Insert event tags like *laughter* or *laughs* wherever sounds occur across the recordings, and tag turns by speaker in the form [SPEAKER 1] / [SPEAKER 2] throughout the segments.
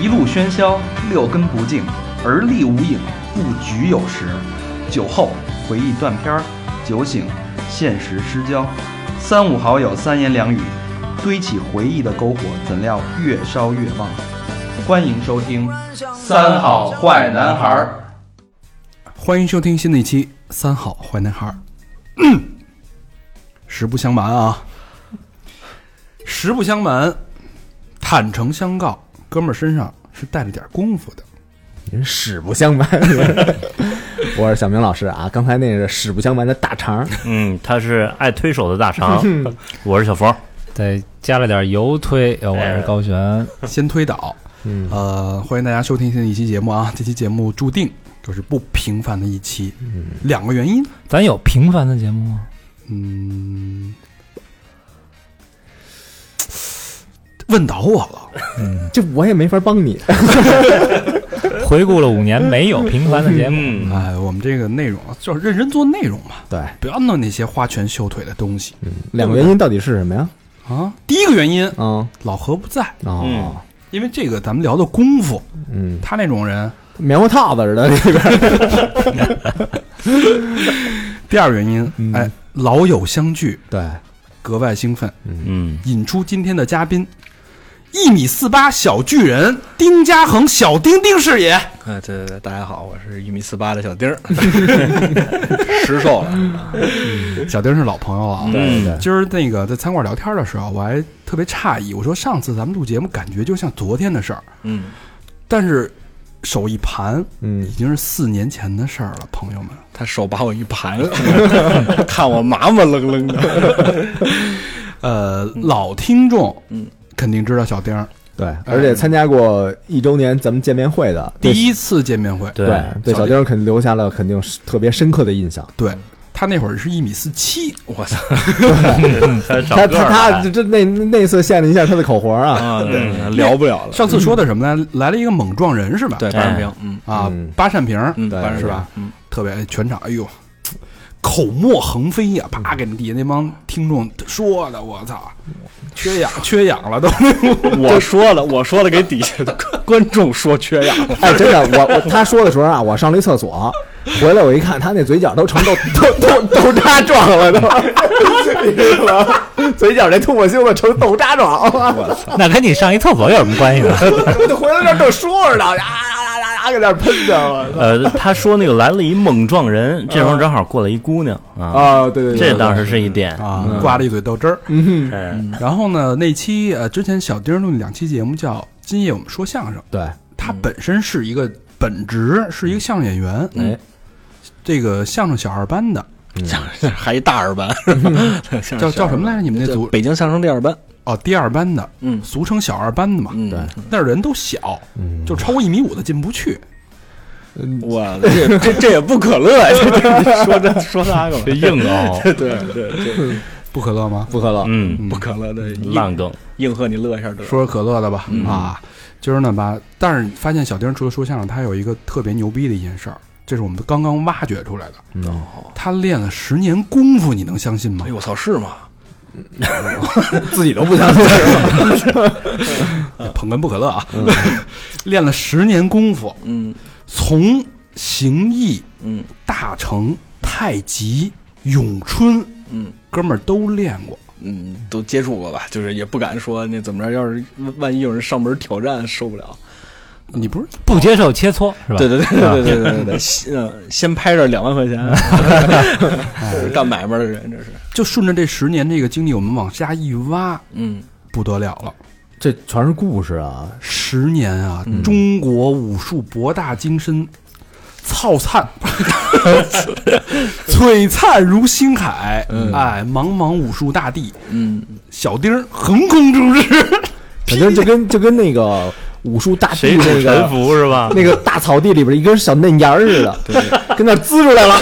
[SPEAKER 1] 一路喧嚣，六根不净，而立无影，不局有时。酒后回忆断片儿，酒醒现实失焦。三五好友三言两语，堆起回忆的篝火，怎料越烧越旺。欢迎收听《三好坏男孩儿
[SPEAKER 2] 欢迎收听新的一期《三好坏男孩》。 *coughs* 实不相瞒啊，实不相瞒，坦诚相告，哥们儿身上是带了点功夫的。
[SPEAKER 3] 您实不相瞒， *laughs* 我是小明老师啊。刚才那是实不相瞒的大肠，
[SPEAKER 4] 嗯，他是爱推手的大肠，我是小峰。
[SPEAKER 5] 再加了点油推，呃我是高璇，
[SPEAKER 2] 先推倒，
[SPEAKER 3] 嗯
[SPEAKER 2] 呃，欢迎大家收听新的一期节目啊！这期节目注定就是不平凡的一期，两个原因，
[SPEAKER 5] 咱有平凡的节目吗？
[SPEAKER 2] 嗯，问倒我了。
[SPEAKER 3] 这我也没法帮你。
[SPEAKER 5] 回顾了五年没有平凡的节目，
[SPEAKER 4] 嗯，
[SPEAKER 2] 哎，我们这个内容就是认真做内容嘛，
[SPEAKER 3] 对，
[SPEAKER 2] 不要弄那些花拳绣腿的东西
[SPEAKER 3] 两个原因到底是什么呀？
[SPEAKER 2] 啊。第一个原因，
[SPEAKER 3] 嗯
[SPEAKER 2] 老何不在，
[SPEAKER 3] 哦，
[SPEAKER 2] 因为这个咱们聊的功夫，
[SPEAKER 3] 嗯，
[SPEAKER 2] 他那种人。
[SPEAKER 3] 棉花套子似的这边，
[SPEAKER 2] 第二个原因，
[SPEAKER 3] 嗯
[SPEAKER 2] 哎，老友相聚，
[SPEAKER 3] 对，
[SPEAKER 2] 格外兴奋，
[SPEAKER 4] 嗯，
[SPEAKER 2] 引出今天的嘉宾。一米四八小巨人丁家恒，小丁丁是也。
[SPEAKER 6] 啊，对对对，大家好，我是一米四八的小丁儿，实瘦了。
[SPEAKER 2] *laughs* 小丁是老朋友了
[SPEAKER 4] 嗯
[SPEAKER 2] 啊。
[SPEAKER 3] 对对，
[SPEAKER 2] 今儿那个在餐馆聊天的时候，我还特别诧异，我说上次咱们录节目感觉就像昨天的事儿，
[SPEAKER 6] 嗯，
[SPEAKER 2] 但是手一盘
[SPEAKER 3] 嗯
[SPEAKER 2] 已，经是四年前的事儿了，朋友们。
[SPEAKER 6] 他手把我一盘， *laughs* 看我麻麻愣愣的。
[SPEAKER 2] *laughs* 呃，老听众
[SPEAKER 6] 嗯
[SPEAKER 2] 肯定知道小丁儿
[SPEAKER 3] 对，而且参加过一周年咱们见面会的
[SPEAKER 2] 第。一次见面会，
[SPEAKER 3] 对
[SPEAKER 4] 对，
[SPEAKER 3] 对，小丁儿肯定留下了肯定是特别深刻的印象。
[SPEAKER 2] 对他那会儿是一米四七，
[SPEAKER 6] 我操
[SPEAKER 4] *laughs* 他长
[SPEAKER 3] 他
[SPEAKER 4] 个儿啊嗯
[SPEAKER 3] 他他这这那那次献了一下他的口活啊，
[SPEAKER 6] 啊，对，聊不了了。
[SPEAKER 2] 上次说的什么呢？来了一个猛撞人是吧？
[SPEAKER 6] 对八十平，
[SPEAKER 4] 哎
[SPEAKER 6] 嗯
[SPEAKER 2] 啊
[SPEAKER 3] 嗯，
[SPEAKER 2] 八扇屏，
[SPEAKER 6] 嗯，
[SPEAKER 3] 对
[SPEAKER 6] 八十
[SPEAKER 2] 是吧？
[SPEAKER 6] 嗯，
[SPEAKER 2] 特别全场，哎呦，口沫横飞呀，啪给底下那帮听众说的，我操，缺
[SPEAKER 6] *laughs*
[SPEAKER 2] 氧缺氧了都。
[SPEAKER 6] 我说了，我说了，给底下的观众说缺氧了。
[SPEAKER 3] 哎，真的，我我他说的时候啊，我上了一厕所，回来我一看，他那嘴角都成豆豆豆豆渣状了，都，你知道吗？嘴角这唾沫星子成豆渣状，我操！
[SPEAKER 5] 那跟你上一厕所有什么关系呢？
[SPEAKER 3] 回来这正说着呢，啊啊啊啊，搁那喷着，我操！
[SPEAKER 4] *laughs* 呃，他说那个来了一猛撞人，这时候正好过来一姑娘啊，
[SPEAKER 3] 啊，对对对，
[SPEAKER 4] 这当时是一点。
[SPEAKER 2] 啊，刮了一嘴豆汁儿。
[SPEAKER 3] 嗯，
[SPEAKER 4] 嗯
[SPEAKER 2] 然后呢，那期呃，之前小丁儿录了两期节目叫《今夜我们说相声》，
[SPEAKER 3] 对，
[SPEAKER 2] 他
[SPEAKER 6] 嗯
[SPEAKER 2] 本身是一个本职是一个相声演员，嗯
[SPEAKER 3] 哎，
[SPEAKER 2] 这个相声小二班的，
[SPEAKER 6] 嗯还一大二班，
[SPEAKER 2] 叫叫什么来
[SPEAKER 6] 着？
[SPEAKER 2] 着？你们那
[SPEAKER 6] 这
[SPEAKER 2] 组
[SPEAKER 6] 北京相声第二班。
[SPEAKER 2] 哦，第二班的，
[SPEAKER 6] 嗯
[SPEAKER 2] 俗称小二班的嘛，
[SPEAKER 6] 嗯，
[SPEAKER 3] 对
[SPEAKER 2] 那儿人都小，就超过一米五的进不去。
[SPEAKER 6] 我这这这也不可乐呀！这这说这说那个吧
[SPEAKER 4] 这，硬凹，
[SPEAKER 6] 对对对，
[SPEAKER 2] 不可乐吗？
[SPEAKER 3] 不喝了，
[SPEAKER 4] 嗯，
[SPEAKER 6] 不可乐的硬
[SPEAKER 4] 烂梗，
[SPEAKER 6] 应和你乐一下得了。
[SPEAKER 2] 说说可乐的吧，
[SPEAKER 6] 嗯
[SPEAKER 2] 啊，今儿呢吧，但是发现小丁除了说相声，他有一个特别牛逼的一件事儿，这是我们刚刚挖掘出来的。
[SPEAKER 6] 嗯
[SPEAKER 2] 他练了十年功夫，你能相信吗
[SPEAKER 6] 哎？呦我操，是吗？
[SPEAKER 3] 自己都不相信，
[SPEAKER 2] 捧哏不可乐啊，练了十年功夫，
[SPEAKER 6] 嗯
[SPEAKER 2] 从形意、
[SPEAKER 6] 嗯
[SPEAKER 2] 大成、太极、咏春，
[SPEAKER 6] 嗯
[SPEAKER 2] 哥们儿都练过。
[SPEAKER 6] 嗯，都接触过吧，就是也不敢说那怎么着，要是万一有人上门挑战，受不了。
[SPEAKER 2] 你不是
[SPEAKER 5] 不接受切磋是吧？
[SPEAKER 6] 对对对对对对对对，先呃先拍着两万块 *laughs* 钱，这是干买卖的人这是，
[SPEAKER 2] 就顺着这十年这个经历，我们往下一挖，
[SPEAKER 6] 嗯，
[SPEAKER 2] 不得了了。
[SPEAKER 3] 这全是故事啊，嗯
[SPEAKER 2] 十年啊，中国武术博大精深，灿灿，璀璨如星海，
[SPEAKER 3] 嗯
[SPEAKER 2] 哎，茫茫武术大地，
[SPEAKER 6] 嗯，
[SPEAKER 2] 小丁儿横空出世，
[SPEAKER 3] 反正就跟就跟那个武术大帝
[SPEAKER 4] 谁
[SPEAKER 3] 那个
[SPEAKER 4] 是沉浮是吧？
[SPEAKER 3] 那个大草地里边一根小嫩芽儿似的， *laughs* 跟那儿滋出来了，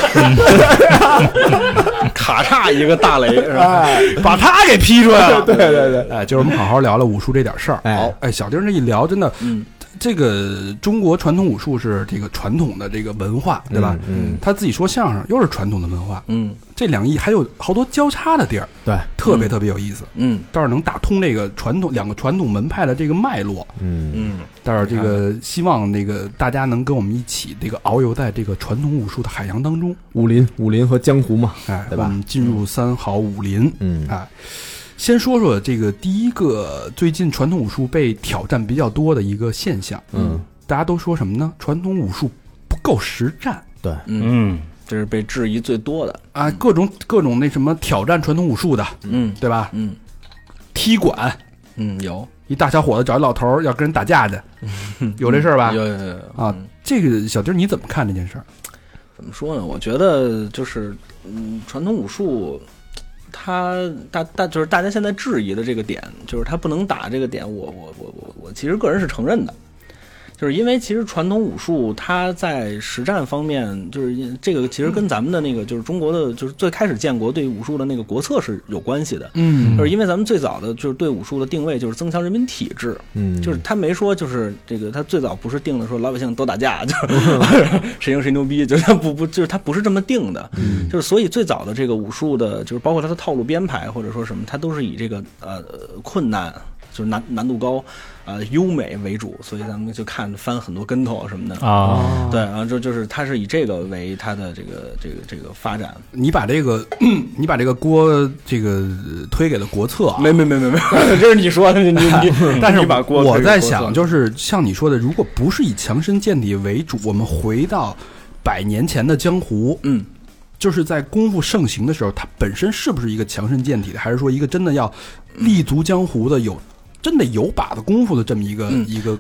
[SPEAKER 6] *laughs* 咔嚓一个大雷是吧？
[SPEAKER 3] 哎，
[SPEAKER 2] 把他给劈出来了。
[SPEAKER 3] *laughs* 对对对，
[SPEAKER 2] 哎，就是我们好好聊聊武术这点事儿。
[SPEAKER 3] 哎
[SPEAKER 2] 好，哎，小丁儿这一聊，真的，
[SPEAKER 6] 嗯
[SPEAKER 2] 这个中国传统武术是这个传统的这个文化，对吧？
[SPEAKER 3] 嗯，
[SPEAKER 2] 他自己说相声又是传统的文化，
[SPEAKER 6] 嗯
[SPEAKER 2] 这两义还有好多交叉的地儿，
[SPEAKER 3] 对，
[SPEAKER 2] 特别特别有意思。
[SPEAKER 6] 嗯
[SPEAKER 2] 倒是能打通这个传统两个传统门派的这个脉络，
[SPEAKER 3] 嗯
[SPEAKER 6] 嗯，
[SPEAKER 2] 但是这个希望那个大家能跟我们一起这个遨游在这个传统武术的海洋当中，
[SPEAKER 3] 武林，武林和江湖嘛，
[SPEAKER 2] 哎，
[SPEAKER 3] 对吧
[SPEAKER 2] 我们进入三好武林，
[SPEAKER 3] 嗯
[SPEAKER 2] 哎，先说说这个第一个最近传统武术被挑战比较多的一个现象，
[SPEAKER 3] 嗯，
[SPEAKER 2] 大家都说什么呢？传统武术不够实战
[SPEAKER 3] 对，
[SPEAKER 6] 嗯，
[SPEAKER 4] 嗯，
[SPEAKER 6] 这是被质疑最多的。
[SPEAKER 2] 啊，各种各种那什么挑战传统武术的，
[SPEAKER 6] 嗯
[SPEAKER 2] 对吧？
[SPEAKER 6] 嗯
[SPEAKER 2] 踢馆，
[SPEAKER 6] 嗯，有
[SPEAKER 2] 一大小伙子找一老头儿要跟人打
[SPEAKER 6] *laughs*
[SPEAKER 2] 架去，有这事儿吧？
[SPEAKER 6] 有有有
[SPEAKER 2] 啊
[SPEAKER 6] 嗯
[SPEAKER 2] 这个小丁儿你怎么看这件事儿？
[SPEAKER 6] 怎么说呢？我觉得就是，嗯，传统武术，它大大就是大家现在质疑的这个点，就是它不能打这个点，我我我我我其实个人是承认的，就是因为其实传统武术它在实战方面，就是因这个其实跟咱们的那个就是中国的就是最开始建国对武术的那个国策是有关系的，
[SPEAKER 2] 嗯
[SPEAKER 6] 就是因为咱们最早的就是对武术的定位就是增强人民体质，
[SPEAKER 3] 嗯，
[SPEAKER 6] 就是他没说，就是这个他最早不是定的说老百姓都打架，就是 *laughs* 谁赢谁牛逼，就是他不不就是他不是这么定的，就是所以最早的这个武术的，就是包括他的套路编排或者说什么，他都是以这个呃困难就是难难度高，呃优美为主，所以咱们就看翻很多跟头什么的。
[SPEAKER 5] 啊，
[SPEAKER 6] 对，然后就就是他是以这个为他的这个这个这个发展，
[SPEAKER 2] 你把这个 *clears throat* 你把这个锅这个推给了国策啊。
[SPEAKER 6] 没没没没， *laughs* 这是你说的，你 *laughs* 你你，但是把锅
[SPEAKER 2] 我在想，就是像你说的，如果不是以强身健体为主，我们回到百年前的江湖，
[SPEAKER 6] 嗯，
[SPEAKER 2] 就是在功夫盛行的时候，它本身是不是一个强身健体的，还是说一个真的要立足江湖的有？真的有把的功夫的这么一个、
[SPEAKER 6] 嗯
[SPEAKER 2] 一个，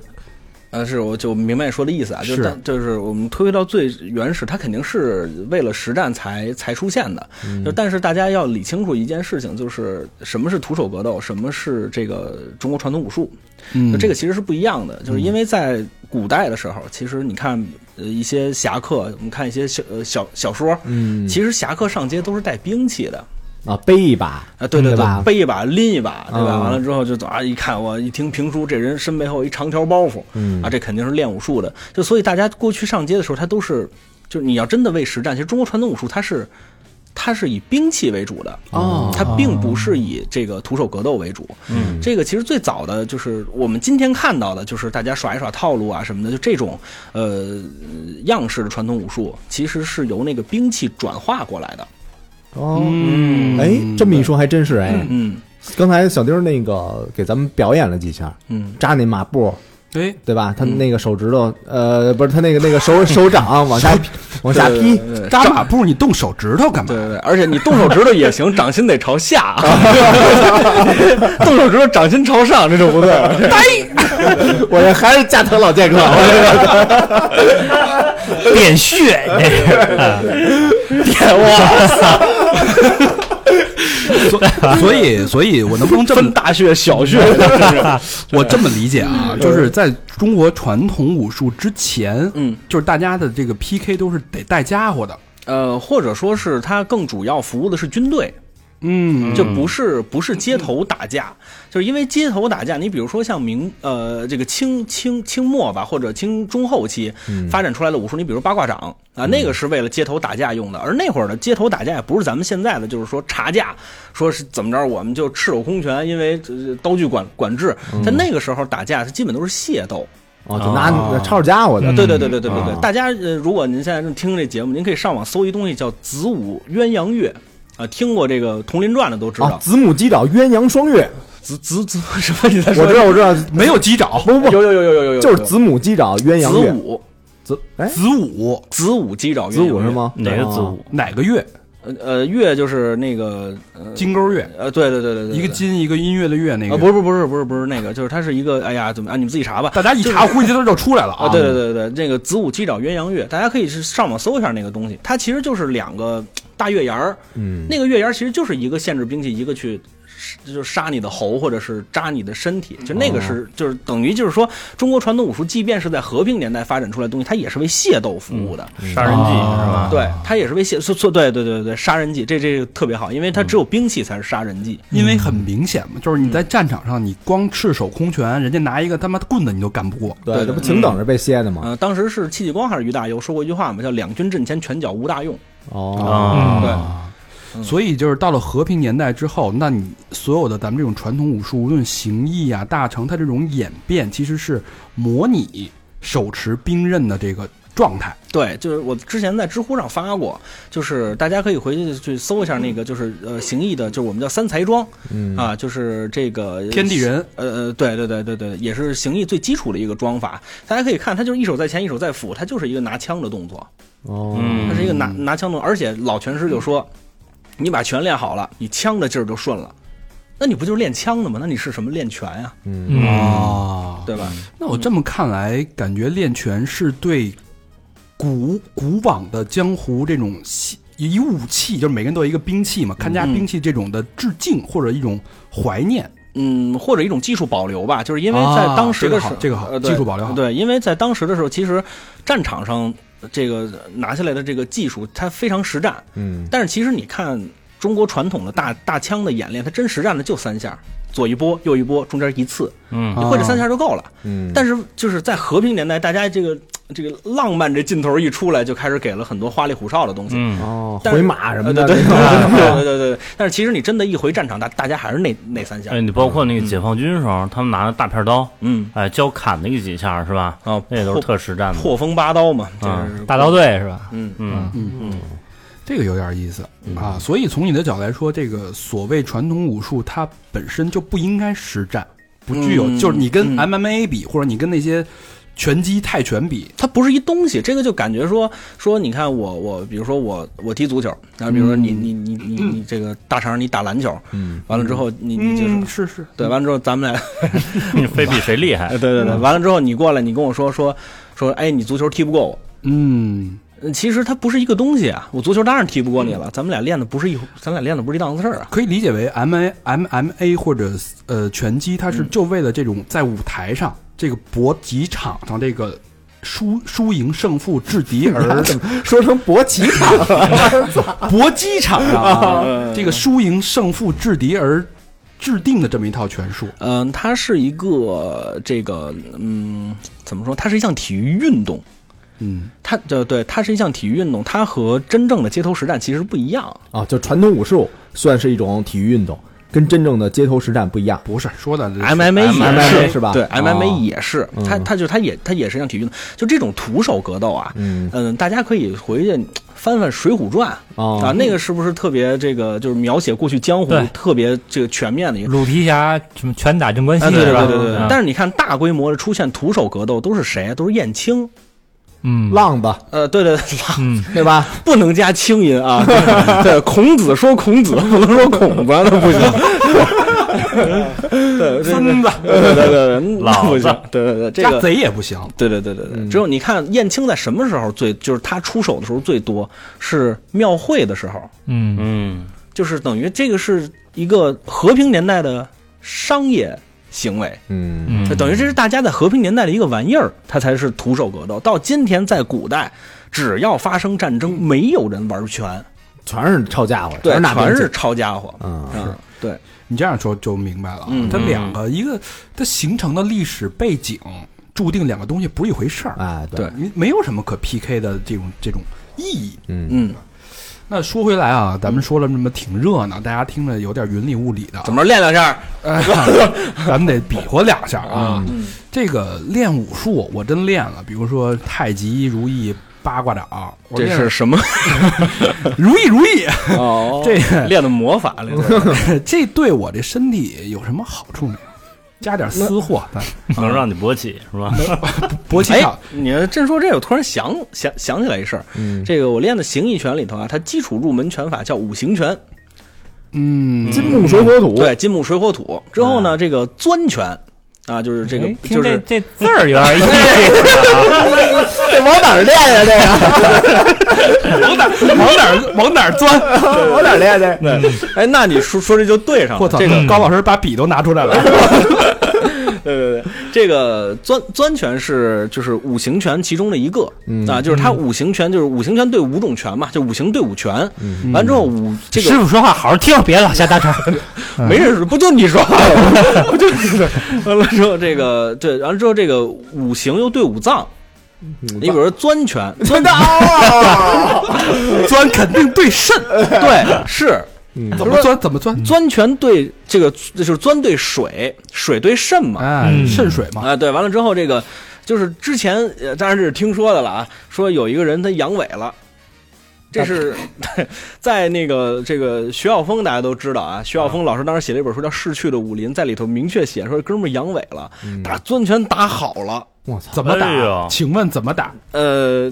[SPEAKER 6] 呃，是，我就明白你说的意思啊，就是但就是我们推回到最原始，它肯定是为了实战才才出现的。就但是大家要理清楚一件事情，就是什么是徒手格斗，什么是这个中国传统武术，
[SPEAKER 2] 嗯
[SPEAKER 6] 就这个其实是不一样的。就是因为在古代的时候，其实你看呃一些侠客，我们看一些小呃小小说，
[SPEAKER 3] 嗯
[SPEAKER 6] 其实侠客上街都是带兵器的。
[SPEAKER 3] 啊，背一把，
[SPEAKER 6] 啊，对对
[SPEAKER 3] 对吧
[SPEAKER 6] 背一把拎一把，对吧？
[SPEAKER 3] 嗯
[SPEAKER 6] 完了之后就走啊，一看我一听评书，这人身背后一长条包袱，
[SPEAKER 3] 嗯
[SPEAKER 6] 啊，这肯定是练武术的。就所以大家过去上街的时候，他都是，就是你要真的为实战，其实中国传统武术它是，它是以兵器为主的，
[SPEAKER 2] 哦
[SPEAKER 6] 它并不是以这个徒手格斗为主。嗯，这个其实最早的就是我们今天看到的，就是大家耍一耍套路啊什么的，就这种呃样式的传统武术，其实是由那个兵器转化过来的。
[SPEAKER 3] 哦，
[SPEAKER 2] 嗯
[SPEAKER 3] 哎，这么一说还真是哎，
[SPEAKER 6] 嗯
[SPEAKER 3] 刚才小丁儿那个给咱们表演了几下，
[SPEAKER 6] 嗯
[SPEAKER 3] 扎那马步，
[SPEAKER 2] 对，
[SPEAKER 3] 对吧？他那个手指头，呃，不是他那个那个手手掌啊往下往下劈，
[SPEAKER 2] 扎马步你动手指头干嘛？
[SPEAKER 6] 对对对，而且你动手指头也行，掌心得朝 *laughs* 下，动手指头掌心朝上，这就不对 *laughs* 了。
[SPEAKER 3] 我这还是加藤老剑客，
[SPEAKER 5] 点穴，你这是啊
[SPEAKER 2] *laughs* 所以，所以我能不能这么
[SPEAKER 6] 大穴小穴，
[SPEAKER 2] *laughs* 我这么理解啊？就是在中国传统武术之前，
[SPEAKER 6] 嗯，
[SPEAKER 2] 就是大家的这个 PK 都是得带家伙的，
[SPEAKER 6] 呃，或者说是它更主要服务的是军队，
[SPEAKER 2] 嗯，
[SPEAKER 6] 就不是不是街头打架，就是因为街头打架，你比如说像明呃这个清清清末吧，或者清中后期发展出来的武术，你比如八卦掌啊，那个是为了街头打架用的，而那会儿呢，街头打架也不是咱们现在的就是说查架，说是怎么着我们就赤手空拳，因为呃刀具管管制，在那个时候打架，它基本都是械斗。
[SPEAKER 3] 哦，就拿那抄着家伙的，
[SPEAKER 6] 啊嗯对对对对对对对，
[SPEAKER 3] 啊
[SPEAKER 6] 大家呃，如果您现在正听这节目，您可以上网搜一东西叫《子午鸳鸯乐》。啊，听过这个《佟林传》的都知
[SPEAKER 3] 啊，
[SPEAKER 6] 道，
[SPEAKER 3] 子母击掌，鸳鸯双月，
[SPEAKER 6] 子子子什么？你
[SPEAKER 3] *laughs*
[SPEAKER 6] 在
[SPEAKER 3] 我
[SPEAKER 6] 说
[SPEAKER 3] 知道我知
[SPEAKER 6] *laughs*
[SPEAKER 3] 道，
[SPEAKER 2] 没有击掌，
[SPEAKER 3] 不不
[SPEAKER 6] 有有有有有有有，
[SPEAKER 3] 就是子母击掌，鸳
[SPEAKER 6] 子
[SPEAKER 3] 鸯月，
[SPEAKER 6] 午
[SPEAKER 3] 子哎
[SPEAKER 2] 子午
[SPEAKER 6] 子午击掌，
[SPEAKER 3] 子午是？吗？哦
[SPEAKER 4] 哪个子午？
[SPEAKER 2] 哪个月？
[SPEAKER 6] 呃呃，乐就是那个呃
[SPEAKER 2] 金钩月，
[SPEAKER 6] 呃，对对对对对，
[SPEAKER 2] 一个
[SPEAKER 6] 对
[SPEAKER 2] 金一个音乐的乐，那
[SPEAKER 6] 啊，
[SPEAKER 2] 个
[SPEAKER 6] 不是不是不是不是不是那个，就是它是一个，哎呀，怎么啊？你们自己查吧。
[SPEAKER 2] 大家一查，估计都就出来了
[SPEAKER 6] 啊，
[SPEAKER 2] 啊。
[SPEAKER 6] 对对对对，那个子午击掌鸳鸯乐，大家可以是上网搜一下那个东西，它其实就是两个大月牙儿，
[SPEAKER 3] 嗯，
[SPEAKER 6] 那个月牙儿其实就是一个限制兵器，一个去就是杀你的喉或者是扎你的身体，就那个是、就是等于就是说，中国传统武术即便是在和平年代发展出来的东西，它也是为械斗服务
[SPEAKER 4] 嗯
[SPEAKER 6] 的。
[SPEAKER 2] 啊
[SPEAKER 5] 杀人计是吧？
[SPEAKER 6] 对，它也是为械，错错，对对对对，杀人技，这这个特别好，因为它只有兵器才是杀人技。
[SPEAKER 2] 因为很明显嘛，就是你在战场上，你光赤手空拳，人家拿一个他妈棍子你都干不过。
[SPEAKER 3] 对，
[SPEAKER 6] 对嗯
[SPEAKER 3] 这不请等着被歇的吗？
[SPEAKER 6] 呃，当时是戚继光还是俞大猷说过一句话嘛，叫“两军阵前拳脚无大用
[SPEAKER 3] 哦，
[SPEAKER 4] 啊，
[SPEAKER 6] 对嗯
[SPEAKER 2] 所以就是到了和平年代之后，那你所有的咱们这种传统武术，无论形意啊、大成，它这种演变其实是模拟手持兵刃的这个状态。”。
[SPEAKER 6] 对，就是我之前在知乎上发过，就是大家可以回去去搜一下那个，就是呃，形意的，就是我们叫三才庄
[SPEAKER 3] 嗯
[SPEAKER 6] 啊，就是这个
[SPEAKER 2] 天地。人
[SPEAKER 6] 呃呃，对对对对对，也是形意最基础的一个桩法。大家可以看，它就是一手在前，一手在俯，它就是一个拿枪的动作，
[SPEAKER 3] 哦，
[SPEAKER 4] 嗯
[SPEAKER 6] 它是一个拿拿枪动作。而且老拳师就说，你把拳练好了，你枪的劲儿就顺了，那你不就是练枪的吗？那你是什么练拳呀、
[SPEAKER 3] 嗯
[SPEAKER 5] 嗯，
[SPEAKER 2] 啊，
[SPEAKER 6] 对吧？
[SPEAKER 2] 那我这么看来，感觉练拳是对古古往的江湖这种戏以武器，就是每个人都有一个兵器嘛，看家兵器这种的致敬或者一种怀念。
[SPEAKER 6] 嗯，或者一种技术保留吧，就是因为在当时的时候，
[SPEAKER 2] 啊这个好这个好
[SPEAKER 6] 呃对
[SPEAKER 2] 技术保留好
[SPEAKER 6] 对，因为在当时的时候，其实战场上这个拿下来的这个技术，它非常实战。
[SPEAKER 3] 嗯
[SPEAKER 6] 但是其实你看中国传统的大大枪的演练，它真实战的就三下，左一波，右一波，中间一次，
[SPEAKER 4] 嗯，
[SPEAKER 6] 会这三下就够了。
[SPEAKER 3] 嗯，
[SPEAKER 6] 但是就是在和平年代，大家这个这个浪漫这劲头一出来，就开始给了很多花里胡哨的东西。
[SPEAKER 4] 嗯
[SPEAKER 3] 哦，
[SPEAKER 6] 但是
[SPEAKER 3] 回马什么
[SPEAKER 6] 呃
[SPEAKER 3] 的，
[SPEAKER 6] 对对
[SPEAKER 3] 那
[SPEAKER 6] 对
[SPEAKER 3] 种
[SPEAKER 6] 对对对对对，但是其实你真的，一回战场，大大家还是那那三下，
[SPEAKER 4] 哎，你包括那个解放军时候，他们拿着大片刀，
[SPEAKER 6] 嗯，
[SPEAKER 4] 哎，教砍那几下是吧？
[SPEAKER 6] 啊，
[SPEAKER 4] 那也都是
[SPEAKER 6] 破
[SPEAKER 4] 特实战的。
[SPEAKER 6] 破风八刀嘛，就
[SPEAKER 4] 啊
[SPEAKER 6] 是
[SPEAKER 5] 大刀队是吧？
[SPEAKER 6] 嗯
[SPEAKER 4] 嗯，
[SPEAKER 2] 这个有点意思啊。所以从你的角度来说，这个所谓传统武术，它本身就不应该实战，不具有，
[SPEAKER 6] 嗯
[SPEAKER 2] 就是你跟
[SPEAKER 6] 嗯
[SPEAKER 2] MMA 比，或者你跟那些拳击、泰拳比，
[SPEAKER 6] 它不是一东西，这个就感觉说说，你看我我，比如说我我踢足球，然后比如说你你你你你这个大肠你打篮球，
[SPEAKER 3] 嗯，
[SPEAKER 6] 完了之后你你就是
[SPEAKER 2] 嗯，是是，
[SPEAKER 6] 对，完了之后咱们俩，
[SPEAKER 4] 你非比谁厉害
[SPEAKER 6] 对？对 *laughs* 对，完了之后你过来，你跟我说说说，哎，你足球踢不过我。
[SPEAKER 2] 嗯，
[SPEAKER 6] 嗯其实它不是一个东西啊，我足球当然踢不过你了，咱们俩练的不是一，咱俩练的不是一档子事儿啊。
[SPEAKER 2] 可以理解为 M A M M A 或者呃拳击，它是就为了这种在舞台上、这个搏击场上这个输输赢胜负制敌 *laughs* 而
[SPEAKER 3] *laughs* 说成搏击场了，
[SPEAKER 2] 搏击场上、 *laughs* 啊、这个输赢胜负制敌而制定的这么一套拳术。
[SPEAKER 6] 嗯、它是一个这个嗯，怎么说？它是一项体育运动，
[SPEAKER 2] 嗯，
[SPEAKER 6] 它对对，它是一项体育运动，它和真正的街头实战其实不一样。
[SPEAKER 3] 啊，就传统武术算是一种体育运动，跟真正的街头实战不一样。
[SPEAKER 2] 不是说的
[SPEAKER 6] MMA 也
[SPEAKER 3] MMA
[SPEAKER 6] 是
[SPEAKER 3] 是吧
[SPEAKER 6] 对
[SPEAKER 3] 哦
[SPEAKER 6] ，MMA 也是，
[SPEAKER 3] 嗯
[SPEAKER 6] 它它就它也它也是一项体育运动。就这种徒手格斗啊，
[SPEAKER 3] 嗯
[SPEAKER 6] 嗯，大家可以回去翻翻《水浒传》
[SPEAKER 3] 哦
[SPEAKER 6] 啊，那个是不是特别这个就是描写过去江湖
[SPEAKER 5] 对
[SPEAKER 6] 特别这个全面的一个？
[SPEAKER 5] 鲁皮侠什么拳打镇关西
[SPEAKER 6] 啊，对
[SPEAKER 5] 是
[SPEAKER 6] 对
[SPEAKER 5] 吧？
[SPEAKER 6] 对对对对
[SPEAKER 5] 啊。
[SPEAKER 6] 但是你看大规模的出现徒手格斗都是谁啊？都是燕青。
[SPEAKER 5] 嗯，
[SPEAKER 3] 浪子
[SPEAKER 6] 呃，对对对， *laughs*
[SPEAKER 3] 对吧？
[SPEAKER 6] 不能加清音啊。 *laughs* 对对，孔子说孔子，不能说孔子，那不行。对，孙子，对对对对，那不行
[SPEAKER 4] 老。
[SPEAKER 6] 对对对，这
[SPEAKER 2] 家
[SPEAKER 6] 个。
[SPEAKER 2] 贼也不行。
[SPEAKER 6] 对对对对对，只有你看燕青在什么时候最，就是他出手的时候最多，是庙会的时候，
[SPEAKER 5] 嗯，
[SPEAKER 4] 嗯，
[SPEAKER 6] 就是等于这个是一个和平年代的商业行为，
[SPEAKER 3] 嗯
[SPEAKER 5] 嗯
[SPEAKER 6] 就等于这是大家在和平年代的一个玩意儿，它才是徒手格斗。到今天在古代，只要发生战争，没有人玩拳，
[SPEAKER 3] 全是抄家伙，
[SPEAKER 6] 对，
[SPEAKER 3] 是拿
[SPEAKER 6] 全
[SPEAKER 3] 兵器
[SPEAKER 6] 是抄家伙，
[SPEAKER 3] 嗯
[SPEAKER 6] 嗯，对，
[SPEAKER 2] 你这样说就明白了啊，
[SPEAKER 6] 嗯
[SPEAKER 2] 它两个一个它形成的历史背景，注定两个东西不是一回事儿。
[SPEAKER 3] 哎，
[SPEAKER 6] 啊对
[SPEAKER 2] 你没有什么可 PK 的这种这种意义。
[SPEAKER 3] 嗯
[SPEAKER 6] 嗯，
[SPEAKER 2] 那说回来啊，咱们说了这么挺热闹，大家听着有点云里雾里的啊，
[SPEAKER 6] 怎么着练两下？
[SPEAKER 2] 哎？ *laughs* 咱们得比划两下啊。
[SPEAKER 6] 嗯
[SPEAKER 2] 这个练武术我真练了，比如说太极、如意、八卦掌，我
[SPEAKER 6] 这
[SPEAKER 2] 练
[SPEAKER 6] 是什么？
[SPEAKER 2] 如意如意。
[SPEAKER 6] *laughs* 哦
[SPEAKER 2] 这
[SPEAKER 6] 练的魔法，练的
[SPEAKER 2] 这对我这身体有什么好处没有？加点私货，咱
[SPEAKER 4] 能让你勃起是吧？
[SPEAKER 2] 搏击
[SPEAKER 6] 哎
[SPEAKER 2] 场，
[SPEAKER 6] 你正说这，我突然想想想起来一事儿。
[SPEAKER 3] 嗯，
[SPEAKER 6] 这个我练的形意拳里头啊，它基础入门拳法叫五行拳，
[SPEAKER 2] 嗯，
[SPEAKER 3] 金木水火土，
[SPEAKER 6] 对，金木水火土。之后呢，这个钻拳，啊，就是这个
[SPEAKER 5] 哎，听
[SPEAKER 6] 就
[SPEAKER 5] 这
[SPEAKER 6] 是 *laughs*
[SPEAKER 5] 这字儿有点意思啊，
[SPEAKER 3] 这往哪儿练呀？这个
[SPEAKER 2] 哎往哪儿往哪儿往哪儿钻？
[SPEAKER 3] 往哪儿练这？
[SPEAKER 6] 哎，那你说说这就对上了。
[SPEAKER 2] *laughs* 我操，
[SPEAKER 6] 这个
[SPEAKER 2] 高老师把笔都拿出来了，
[SPEAKER 6] 对对对，这个钻钻拳是就是五行拳其中的一个、啊，就是它五行拳就是五行拳对五种拳嘛，就五行对五拳。完之后五这个
[SPEAKER 5] 师傅说话好好听，别老瞎搭茬。
[SPEAKER 6] 没人说，不就你说话吗？ *laughs* 不就你说？完了之后，这个对，完了之后这个五行又对五脏，啊你比如说钻 *laughs* 拳，钻 *laughs*
[SPEAKER 2] 钻肯定对肾，
[SPEAKER 6] 对是
[SPEAKER 2] 怎么钻怎么钻？
[SPEAKER 6] 钻拳对这个就是钻对水，水对肾嘛
[SPEAKER 2] 哎，
[SPEAKER 5] 嗯
[SPEAKER 2] 肾水嘛，
[SPEAKER 6] 啊，对，完了之后这个就是之前呃当然这是听说的了啊，说有一个人他阳痿了。这
[SPEAKER 2] *laughs*
[SPEAKER 6] 是在那个这个徐晓峰，大家都知道啊。徐晓峰老师当时写了一本书叫《逝去的武林》，在里头明确写说，哥们儿阳痿了，
[SPEAKER 2] 嗯
[SPEAKER 6] 打钻拳打好了，
[SPEAKER 3] 我操！
[SPEAKER 2] 怎么
[SPEAKER 4] 哎
[SPEAKER 2] 打？
[SPEAKER 4] 呦
[SPEAKER 2] 请问怎么打？ *laughs*
[SPEAKER 6] 呃，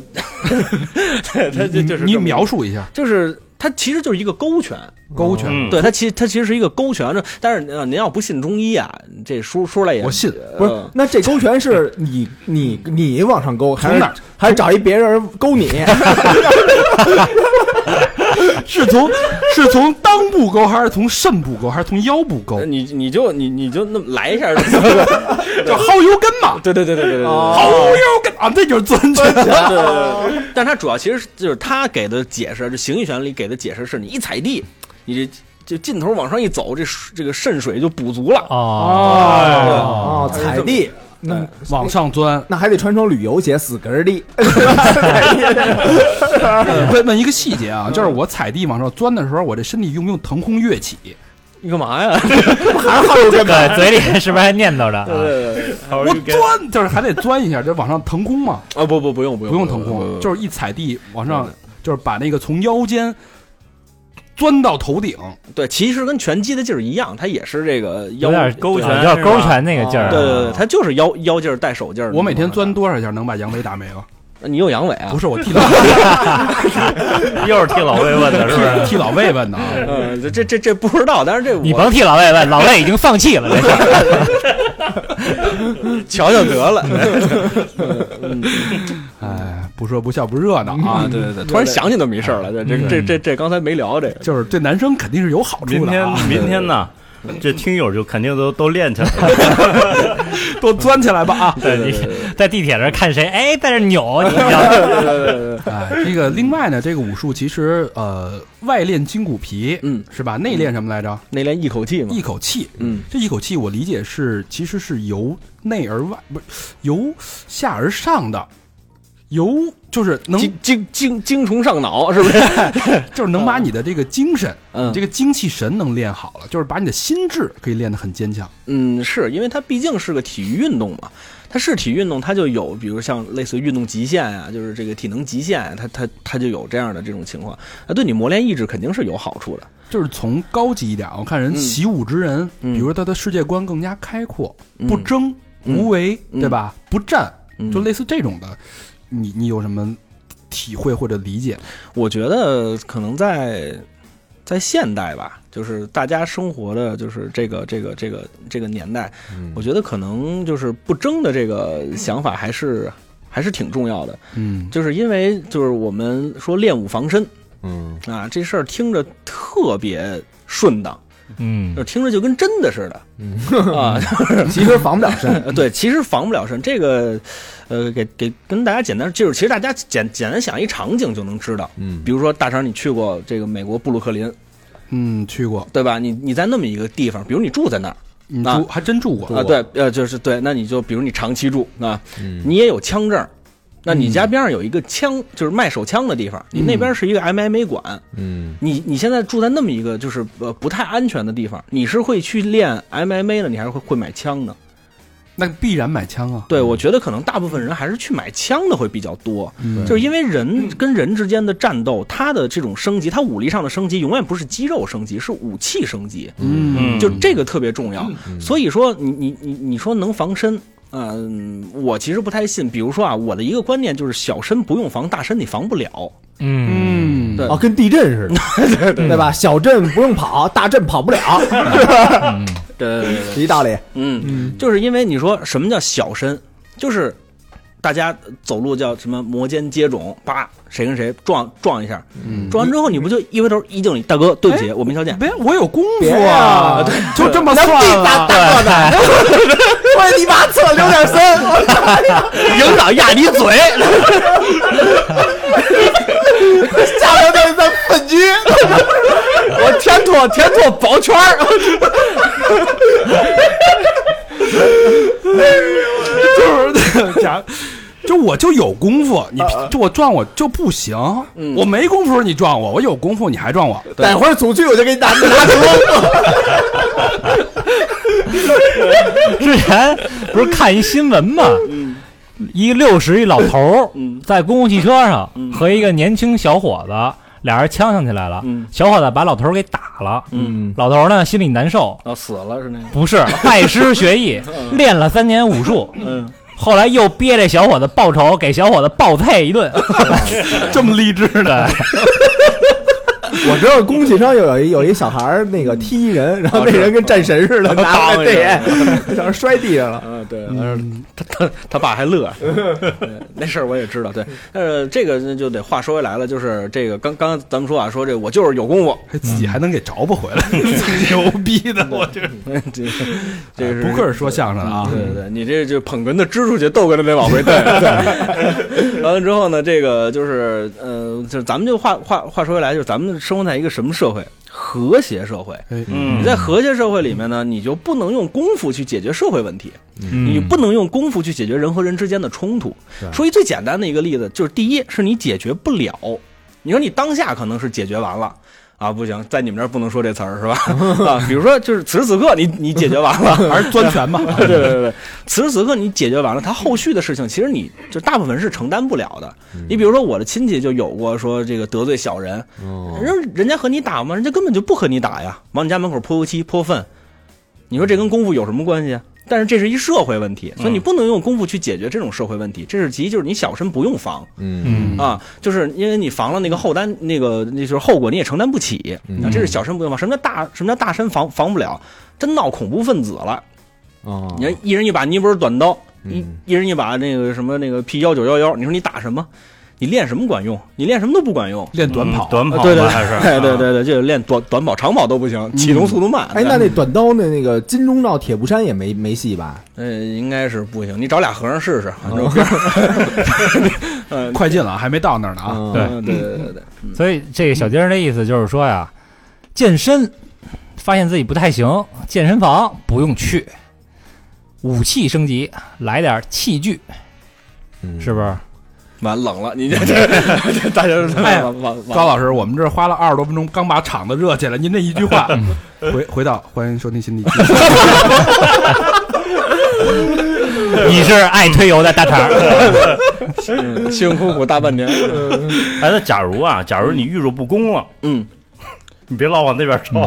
[SPEAKER 6] 对，他
[SPEAKER 2] 嗯
[SPEAKER 6] 就
[SPEAKER 2] 你
[SPEAKER 6] 就是
[SPEAKER 2] 你
[SPEAKER 6] 这么
[SPEAKER 2] 描，述一下
[SPEAKER 6] 就是它其实就是一个勾拳，
[SPEAKER 2] 勾拳。
[SPEAKER 4] 嗯
[SPEAKER 6] 对，它其实它其实是一个勾拳。这但是呃您要不信中医啊，这说说出来也
[SPEAKER 2] 我信
[SPEAKER 6] 呃
[SPEAKER 3] 不是，那这勾拳是你你你往上勾，还
[SPEAKER 2] 从
[SPEAKER 3] 是
[SPEAKER 2] 哪儿
[SPEAKER 3] 还是找一别人勾
[SPEAKER 6] *laughs*
[SPEAKER 3] 你？
[SPEAKER 2] 是从是从裆部勾，还是从肾部勾，还是从腰部勾
[SPEAKER 6] 呃？你你就你你就那么来一下，
[SPEAKER 2] 叫薅油根嘛，
[SPEAKER 6] 对哎对对对对对对。
[SPEAKER 2] 薅油根啊，那就是钻
[SPEAKER 6] 对
[SPEAKER 2] 拳。
[SPEAKER 6] 对对对，但它主要其实是就是他给的解释，就形意拳里给的解释是你一踩地，你这就劲头往上一走，这水这个肾水就补足了。哎
[SPEAKER 3] 哦，
[SPEAKER 5] 哦，
[SPEAKER 3] 踩地，那
[SPEAKER 2] 啊往上钻。
[SPEAKER 3] 那还得穿双旅游鞋，死根儿
[SPEAKER 6] *laughs*
[SPEAKER 3] 地。
[SPEAKER 6] 哎
[SPEAKER 2] 问问一个细节啊，就是我踩地往上钻的时候，我这身体用不用腾空跃起？
[SPEAKER 6] 你干嘛呀？
[SPEAKER 5] 这个嘴里是不是还念叨着啊？
[SPEAKER 2] 我钻就是还得钻一下，就往上腾空嘛，
[SPEAKER 6] 啊不不不用不用
[SPEAKER 2] 不用腾空，就是一踩地往上，就是把那个从腰间钻到头顶。
[SPEAKER 6] 对，其实跟拳击的劲儿一样，它也是这个腰
[SPEAKER 5] 有点勾
[SPEAKER 6] 对
[SPEAKER 5] 拳，
[SPEAKER 4] 对
[SPEAKER 5] 有点勾拳那个劲儿啊。
[SPEAKER 6] 对对对，它就是腰腰劲儿带手劲儿。
[SPEAKER 2] 我每天钻，多少下能把阳痿打没了？
[SPEAKER 6] 你有阳痿啊？
[SPEAKER 2] 不
[SPEAKER 6] 是，
[SPEAKER 2] 是我替老
[SPEAKER 6] *laughs*
[SPEAKER 4] 又是替老魏问的，是不是？
[SPEAKER 2] 替替老魏问的啊。
[SPEAKER 6] 嗯，这这这这不知道，但是这
[SPEAKER 5] *laughs* 你
[SPEAKER 6] 我
[SPEAKER 5] 甭替老魏问，老魏已经放弃了这事儿。
[SPEAKER 6] 瞧瞧得了
[SPEAKER 2] 哎，不说不笑不热闹啊
[SPEAKER 6] 啊！。对对对，突然想起那么一事儿来，这这这这这刚才没聊这个。
[SPEAKER 2] *laughs* 就是对男生肯定是有好处
[SPEAKER 4] 明
[SPEAKER 2] 的
[SPEAKER 4] 天
[SPEAKER 2] 啊，
[SPEAKER 4] 明天呢，这听友就肯定都都练起来了。
[SPEAKER 2] *laughs* 多钻起来吧啊！
[SPEAKER 5] *laughs* 对你在地铁上看谁，哎，在这扭，你知道吗
[SPEAKER 2] *laughs* 哎，这个另外呢，这个武术其实呃，外练筋骨皮，
[SPEAKER 6] 嗯，
[SPEAKER 2] 是吧？内练什么来着？
[SPEAKER 6] 那连一口气嘛
[SPEAKER 2] 一，口气。
[SPEAKER 6] 嗯，
[SPEAKER 2] 这一口气，我理解是其实是由内而外，不是由下而上的，由就是能
[SPEAKER 6] 精精精精虫上脑是不是？ *laughs*
[SPEAKER 2] 就是能把你的这个精神，
[SPEAKER 6] 嗯
[SPEAKER 2] 你这个精气神能练好了，就是把你的心智可以练得很坚强。
[SPEAKER 6] 嗯，是因为它毕竟是个体育运动嘛，它是体育运动，它就有比如像类似于运动极限呀、就是这个体能极限啊、它它它就有这样的这种情况啊，对你磨练意志肯定是有好处的。
[SPEAKER 2] 就是从高级一点，啊我看人
[SPEAKER 6] 嗯
[SPEAKER 2] 习武之人，
[SPEAKER 6] 嗯
[SPEAKER 2] 比如说他的世界观更加开阔，
[SPEAKER 6] 嗯
[SPEAKER 2] 不争、
[SPEAKER 6] 嗯
[SPEAKER 2] 无为，
[SPEAKER 6] 嗯
[SPEAKER 2] 对吧？不战，
[SPEAKER 6] 嗯
[SPEAKER 2] 就类似这种的，你你有什么体会或者理解？
[SPEAKER 6] 我觉得可能在在现代吧，就是大家生活的就是这个这个这个这个年代，
[SPEAKER 2] 嗯
[SPEAKER 6] 我觉得可能就是不争的这个想法还是还是挺重要的，
[SPEAKER 2] 嗯，
[SPEAKER 6] 就是因为就是我们说练武防身
[SPEAKER 3] 嗯，
[SPEAKER 6] 啊，这事儿听着特别顺当，
[SPEAKER 5] 嗯
[SPEAKER 6] 就听着就跟真的似的
[SPEAKER 3] 嗯
[SPEAKER 6] 啊。 *laughs*
[SPEAKER 3] 其实防不了身。
[SPEAKER 6] 对，其实防不了身，这个呃，给给跟大家简单就是，其实大家简简单想一场景就能知道，
[SPEAKER 3] 嗯
[SPEAKER 6] 比如说大肠，你去过这个美国布鲁克林，
[SPEAKER 2] 嗯，去过，
[SPEAKER 6] 对吧？你你在那么一个地方，比如你住在那儿
[SPEAKER 2] 你
[SPEAKER 6] 啊
[SPEAKER 2] 住还真住过，
[SPEAKER 6] 啊，对，呃，就是对，那你就比如你长期住啊，
[SPEAKER 3] 嗯
[SPEAKER 6] 你也有枪证，那你家边上有一个枪，就是卖手枪的地方，你那边是一个 MMA 馆，
[SPEAKER 3] 嗯，
[SPEAKER 6] 你你现在住在那么一个就是呃不太安全的地方，你是会去练 MMA 呢，你还是会会买枪呢？
[SPEAKER 2] 那必然买枪啊。
[SPEAKER 6] 对，
[SPEAKER 3] 嗯
[SPEAKER 6] 我觉得可能大部分人还是去买枪的会比较多，
[SPEAKER 2] 嗯
[SPEAKER 6] 就是因为人跟人之间的战斗，它的这种升级，它武力上的升级永远不是肌肉升级，是武器升级。
[SPEAKER 2] 嗯，
[SPEAKER 6] 就这个特别重要。所以说你，你你你说能防身，嗯、我其实不太信。比如说啊，我的一个观念就是小身不用防，大身你防不了。
[SPEAKER 5] 嗯
[SPEAKER 2] 嗯嗯
[SPEAKER 6] 对
[SPEAKER 3] 哦，跟地震
[SPEAKER 6] *laughs*
[SPEAKER 3] 似的，对吧？小震不用跑，大震跑不了，
[SPEAKER 6] 对对对对
[SPEAKER 3] 一道理。
[SPEAKER 6] 呃嗯，就是因为你说什么叫小身，就是大家走路叫什么摩肩接踵，叭，谁跟谁撞撞一下，撞完之后你不就一回头一敬礼，大哥，对不起，我没瞧 *laughs* 见。
[SPEAKER 2] 别，我有功
[SPEAKER 3] 别
[SPEAKER 2] 夫
[SPEAKER 3] 呀
[SPEAKER 2] 啊，就这么算了。
[SPEAKER 3] 大大的，我你妈测刘点森，我
[SPEAKER 6] *laughs* 营长压你嘴，
[SPEAKER 3] 下刘点森粪区，我填妥填妥薄圈儿。
[SPEAKER 2] 就是假，就我就有功夫，你就我撞我就不行，我没功夫你撞我，我有功夫你还撞我，
[SPEAKER 3] 等会儿组区我就给你拿拿
[SPEAKER 6] *laughs*
[SPEAKER 3] 出。
[SPEAKER 5] 之前不是看一新闻嘛，一个六十一老头儿在公共汽车上和一个年轻小伙子。俩人呛呛起来了，小伙子把老头儿给打了，
[SPEAKER 6] 嗯
[SPEAKER 5] 老头儿呢心里难受，
[SPEAKER 6] 啊，死了是那个，*laughs*
[SPEAKER 5] 不是拜师学艺，练了三年武术，
[SPEAKER 6] 嗯，
[SPEAKER 5] 后来又憋这小伙子报仇，给小伙子暴揍
[SPEAKER 6] *laughs*
[SPEAKER 5] 一顿，
[SPEAKER 2] 这么励志的，
[SPEAKER 3] 我知道公汽车又有一有一小孩儿那个踢人，然
[SPEAKER 6] 啊
[SPEAKER 3] 后那人跟战神
[SPEAKER 6] *laughs*
[SPEAKER 3] 似的拿着这， *laughs* 小孩摔地上了。
[SPEAKER 6] 嗯，对，他他他爸还乐，
[SPEAKER 5] 嗯
[SPEAKER 6] 对那事儿我也知道，对，但是这个就得话说回来了，就是这个刚刚刚咱们说啊，说这我就是有功夫，
[SPEAKER 2] 还自己还能给着不回来，牛逼的，我这
[SPEAKER 6] *laughs* 这个这个是
[SPEAKER 2] 不愧哎是说相声的啊
[SPEAKER 6] 对，对对，你这就捧哏的支出去，逗哏的得往
[SPEAKER 2] *laughs*
[SPEAKER 6] 回带。完了之后呢，这个就是呃，就是咱们就话话话说回来，就是咱们生活在一个什么社会？和谐社会。
[SPEAKER 2] 哎
[SPEAKER 6] 你
[SPEAKER 4] 嗯，
[SPEAKER 6] 在和谐社会里面呢，你就不能用功夫去解决社会问题，你不能用功夫去解决人和人之间的冲突。说一最简单的一个例子，就是第一是你解决不了，你说你当下可能是解决完了。啊，不行，在你们这儿不能说这词儿是吧？ *laughs* 啊，比如说就是此时此刻你你解决完了，
[SPEAKER 2] 还是钻拳吧，
[SPEAKER 6] *laughs* 对对对对，此时此刻你解决完了，他后续的事情其实你就大部分是承担不了的。你比如说我的亲戚就有过说这个得罪小人，人人家和你打吗？人家根本就不和你打呀，往你家门口泼油漆泼粪，你说这跟功夫有什么关系？啊？但是这是一社会问题，所以你不能用功夫去解决这种社会问题。这是其一，就是你小身不用防
[SPEAKER 3] 嗯
[SPEAKER 5] 嗯
[SPEAKER 6] 啊，就是因为你防了那个后担，那个那就是后果你也承担不起啊。这是小身不用防。什么叫大？什么叫大身防防不了？真闹恐怖分子了，
[SPEAKER 3] 哦
[SPEAKER 6] 你看一人一把尼泊尔短刀，一
[SPEAKER 3] 嗯
[SPEAKER 6] 一人一把那个什么那个 P 幺九幺幺，你说你打什么？你练什么管用？你练什么都不管用。
[SPEAKER 2] 练短跑，
[SPEAKER 4] 嗯短跑
[SPEAKER 6] 啊对对
[SPEAKER 4] 吧
[SPEAKER 6] 对
[SPEAKER 4] 还是
[SPEAKER 6] 哎，对对对，就练短短跑、长跑都不行，启动速度慢。
[SPEAKER 3] 嗯哎，那那短刀那那个金钟罩铁布衫也没没戏吧？
[SPEAKER 6] 呃应该是不行，你找俩和尚试试，反正边儿
[SPEAKER 2] 快进了，还没到那儿呢啊，
[SPEAKER 3] 嗯
[SPEAKER 5] 对
[SPEAKER 6] 嗯 *laughs* 对对对对，
[SPEAKER 5] 所以这个小丁儿的意思就是说呀，健身发现自己不太行，健身房不用去，武器升级，来点儿器具，
[SPEAKER 4] 嗯
[SPEAKER 5] 是不是？
[SPEAKER 6] 完冷了，你这这 *laughs* 大家都
[SPEAKER 2] 哎
[SPEAKER 6] 完完
[SPEAKER 2] 高
[SPEAKER 6] 完
[SPEAKER 2] 老师，我们这花了二十多分钟，刚把场子热起来。您这一句话，回回到欢迎收听新地区。
[SPEAKER 5] 你是爱推油的大肠儿，
[SPEAKER 6] 嗯辛辛苦苦大半年，
[SPEAKER 4] *laughs* 哎，那假如啊，假如你遇着不公了，
[SPEAKER 6] 嗯， *laughs*
[SPEAKER 4] 你别老往那边瞅，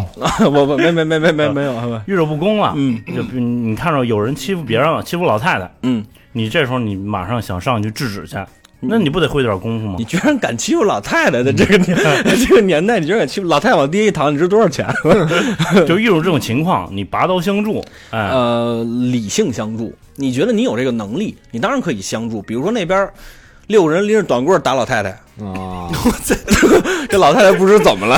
[SPEAKER 6] 我我没没没没没没有，
[SPEAKER 4] 遇着不公了，
[SPEAKER 6] 嗯
[SPEAKER 4] 就比你看着有人欺负别人了，欺负老太太，
[SPEAKER 6] 嗯，
[SPEAKER 4] 你这时候你马上想上去制止去，那你不得会点功夫吗
[SPEAKER 6] *laughs* 你？居然敢欺负老太太的这个年这个年代，你居然敢欺负老太太往地下一躺，你值多少钱？啊
[SPEAKER 4] 就遇着这种情况，你拔刀相助，哎，
[SPEAKER 6] 呃，理性相助。你觉得你有这个能力，你当然可以相助。比如说那边儿六个人拎着短棍儿打老太 *laughs* 太，
[SPEAKER 3] 啊，
[SPEAKER 6] 这老太太不知怎么了，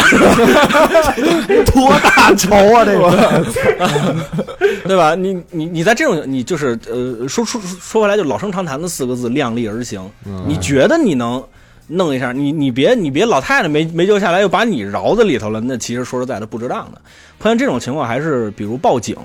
[SPEAKER 3] *laughs* 多大仇啊！这个
[SPEAKER 6] *laughs* 对吧？你你你在这种你就是呃，说说说回来就老生常谈的四个字：量力而行。
[SPEAKER 3] 嗯
[SPEAKER 6] 你觉得你能弄一下，你你别你别老太太没没救下来，又把你饶在里头了，那其实说实在的不值当的。碰见这种情况，还是比如报警，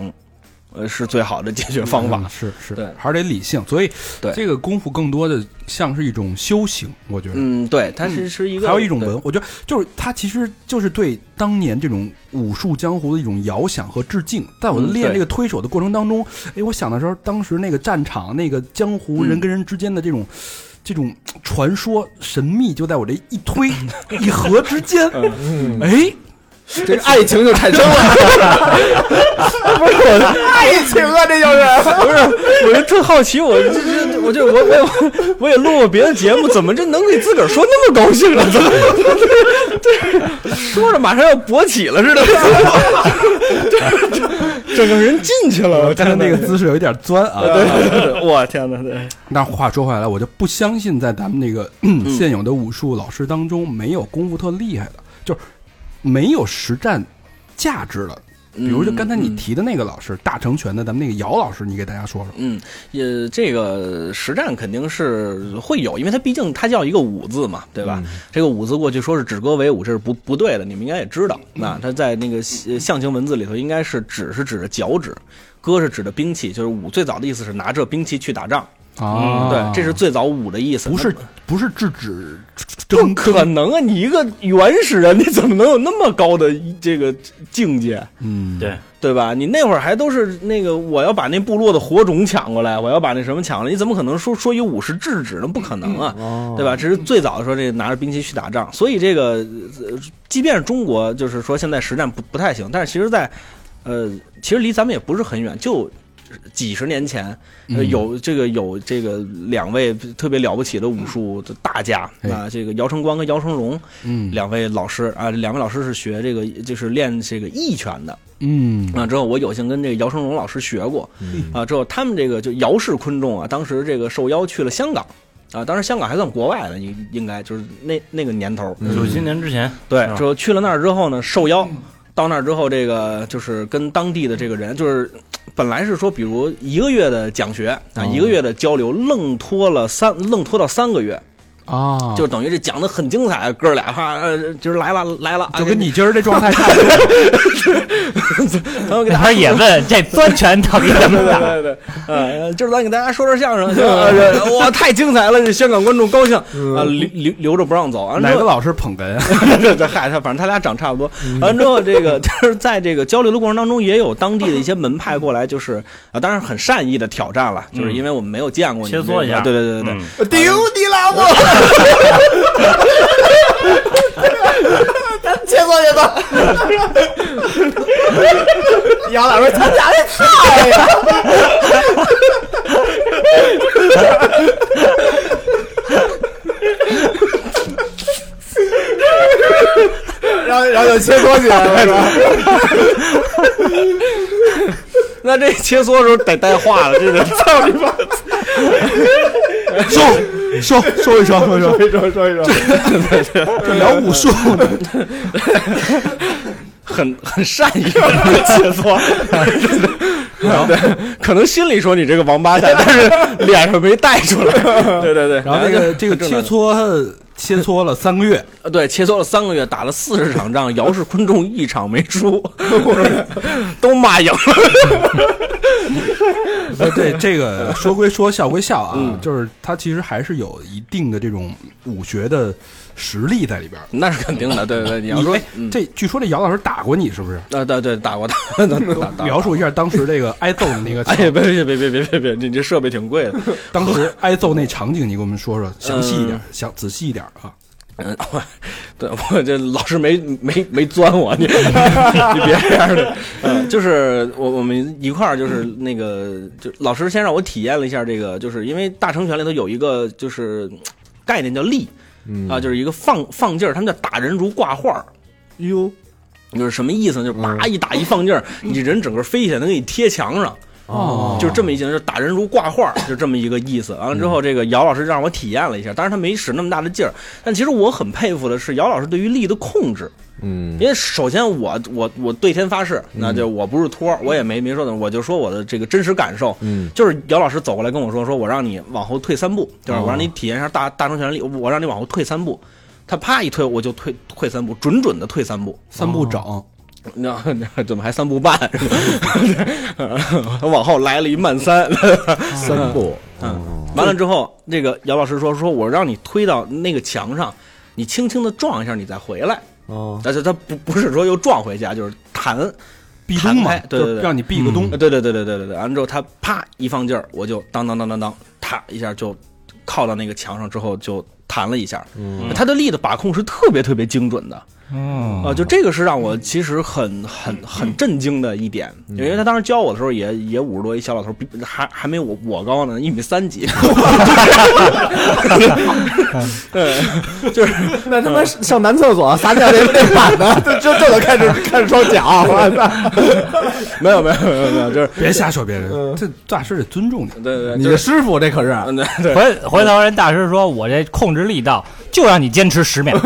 [SPEAKER 6] 呃，是最好的解决方法。
[SPEAKER 2] 嗯是是，
[SPEAKER 6] 对
[SPEAKER 2] 还是得理性。所以
[SPEAKER 6] 对
[SPEAKER 2] 这个功夫更多的像是一种修行，我觉得。
[SPEAKER 6] 嗯，对，它是是一个，
[SPEAKER 2] 还有一种
[SPEAKER 6] 对
[SPEAKER 2] 文，我觉得就是它其实就是对当年这种武术江湖的一种遥想和致敬。在我
[SPEAKER 6] 嗯
[SPEAKER 2] 练
[SPEAKER 6] 对
[SPEAKER 2] 这个推手的过程当中，哎，我想的时候，当时那个战场、那个江湖人
[SPEAKER 6] 嗯
[SPEAKER 2] 跟人之间的这
[SPEAKER 6] *laughs*
[SPEAKER 2] 种。这种传说神秘就在我这一
[SPEAKER 6] *laughs*
[SPEAKER 2] 推一合之间，
[SPEAKER 6] 嗯
[SPEAKER 2] 哎，
[SPEAKER 3] 这个爱情就产生了，不是我的爱情啊，这就是
[SPEAKER 6] *laughs* 不是，我就特好奇，我这这我就我我也我也录过别的节目，怎么这能给自个儿说那么高兴啊 *laughs* 呢？怎么这这说着马上要勃起了似的， *laughs* 这这整个人进去了。
[SPEAKER 2] 我看他那个姿势有一点钻啊。
[SPEAKER 6] 对对对，我天哪，对，
[SPEAKER 2] 那话说回来，我就不相信在咱们那个 *clears throat* 现有的武术老师当中，没有功夫特厉害的，就是没有实战价值的。比如就刚才你提的那个老师，大成拳的，咱们那个姚老师，你给大家说说。
[SPEAKER 6] 嗯，也这个实战肯定是会有，因为它毕竟它叫一个武字嘛，对吧？
[SPEAKER 2] 嗯
[SPEAKER 6] 这个武字过去说是止戈为武，这是不不对的，你们应该也知道。
[SPEAKER 2] 嗯
[SPEAKER 6] 那它在那个西象形文字里头，应该是指是指着脚趾，戈是指着兵器，就是武最早的意思是拿着兵器去打仗，
[SPEAKER 2] 啊
[SPEAKER 6] 嗯对，这是最早武的意思，
[SPEAKER 2] 不是不是制止
[SPEAKER 6] 不可能啊！你一个原始人，你怎么能有那么高的这个境界，
[SPEAKER 2] 嗯，
[SPEAKER 4] 对，
[SPEAKER 6] 对吧？你那会儿还都是那个，我要把那部落的火种抢过来，我要把那什么抢过来，你怎么可能说说有武士制止呢？不可能
[SPEAKER 2] 嗯
[SPEAKER 6] 啊，
[SPEAKER 3] 哦
[SPEAKER 6] 对吧？这是最早的说这拿着兵器去打仗，所以这个，呃即便是中国，就是说现在实战不不太行，但是其实在，呃，其实离咱们也不是很远，就几十年前，呃、
[SPEAKER 2] 嗯
[SPEAKER 6] 有这个有这个两位特别了不起的武术的大家
[SPEAKER 2] 哎
[SPEAKER 6] 啊，这个姚成光跟姚成龙
[SPEAKER 2] 嗯
[SPEAKER 6] 两位老师啊，两位老师是学这个就是练这个义拳的
[SPEAKER 2] 嗯
[SPEAKER 6] 啊。之后我有幸跟这个姚成龙老师学过啊，之后他们这个就姚氏昆仲啊，当时这个受邀去了香港啊，当时香港还算国外呢，应应该就是那那个年头，
[SPEAKER 4] 九七年之前，
[SPEAKER 6] 对
[SPEAKER 4] 嗯是，吧
[SPEAKER 6] 之后去了那儿之后呢，受邀到那儿之后，这个就是跟当地的这个人，就是本来是说，比如一个月的讲学啊，一个月的交流，愣拖了三，愣拖到三个月，
[SPEAKER 2] 啊，
[SPEAKER 6] 就等于这讲的很精彩，哥俩哈，呃，就是来了来了，啊
[SPEAKER 2] 就跟你今儿这状态差不多。
[SPEAKER 6] 然啊后给
[SPEAKER 5] *laughs* 那
[SPEAKER 6] 大
[SPEAKER 5] 会
[SPEAKER 6] 家
[SPEAKER 5] 儿也问这钻拳到
[SPEAKER 6] *laughs*
[SPEAKER 5] 底怎么打？
[SPEAKER 6] 对对对，呃，今儿咱给大家说说相声，行吧呃哇，太精彩了！这香港观众高兴啊，留留留着不让走。完了
[SPEAKER 2] 哪
[SPEAKER 6] 之
[SPEAKER 2] 个
[SPEAKER 6] 后
[SPEAKER 2] 老师捧哏啊？ *laughs*
[SPEAKER 6] *laughs* 对对，嗨，他反正他俩长差不多。完之后，这个 *laughs* 就是在这个交流的过程当中，也有当地的一些门派过来，就是啊，当然很善意的挑战了，就是因为我们没有见过你
[SPEAKER 4] 切
[SPEAKER 6] 们这
[SPEAKER 4] 磋一
[SPEAKER 6] 个
[SPEAKER 4] 下
[SPEAKER 6] 对对对对对
[SPEAKER 4] 嗯，
[SPEAKER 3] 丢你拉我！切磋 *laughs* 切磋。杨老师，咱俩这操呀！然后，然后就切磋起来了，是吧？
[SPEAKER 6] 那这切磋的时候得带话了，这个操你妈！
[SPEAKER 2] 说说说一说说一说，
[SPEAKER 3] 说一说，说一说。
[SPEAKER 2] *laughs* 这聊武术呢。
[SPEAKER 6] 很 *laughs* 很善意的切
[SPEAKER 2] *laughs*
[SPEAKER 6] 磋， *laughs* 对，可能心里说你这个王八蛋，但是脸上没带出
[SPEAKER 2] *laughs*
[SPEAKER 6] 来。对对对，
[SPEAKER 2] 然后这个这个
[SPEAKER 6] 正
[SPEAKER 2] 切
[SPEAKER 6] 常
[SPEAKER 2] 磋切磋了三个
[SPEAKER 6] *laughs*
[SPEAKER 2] 月，
[SPEAKER 6] 的对切磋了三个月，打了四十场仗，姚氏昆仲一场没输， *laughs* 都骂赢了。
[SPEAKER 2] 呃，对这
[SPEAKER 6] *laughs*
[SPEAKER 2] 个说归说，笑归笑啊，
[SPEAKER 6] 嗯
[SPEAKER 2] 就是他其实还是有一定的这种武学的实力在里边儿。
[SPEAKER 6] 那是肯定的，对对对，你嗯要
[SPEAKER 2] 你
[SPEAKER 6] 说
[SPEAKER 2] 哎，这据说这姚老师打过你是不是？
[SPEAKER 6] 啊，对对，打过打打打打。
[SPEAKER 2] 描述一下当时这个挨揍的那个
[SPEAKER 6] *laughs* 哎
[SPEAKER 2] 场，，
[SPEAKER 6] 别别别别别别别，你这设备挺贵的。
[SPEAKER 2] 当时挨揍那场景，你给我们说说，详细一点，详仔细一点啊。
[SPEAKER 6] 嗯， *laughs* 我对我这老师没没没钻我，你 *laughs* 你别这样的。嗯，就是我我们一块儿就是那个，就老师先让我体验了一下这个，就是因为大成拳里头有一个就是嗯概念叫力，啊，就是一个放放劲儿，他们叫打人如挂画儿。
[SPEAKER 3] 哟，
[SPEAKER 6] 就是什么意思呢？就是叭一打一放劲儿，你人整个飞起来能给你贴墙上，
[SPEAKER 2] 哦
[SPEAKER 6] 就是这么一劲，就是打人如挂画儿，就这么一个意思。完了之后，这个姚老师让我体验了一下，当然他没使那么大的劲儿，但其实我很佩服的是姚老师对于力的控制。
[SPEAKER 3] 嗯，
[SPEAKER 6] 因为首先我我我对天发誓，那就我不是托儿，我也没没说的，我就说我的这个真实感受，
[SPEAKER 3] 嗯，
[SPEAKER 6] 就是姚老师走过来跟我说，说我让你往后退三步，就是我让
[SPEAKER 3] 哦
[SPEAKER 6] 你体验一下大大成拳力，我让你往后退三步，他啪一推我就退退三步，准准的退三步， *laughs*
[SPEAKER 2] 三部整，
[SPEAKER 6] 那那怎么还三步半？ *laughs* 往后来了一慢三，
[SPEAKER 3] 三步，
[SPEAKER 6] 嗯，完了之后，那个姚老师说：“说我让你推到那个墙上，你轻轻的撞一下，你再回来。
[SPEAKER 3] 哦，嗯
[SPEAKER 6] 但是他不不是说又撞回去啊，就是弹。
[SPEAKER 2] 壁咚嘛
[SPEAKER 6] 弹，开对对对
[SPEAKER 2] 就是让你壁个咚
[SPEAKER 6] 呃，对对对对对对对。完了之后，他啪一放劲儿，我就当当当当当，啪一下就靠到那个墙上之后就弹了一下。
[SPEAKER 3] 嗯
[SPEAKER 6] 他的力的把控是特别特别精准的。
[SPEAKER 5] 嗯
[SPEAKER 6] 啊，就这个是让我其实很很很震惊的一点，
[SPEAKER 3] 嗯
[SPEAKER 6] 因为他当时教我的时候也也五十多，一小老头儿，比还还没我我高呢，一米三
[SPEAKER 3] *laughs*
[SPEAKER 6] 几。对，就是
[SPEAKER 3] *laughs* 那他妈上男厕所撒尿那那板子，这这这都看着看着双 *laughs* 脚，我操！
[SPEAKER 6] 没有没有没有没有，就是
[SPEAKER 2] 别瞎说别
[SPEAKER 6] 嗯
[SPEAKER 2] 人，这大师得尊重点。
[SPEAKER 6] 对对，
[SPEAKER 3] 你
[SPEAKER 6] 就
[SPEAKER 3] 的
[SPEAKER 6] 是
[SPEAKER 3] 师傅这可是
[SPEAKER 6] 嗯对对，
[SPEAKER 5] 回回头人大师说：“我这控制力道就让你坚持十秒。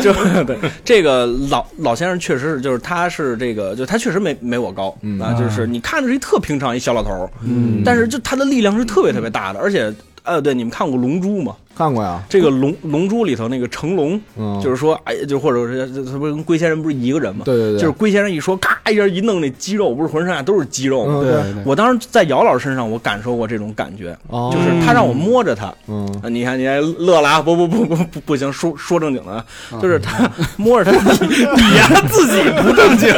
[SPEAKER 6] 就 *laughs* 对这个老老先生确实是，就是他是这个，就他确实没没我高、啊，就是你看着是一特平常一小老头儿，
[SPEAKER 3] 嗯
[SPEAKER 6] 但是就他的力量是特别特别大的，而且呃，对，你们看过《龙珠》吗？
[SPEAKER 3] 看过呀，
[SPEAKER 6] 这个龙《龙珠》里头那个成龙，
[SPEAKER 3] 嗯
[SPEAKER 6] 就是说，哎，就或者是他不是跟龟仙人不是一个人吗？
[SPEAKER 3] 对对对
[SPEAKER 6] 就是龟仙人一说，咔一下一弄，那肌肉不是浑身上下都是肌肉吗？
[SPEAKER 3] 嗯
[SPEAKER 2] 对
[SPEAKER 3] 对，
[SPEAKER 6] 我当时在姚老师身上，我感受过这种感觉，
[SPEAKER 3] 哦
[SPEAKER 6] 就是他让我摸着他，
[SPEAKER 3] 嗯，
[SPEAKER 6] 啊，你看，你还乐了啊！不不不不不不行，说说正经的啊，
[SPEAKER 3] 嗯
[SPEAKER 6] 就是他摸着他， *laughs* 你呀自己不
[SPEAKER 4] *laughs*
[SPEAKER 6] 正经。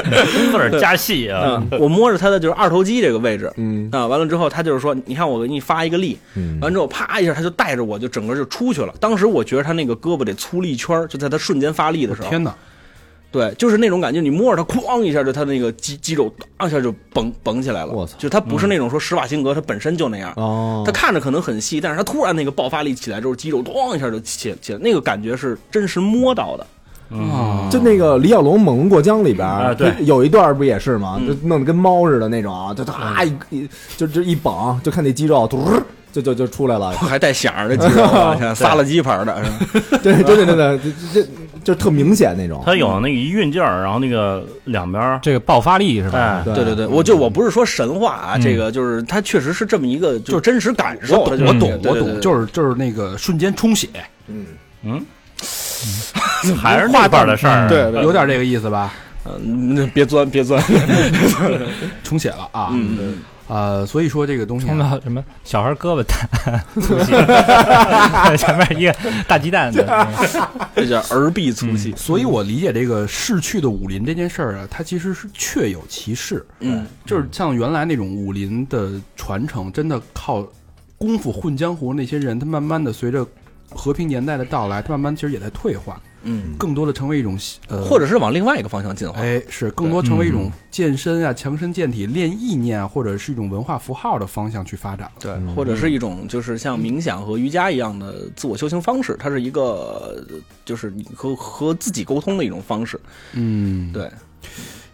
[SPEAKER 4] 自个儿加戏啊，
[SPEAKER 6] 啊，我摸着他的就是二头肌这个位置，
[SPEAKER 3] 嗯
[SPEAKER 6] 啊，完了之后他就是说，你看我给你发一个力，完之后啪一下他就带着我就整个就出去了。当时我觉得他那个胳膊得粗了一圈儿，就在他瞬间发力的时候，
[SPEAKER 2] 天哪，
[SPEAKER 6] 对，就是那种感觉，你摸着它，哐一下就它那个肌肌肉，当一下就绷绷起来了。
[SPEAKER 3] 我操
[SPEAKER 6] 就它不是那种说施瓦辛格，它本身就那样。
[SPEAKER 3] 哦
[SPEAKER 6] 它看着可能很细，但是它突然那个爆发力起来之后，肌肉咣一下就起起来，那个感觉是真实摸到的。
[SPEAKER 2] 啊
[SPEAKER 3] 就那个李小龙《猛龙过江》里边儿
[SPEAKER 4] 啊对
[SPEAKER 3] 有一段不也是吗？
[SPEAKER 6] 嗯，
[SPEAKER 3] 就弄得跟猫似的那种啊，就他一一就就一绑，就看那肌肉，嘟儿就就就出来了 *laughs*
[SPEAKER 6] 还带响儿的肌肉啊，像撒了鸡盘的，是吧
[SPEAKER 3] 对，真的真的，就就就特明显那种。
[SPEAKER 4] 他有那个一运劲儿，然后那个两边儿，
[SPEAKER 5] 这个爆发力是吧？
[SPEAKER 4] 哎，
[SPEAKER 6] 对嗯对对，我就我不是说神话啊，这个就是它确实是这么一个，就是真实感受。
[SPEAKER 2] 我懂
[SPEAKER 6] 它就
[SPEAKER 2] 我
[SPEAKER 6] 是
[SPEAKER 2] 懂
[SPEAKER 6] 对
[SPEAKER 2] 我
[SPEAKER 6] 对对
[SPEAKER 2] 懂，就是就是那个瞬间充血，
[SPEAKER 4] 还是那块儿的事儿，
[SPEAKER 3] 对对
[SPEAKER 2] 有点这个意思吧？
[SPEAKER 6] 嗯，别钻别钻，
[SPEAKER 2] 充血了啊，
[SPEAKER 6] 嗯，
[SPEAKER 2] 呃，所以说这个东西啊
[SPEAKER 4] 嗯
[SPEAKER 5] 冲到什么小孩胳膊蛋，粗细 *laughs* 前面一个大鸡蛋的，
[SPEAKER 6] 这叫儿必粗细。
[SPEAKER 2] 所以我理解这个逝去的武林这件事儿啊，它其实是确有其事，
[SPEAKER 6] 嗯，
[SPEAKER 2] 就是像原来那种武林的传承，真的靠功夫混江湖那些人，他慢慢的随着和平年代的到来，他慢慢其实也在退化，
[SPEAKER 6] 嗯，
[SPEAKER 2] 更多的成为一种呃，
[SPEAKER 6] 或者是嗯往另外一个方向进化。
[SPEAKER 2] 哎是更多成为一种健身啊、强身健体、练意念啊，或者是一种文化符号的方向去发展。
[SPEAKER 6] 对，嗯或者是一种就是像冥想和瑜伽一样的自我修行方式，它是一个呃就是你和和自己沟通的一种方式。
[SPEAKER 2] 嗯，
[SPEAKER 6] 对，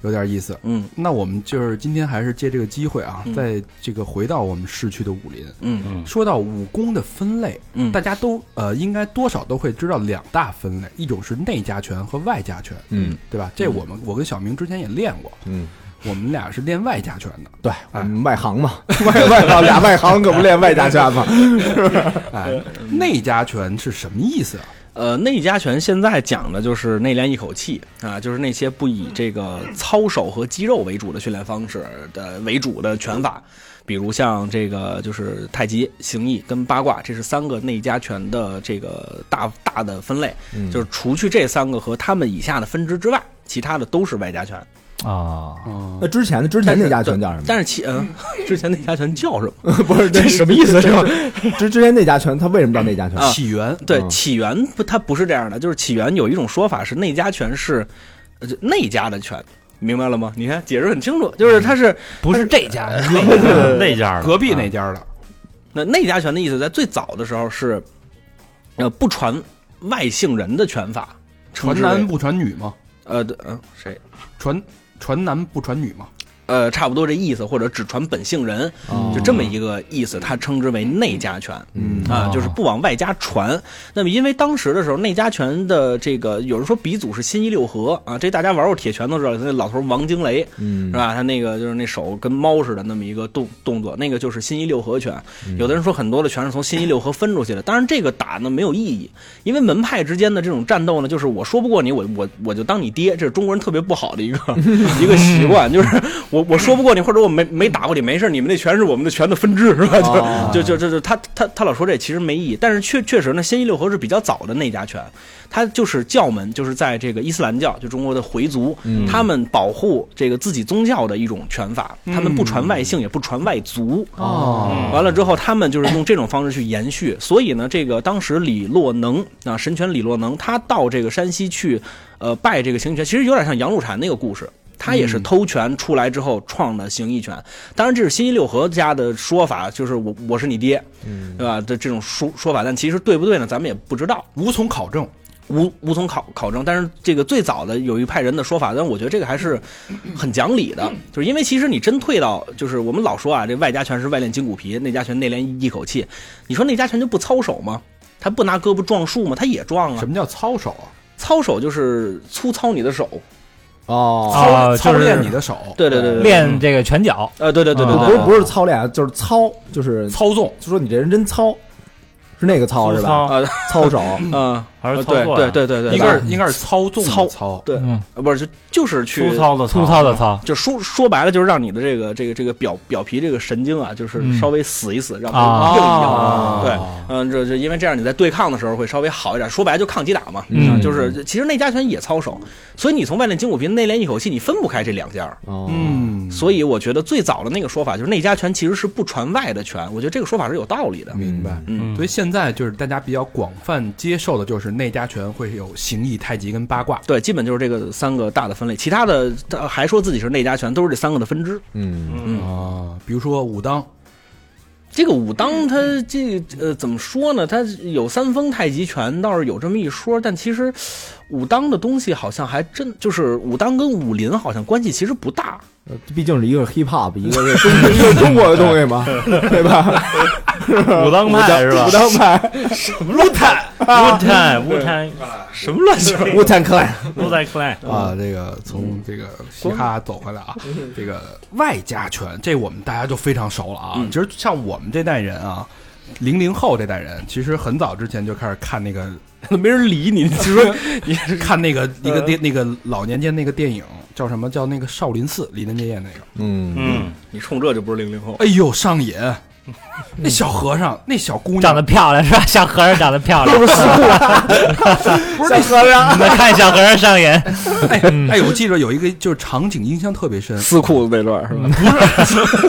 [SPEAKER 2] 有点意思。
[SPEAKER 6] 嗯
[SPEAKER 2] 那我们就是今天还是借这个机会啊，
[SPEAKER 6] 嗯
[SPEAKER 2] 在这个回到我们逝去的武林，
[SPEAKER 6] 嗯
[SPEAKER 2] 说到武功的分类，
[SPEAKER 6] 嗯
[SPEAKER 2] 大家都呃应该多少都会知道两大分类，一种是内家拳和外家拳，
[SPEAKER 3] 嗯
[SPEAKER 2] 对吧？这我们我跟小明之前也练过，
[SPEAKER 3] 嗯，
[SPEAKER 2] 我们俩是练外家拳的。
[SPEAKER 3] 对，我们外行嘛，外 *laughs* 外行俩外行可不练外家拳嘛。
[SPEAKER 2] 哎，内家拳是什么意思啊？
[SPEAKER 6] 呃，内家拳现在讲的就是内练一口气啊，就是那些不以这个操手和肌肉为主的训练方式的为主的拳法，比如像这个就是太极、形意跟八卦，这是三个内家拳的这个大大的分类，
[SPEAKER 3] 嗯
[SPEAKER 6] 就是除去这三个和他们以下的分支之外，其他的都是外家拳。
[SPEAKER 5] 啊，
[SPEAKER 3] 那之前的之前那家拳叫什么？
[SPEAKER 6] 但是
[SPEAKER 3] *laughs*
[SPEAKER 6] 其嗯，之前那家拳叫什么？
[SPEAKER 3] 不是这什么意思？是吧？之之前那家拳，他为什么叫那家拳？
[SPEAKER 2] 起源
[SPEAKER 6] 对，
[SPEAKER 3] 嗯
[SPEAKER 6] 起源不，它不是这样的，就是起源有一种说法是内家拳是，呃，就内家的拳，明白了吗？你看解释很清楚，就是它是
[SPEAKER 5] 不是这家，
[SPEAKER 4] 那家儿的
[SPEAKER 2] 隔壁那家的，
[SPEAKER 6] 那内家拳的意思，在最早的时候是，呃，不传外姓人的拳法，称
[SPEAKER 2] 传
[SPEAKER 6] 之为
[SPEAKER 2] 男不传女嘛，
[SPEAKER 6] 呃，对，嗯、谁？
[SPEAKER 2] 传传男不传女嘛。
[SPEAKER 6] 呃，差不多这意思，或者只传本姓人，就这么一个意思，它称之为内家拳。
[SPEAKER 3] 嗯
[SPEAKER 6] 啊，就是不往外加传。那么因为当时的时候，内家拳的这个有人说鼻祖是新一六合啊，这大家玩过铁拳都知道，那老头王惊雷
[SPEAKER 3] 嗯
[SPEAKER 6] 是吧？他那个就是那手跟猫似的那么一个动动作，那个就是新一六合拳。有的人说很多的拳是从新一六合分出去的，当然这个打呢没有意义，因为门派之间的这种战斗呢，就是我说不过你，我我我就当你爹，这是中国人特别不好的一个一个习惯，就是我我我说不过你，或者我没没打过你，没事，你们那拳是我们的拳的分支，是吧？就、 *laughs* 就就就就他他他老说这其实没意义，但是确确实呢，先一六合是比较早的那家拳，他就是教门，就是在这个伊斯兰教，就中国的回族，他们保护这个自己宗教的一种拳法，他们不传外姓，也不传外族。
[SPEAKER 3] 哦，
[SPEAKER 6] 完了之后，他们就是用这种方式去延续。所以呢，这个当时李洛能啊，神拳李洛能，他到这个山西去，呃，拜这个形意拳，其实有点像杨露禅那个故事。他也是偷拳出来之后创的形意拳，当然这是新一六合家的说法，就是我我是你爹，
[SPEAKER 3] 嗯
[SPEAKER 6] 对吧？这这种说说法，但其实对不对呢？咱们也不知道。
[SPEAKER 2] 无从考证。
[SPEAKER 6] 无无从考考证，但是这个最早的有一派人的说法，但是我觉得这个还是很讲理的，就是因为其实你真退到，就是我们老说啊，这外家拳是外练筋骨皮，内家拳内练一口气，你说内家拳就不操手吗？他不拿胳膊撞树吗？他也撞啊
[SPEAKER 2] 什，么叫操手啊？
[SPEAKER 6] 操手就是粗糙你的手，
[SPEAKER 3] 哦，
[SPEAKER 5] 啊
[SPEAKER 2] 操
[SPEAKER 5] 就是
[SPEAKER 2] 练你的手，
[SPEAKER 6] 对对对对，对，
[SPEAKER 5] 练这个拳脚，
[SPEAKER 6] 呃对对对对
[SPEAKER 3] 不
[SPEAKER 6] 对
[SPEAKER 3] 是
[SPEAKER 6] 对，
[SPEAKER 3] 不是操练，就是操，就是
[SPEAKER 2] 操纵。
[SPEAKER 3] 就说你这人真糙，是那个糙是吧？
[SPEAKER 6] 啊
[SPEAKER 3] 操手，
[SPEAKER 6] 啊，
[SPEAKER 4] 还是操
[SPEAKER 6] 对
[SPEAKER 4] 作
[SPEAKER 6] 对
[SPEAKER 4] 呀
[SPEAKER 6] 对对对，
[SPEAKER 2] 应该是应该是操纵的
[SPEAKER 6] 操
[SPEAKER 2] 操，
[SPEAKER 6] 对，
[SPEAKER 5] 嗯，
[SPEAKER 6] 呃不是就就是去
[SPEAKER 4] 粗糙的
[SPEAKER 5] 粗糙的
[SPEAKER 6] *laughs*
[SPEAKER 5] 操
[SPEAKER 6] 就说说白了，就是让你的这个这个这个表表皮这个神经啊，就是
[SPEAKER 5] 嗯
[SPEAKER 6] 稍微死一死，让它
[SPEAKER 5] 啊
[SPEAKER 6] 硬一硬。
[SPEAKER 5] 啊
[SPEAKER 6] 对，嗯，这这因为这样你在对抗的时候会稍微好一点。说白了就抗击打嘛，
[SPEAKER 5] 嗯
[SPEAKER 6] 啊就是其实内家拳也操手，所以你从外练筋骨皮内练一口气，你分不开这两下儿。
[SPEAKER 3] 哦，
[SPEAKER 2] 嗯，
[SPEAKER 6] 所以我觉得最早的那个说法就是内家拳其实是不传外的拳，我觉得这个说法是有道理的。
[SPEAKER 2] 明白。
[SPEAKER 6] 嗯
[SPEAKER 2] 所以现在就是大家比较广泛接受的，就是内家拳会有形意、太极跟八卦。
[SPEAKER 6] 对，基本就是这个三个大的分类，其他的呃还说自己是内家拳，都是这三个的分支。
[SPEAKER 3] 嗯，
[SPEAKER 2] 啊，比如说武当，
[SPEAKER 6] 这个武当它这呃怎么说呢？它有三风太极拳倒是有这么一说，但其实武当的东西好像还真就是武当跟武林好像关系其实不大。
[SPEAKER 3] 嗯毕竟是一个是 hip hop，一个是中一个是中国的东西嘛，对吧？
[SPEAKER 4] 武当派是吧
[SPEAKER 3] 武？当派，
[SPEAKER 4] 乌坦乌坦
[SPEAKER 6] 什么乱七八糟？
[SPEAKER 3] 武坦克
[SPEAKER 4] 乌在 clan，
[SPEAKER 2] 啊，这个从这个嘻哈走回来啊， *laughs* 这个外家拳，这我们大家就非常熟了啊。其实像我们这代人啊，零零后这代人，其实很早之前就开始看那个， *laughs* 没人理你，就 *laughs* 说你嗯看那个一个电那个老年间那个电影叫什么叫那个《少林寺》，李连杰演那个，
[SPEAKER 3] 嗯，
[SPEAKER 4] 嗯，
[SPEAKER 6] 你冲这就不是零零后。
[SPEAKER 2] 哎呦上
[SPEAKER 3] *laughs*
[SPEAKER 2] 瘾，那小和
[SPEAKER 3] 嗯
[SPEAKER 2] 尚那小姑娘
[SPEAKER 5] 长得漂亮是吧？小和尚长得漂亮，
[SPEAKER 2] 不是那
[SPEAKER 5] *laughs* 你们看小和尚上瘾，
[SPEAKER 2] 哎
[SPEAKER 3] 嗯
[SPEAKER 2] 哎，我记着有一个就是场景印象特别
[SPEAKER 3] *laughs*
[SPEAKER 2] 深，
[SPEAKER 6] 撕裤子那段是
[SPEAKER 3] 嗯
[SPEAKER 6] 吧？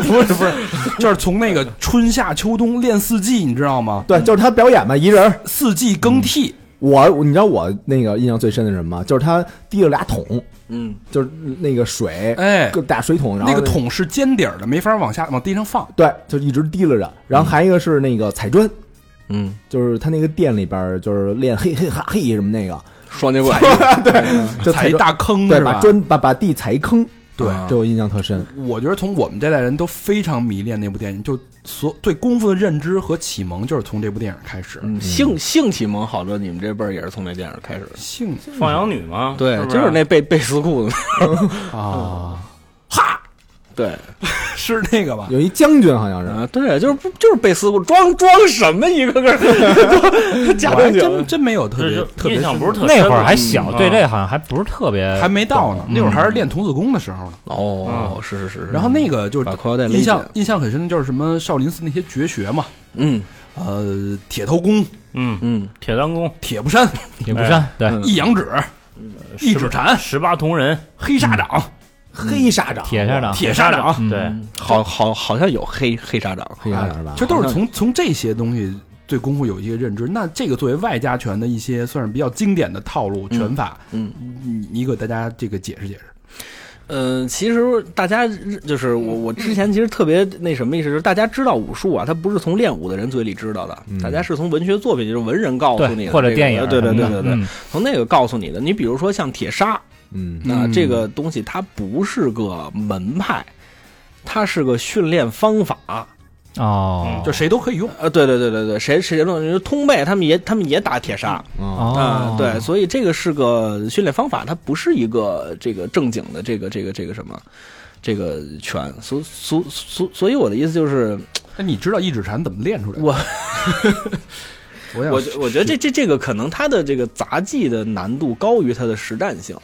[SPEAKER 2] 不是不是，就是从那个春夏秋冬练四季，你知道吗？
[SPEAKER 3] 对，就是他表演嘛，一人儿。
[SPEAKER 2] 四季更替，
[SPEAKER 3] 我你知道我那个印象最深的是什么吗？就是他提了俩桶，
[SPEAKER 6] 嗯，
[SPEAKER 3] 就是那个水，
[SPEAKER 2] 哎
[SPEAKER 3] 各大水嗯桶，然后
[SPEAKER 2] 那个桶是尖底儿的，没法往下往地上放。
[SPEAKER 3] 对，就一直提拉着。然后还一个是那个踩砖，
[SPEAKER 6] 嗯，
[SPEAKER 3] 就是他那个店里边儿就是练嘿嘿哈嘿什么那个，
[SPEAKER 6] 双截棍。
[SPEAKER 3] 就
[SPEAKER 2] 踩一
[SPEAKER 3] 砖
[SPEAKER 2] 大坑
[SPEAKER 3] 对，
[SPEAKER 2] 是
[SPEAKER 3] 把
[SPEAKER 2] 吧？
[SPEAKER 3] 砖把把地踩一坑，啊
[SPEAKER 2] 对
[SPEAKER 3] 这我印象特深。
[SPEAKER 2] 我觉得从我们这代人都非常迷恋那部电影，就所对功夫的认知和启蒙就是从这部电影开始。
[SPEAKER 3] 嗯
[SPEAKER 6] 性性启蒙，好多你们这辈儿也是从那电影开始的。
[SPEAKER 2] 性
[SPEAKER 4] 放羊女嘛，
[SPEAKER 6] 对，
[SPEAKER 4] 不
[SPEAKER 6] 就是那被被撕 *laughs* 裤子。
[SPEAKER 2] 啊，
[SPEAKER 6] 对
[SPEAKER 2] 是那个
[SPEAKER 3] *laughs*
[SPEAKER 2] 吧？
[SPEAKER 3] 有一将军好像是，
[SPEAKER 6] 啊，对，就是不就是被撕裤，装装什么一个个假
[SPEAKER 2] 我还
[SPEAKER 6] 正
[SPEAKER 2] 真
[SPEAKER 6] 经。
[SPEAKER 2] 真没有特别
[SPEAKER 4] 这
[SPEAKER 2] 特
[SPEAKER 4] 这
[SPEAKER 2] 别
[SPEAKER 4] 印象
[SPEAKER 2] 深
[SPEAKER 4] 不是特
[SPEAKER 5] 那
[SPEAKER 4] 深
[SPEAKER 5] 会儿还
[SPEAKER 4] 嗯
[SPEAKER 5] 小，对这好像还不是特别，
[SPEAKER 2] 还没到呢，那会儿还是练童子功的时候呢。
[SPEAKER 6] 哦，是是是是。
[SPEAKER 2] 然后那个就是
[SPEAKER 6] 把裤腰带勒
[SPEAKER 2] 印象
[SPEAKER 6] 紧
[SPEAKER 2] 印象很深的就是什么少林寺那些绝学嘛，
[SPEAKER 6] 嗯
[SPEAKER 2] 呃，铁头功、
[SPEAKER 4] 嗯，
[SPEAKER 6] 嗯
[SPEAKER 4] 铁三功、
[SPEAKER 2] 铁布衫、
[SPEAKER 5] 也不山，对，
[SPEAKER 2] 一阳指、
[SPEAKER 6] 嗯
[SPEAKER 2] 一指禅、
[SPEAKER 4] 十八铜人、
[SPEAKER 2] 黑沙掌、
[SPEAKER 3] 黑沙掌，
[SPEAKER 5] 铁砂掌，嗯
[SPEAKER 2] 铁砂掌，
[SPEAKER 4] 对，
[SPEAKER 6] 好好好像有黑黑沙掌，
[SPEAKER 3] 黑沙掌是吧
[SPEAKER 2] 其？实都是从从这些东西对功夫有一个认知。那这个作为外家拳的一些算是比较经典的套路拳法，
[SPEAKER 6] 嗯
[SPEAKER 2] 你你给大家这个解释解释。
[SPEAKER 6] 呃，其实大家日就是我，我之前其实特别那什么意思，就是大家知道武术啊，它不是从练武的人嘴里知道的，大家是从文学作品，就是文人告诉你
[SPEAKER 5] 嗯对，
[SPEAKER 6] 的，
[SPEAKER 5] 或
[SPEAKER 6] 这
[SPEAKER 5] 者
[SPEAKER 6] 个
[SPEAKER 5] 电影
[SPEAKER 6] 对对
[SPEAKER 5] 什么
[SPEAKER 6] 对
[SPEAKER 5] 的
[SPEAKER 6] 对对，
[SPEAKER 5] 嗯
[SPEAKER 6] 从那个告诉你的。你比如说像铁砂，
[SPEAKER 3] 嗯
[SPEAKER 6] 那、
[SPEAKER 2] 嗯
[SPEAKER 6] 这个东西它不是个门派，它是个训练方法。
[SPEAKER 5] 哦，
[SPEAKER 2] 就谁都可以用，
[SPEAKER 6] 呃，对对对对对，谁谁论通背，他们也他们也打铁砂，
[SPEAKER 3] 啊，
[SPEAKER 5] 哦
[SPEAKER 6] 啊，，对，所以这个是个训练方法，它不是一个这个正经的这个这个这个什么，这个拳。所所所所以我的意思就是，
[SPEAKER 2] 那你知道一指禅怎么练出来的？
[SPEAKER 6] 我
[SPEAKER 2] *laughs* 我想
[SPEAKER 6] 我觉我觉得这这这个可能它的这个杂技的难度高于它的实战性。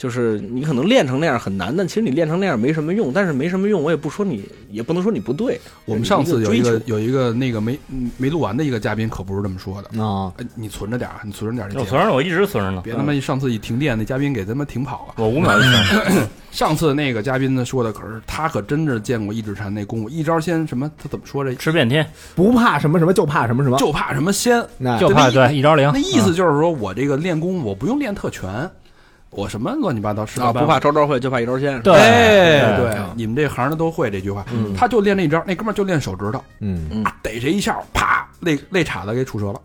[SPEAKER 6] 就是你可能练成那样很难，但其实你练成那样没什么用。但是没什么用，我也不说你，也不能说你不对。
[SPEAKER 2] 我们上次有一
[SPEAKER 6] 呃个
[SPEAKER 2] 个
[SPEAKER 6] 追求
[SPEAKER 2] 有一个那个没嗯没录完的一个嘉宾可不是这么说的，
[SPEAKER 3] 啊，
[SPEAKER 2] 哎，你存着点儿，你存着点儿这节
[SPEAKER 4] 我
[SPEAKER 2] 目，
[SPEAKER 4] 存着呢，我一直存着呢。
[SPEAKER 2] 别他妈一上次一停电，那嘉宾给他们停跑了。
[SPEAKER 4] 我五秒就上，
[SPEAKER 2] 上次那个嘉宾呢说的可是他可真是见过一指禅那功夫，一招先什么？他怎么说这？
[SPEAKER 4] 吃遍天，
[SPEAKER 3] 不怕什么什么，就怕什么什么，
[SPEAKER 2] 就怕什么先？
[SPEAKER 3] 那
[SPEAKER 5] 就怕对一招灵嗯
[SPEAKER 2] 那。意思就是说我这个练功夫我不用练特全，我什么乱七八糟十
[SPEAKER 6] 啊，
[SPEAKER 2] 八般
[SPEAKER 6] 不怕招招会，就怕一招鲜。
[SPEAKER 5] 对
[SPEAKER 2] 哎，
[SPEAKER 5] 对
[SPEAKER 2] 对，你们这行的都会这句话。他就练那一招，那哥们儿就练手指头，
[SPEAKER 3] 嗯，
[SPEAKER 6] 嗯
[SPEAKER 2] 啊逮谁一下，啪，肋肋叉子给杵折了。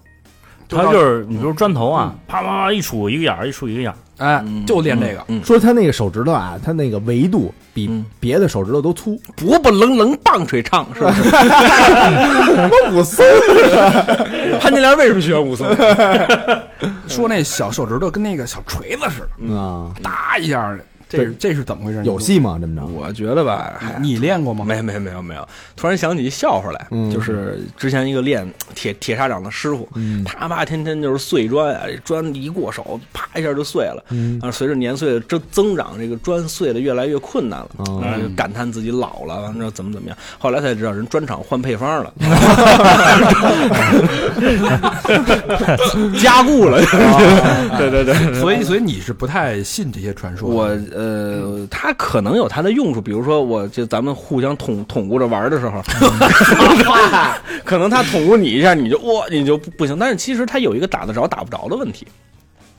[SPEAKER 4] 他
[SPEAKER 2] 到
[SPEAKER 4] 就是你比如砖头啊，啪啪啪一杵一个眼儿，一杵一个眼儿，
[SPEAKER 2] 哎，就练这个。
[SPEAKER 3] 说他那个手指头啊，他那个维度比
[SPEAKER 6] 嗯
[SPEAKER 3] 别的手指头都粗，
[SPEAKER 6] 伯伯棱棱棒槌唱，是不是？
[SPEAKER 3] 什么武啊松
[SPEAKER 6] 潘金莲为什么喜欢武松？
[SPEAKER 2] 说那小手指头跟那个小锤子似的，
[SPEAKER 3] 啊？
[SPEAKER 2] 哒一下，这是这是怎么回事？
[SPEAKER 3] 有戏吗？这么着？
[SPEAKER 6] *laughs* 我觉得吧，嗨
[SPEAKER 2] 你练过吗？
[SPEAKER 6] *laughs* 没没没有没有，突然想起一笑话来，
[SPEAKER 3] 嗯
[SPEAKER 6] 就是之前一个练铁铁砂掌的师傅，啪啪天天就是碎砖啊，这砖一过手，啪一下就碎了。
[SPEAKER 3] 嗯
[SPEAKER 6] 啊，随着年岁的增增长，这个砖碎的越来越困难了，
[SPEAKER 3] 哦
[SPEAKER 6] 然后就感叹自己老了，完了怎么怎么样。后来才知道人砖厂换配方了，加固了。对对对，
[SPEAKER 2] 所以，所以你是不太信这些传说的？
[SPEAKER 6] 我呃，它可能有它的用处，比如说，我就咱们互相捅捅咕着玩儿的时候，可能他捅咕你一下，你就哇，你就不不行。但是其实它有一个打得着打不着的问题，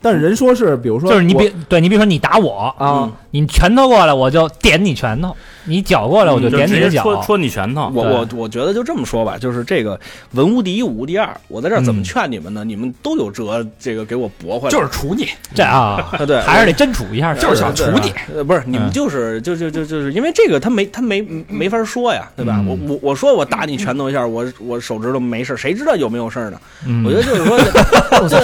[SPEAKER 3] 但是人说是，比如说
[SPEAKER 5] 就是你
[SPEAKER 3] 我
[SPEAKER 5] 别对你比如说你打我，
[SPEAKER 3] 啊，
[SPEAKER 5] 你拳头过来我就点你拳头，你脚过来我
[SPEAKER 4] 你
[SPEAKER 5] 点
[SPEAKER 4] 嗯
[SPEAKER 5] 你
[SPEAKER 4] 直
[SPEAKER 5] 的
[SPEAKER 4] 接
[SPEAKER 5] 脚。
[SPEAKER 4] 戳戳你拳头。
[SPEAKER 6] 我
[SPEAKER 5] 对
[SPEAKER 6] 我我觉得就这么说吧，就是这个文无第一，武无第二。我在这儿怎么
[SPEAKER 5] 嗯
[SPEAKER 6] 劝你们呢？你们都有辙，这个给我驳回来。
[SPEAKER 2] 就是杵你，
[SPEAKER 5] 这啊，
[SPEAKER 6] 啊，对，
[SPEAKER 5] 还是得真杵一下的，
[SPEAKER 2] 就是想
[SPEAKER 6] 对
[SPEAKER 2] 杵你。嗯
[SPEAKER 6] 呃，不是，你们就是就就就就是因为这个，他没他没没法说呀，对
[SPEAKER 2] 嗯
[SPEAKER 6] 吧？我我我说我打你拳头一下，我我手指头没事儿，谁知道有没有事儿呢？
[SPEAKER 5] 嗯
[SPEAKER 6] 我觉得就是说，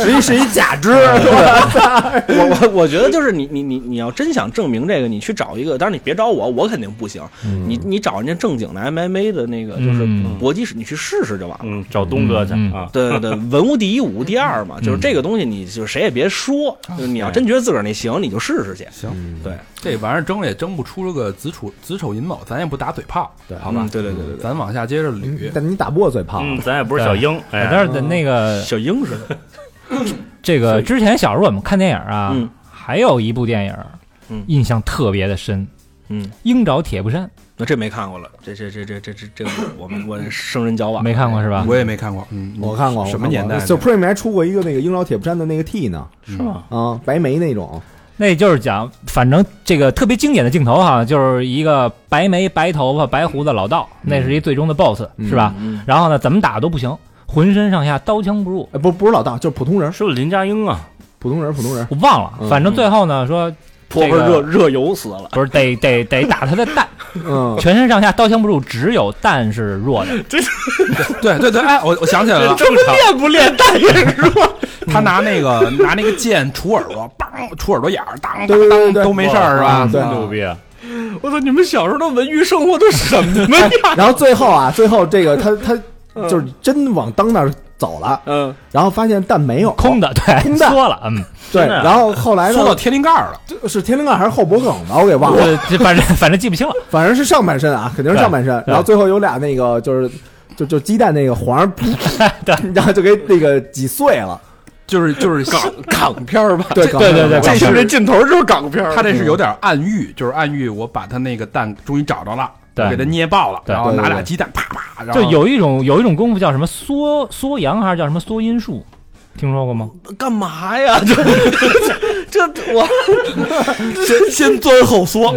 [SPEAKER 3] 是一是一假肢，
[SPEAKER 6] 我我我觉得就是你你你你要真想证明这个，你去找一个，当然你别找我，我肯定不行。你你找人家正经的 MMA 的那个就是
[SPEAKER 5] 嗯
[SPEAKER 6] 搏击师，你去试试就完了。
[SPEAKER 4] 嗯，找东哥去
[SPEAKER 5] 嗯嗯
[SPEAKER 4] 啊。
[SPEAKER 6] 对对对，文无第一，武无第二嘛，就是这个东西，你就谁也别说，就是你要真觉得自个儿那行，你就试试去。
[SPEAKER 2] 行，
[SPEAKER 6] 对，
[SPEAKER 2] 这玩意儿争了也争不出个子丑子丑寅卯，咱也不打嘴炮，对，好吧
[SPEAKER 6] 嗯？对对对对对
[SPEAKER 2] 咱往下接着捋。
[SPEAKER 3] 嗯但你打不过嘴炮，
[SPEAKER 4] 嗯，咱也不是小鹰，哎，
[SPEAKER 5] 但是那个
[SPEAKER 6] 小鹰似的，
[SPEAKER 5] 这个之前小时候我们看电影啊
[SPEAKER 6] 嗯，
[SPEAKER 5] 还有一部电影
[SPEAKER 6] 嗯，
[SPEAKER 5] 印象特别的深，
[SPEAKER 6] 嗯，
[SPEAKER 5] 《鹰爪铁布衫
[SPEAKER 6] 那这没看过了，这这这这这这这个我们我生人矫》，枉，
[SPEAKER 5] 没看过是吧？
[SPEAKER 2] 我也没看过，嗯，
[SPEAKER 3] 我看过
[SPEAKER 2] 什么年代的？
[SPEAKER 3] ？Supreme 还出过一个那个鹰爪铁布衫的那个 T 呢，
[SPEAKER 4] 是吗？
[SPEAKER 3] 啊，白眉那种，
[SPEAKER 5] 那就是讲，反正这个特别经典的镜头哈，就是一个白眉、白头发、白胡子老道，那是一最终的 BOSS，、
[SPEAKER 3] 嗯
[SPEAKER 5] 是吧？
[SPEAKER 6] 嗯
[SPEAKER 5] 然后呢，怎么打都不行，浑身上下刀枪不入，
[SPEAKER 3] 哎，不不是老大，就是普通人，
[SPEAKER 4] 是不是林家英啊？
[SPEAKER 3] 普通人，普通人，
[SPEAKER 5] 我忘了，
[SPEAKER 3] 嗯
[SPEAKER 5] 反正最后呢，说
[SPEAKER 6] 泼
[SPEAKER 5] 这
[SPEAKER 6] 盆
[SPEAKER 5] 个
[SPEAKER 6] 热热油死了，
[SPEAKER 5] 不是得得得打他的蛋，
[SPEAKER 3] 嗯，
[SPEAKER 5] 全身上下刀枪不入，只有蛋是弱
[SPEAKER 2] *laughs*
[SPEAKER 5] 的，啊
[SPEAKER 2] 对对对，哎，我我想起来了，
[SPEAKER 4] 正常。
[SPEAKER 5] 练不练蛋也是弱。
[SPEAKER 2] 他拿那个 *laughs* 拿那个剑杵耳朵，梆杵耳朵眼儿，当
[SPEAKER 3] 对对对
[SPEAKER 2] 当
[SPEAKER 3] 对嗯
[SPEAKER 2] 当，都没事儿是吧？嗯
[SPEAKER 3] 对
[SPEAKER 4] 牛逼啊！
[SPEAKER 6] 我操！你们小时候的文娱生活都什么
[SPEAKER 5] 哎
[SPEAKER 6] 呀？
[SPEAKER 3] 然后最后啊，最后这个他他就是真往裆那儿走了，
[SPEAKER 6] 嗯，
[SPEAKER 3] 然后发现蛋没有，
[SPEAKER 5] 空的，对，
[SPEAKER 3] 空的
[SPEAKER 5] 缩了，嗯，
[SPEAKER 3] 对，
[SPEAKER 4] 真的啊
[SPEAKER 3] 然后后来
[SPEAKER 2] 说到
[SPEAKER 3] 呢，
[SPEAKER 2] 天灵盖儿了，
[SPEAKER 3] 是天灵盖还是后脖梗吧，我给忘了，
[SPEAKER 5] 呃，这反正反正记不清了，
[SPEAKER 3] 反正是上半身啊，肯定是上半身，然后最后有俩那个就是。就就鸡蛋那个黄， *laughs* 然后就给那个挤碎了，
[SPEAKER 2] 就是就是
[SPEAKER 6] 港片儿吧？
[SPEAKER 3] 对
[SPEAKER 6] 这
[SPEAKER 3] 港片
[SPEAKER 5] 对对对
[SPEAKER 6] 这
[SPEAKER 5] 港
[SPEAKER 2] 片
[SPEAKER 6] 是
[SPEAKER 2] 儿
[SPEAKER 6] 这劲头就是港片儿。
[SPEAKER 2] 他这是有点暗喻，就是暗喻我把他那个蛋终于找着了，
[SPEAKER 5] 对
[SPEAKER 2] 我给他捏爆了，
[SPEAKER 5] 对
[SPEAKER 2] 然后拿
[SPEAKER 3] 对对
[SPEAKER 2] 俩
[SPEAKER 3] 对
[SPEAKER 2] 鸡蛋啪啪，然后
[SPEAKER 5] 就有一种有一种功夫叫什么缩缩阳还是叫什么缩阴术，听说过吗？
[SPEAKER 6] 干嘛呀？ *laughs* 这这这我先先钻后 *laughs* 缩，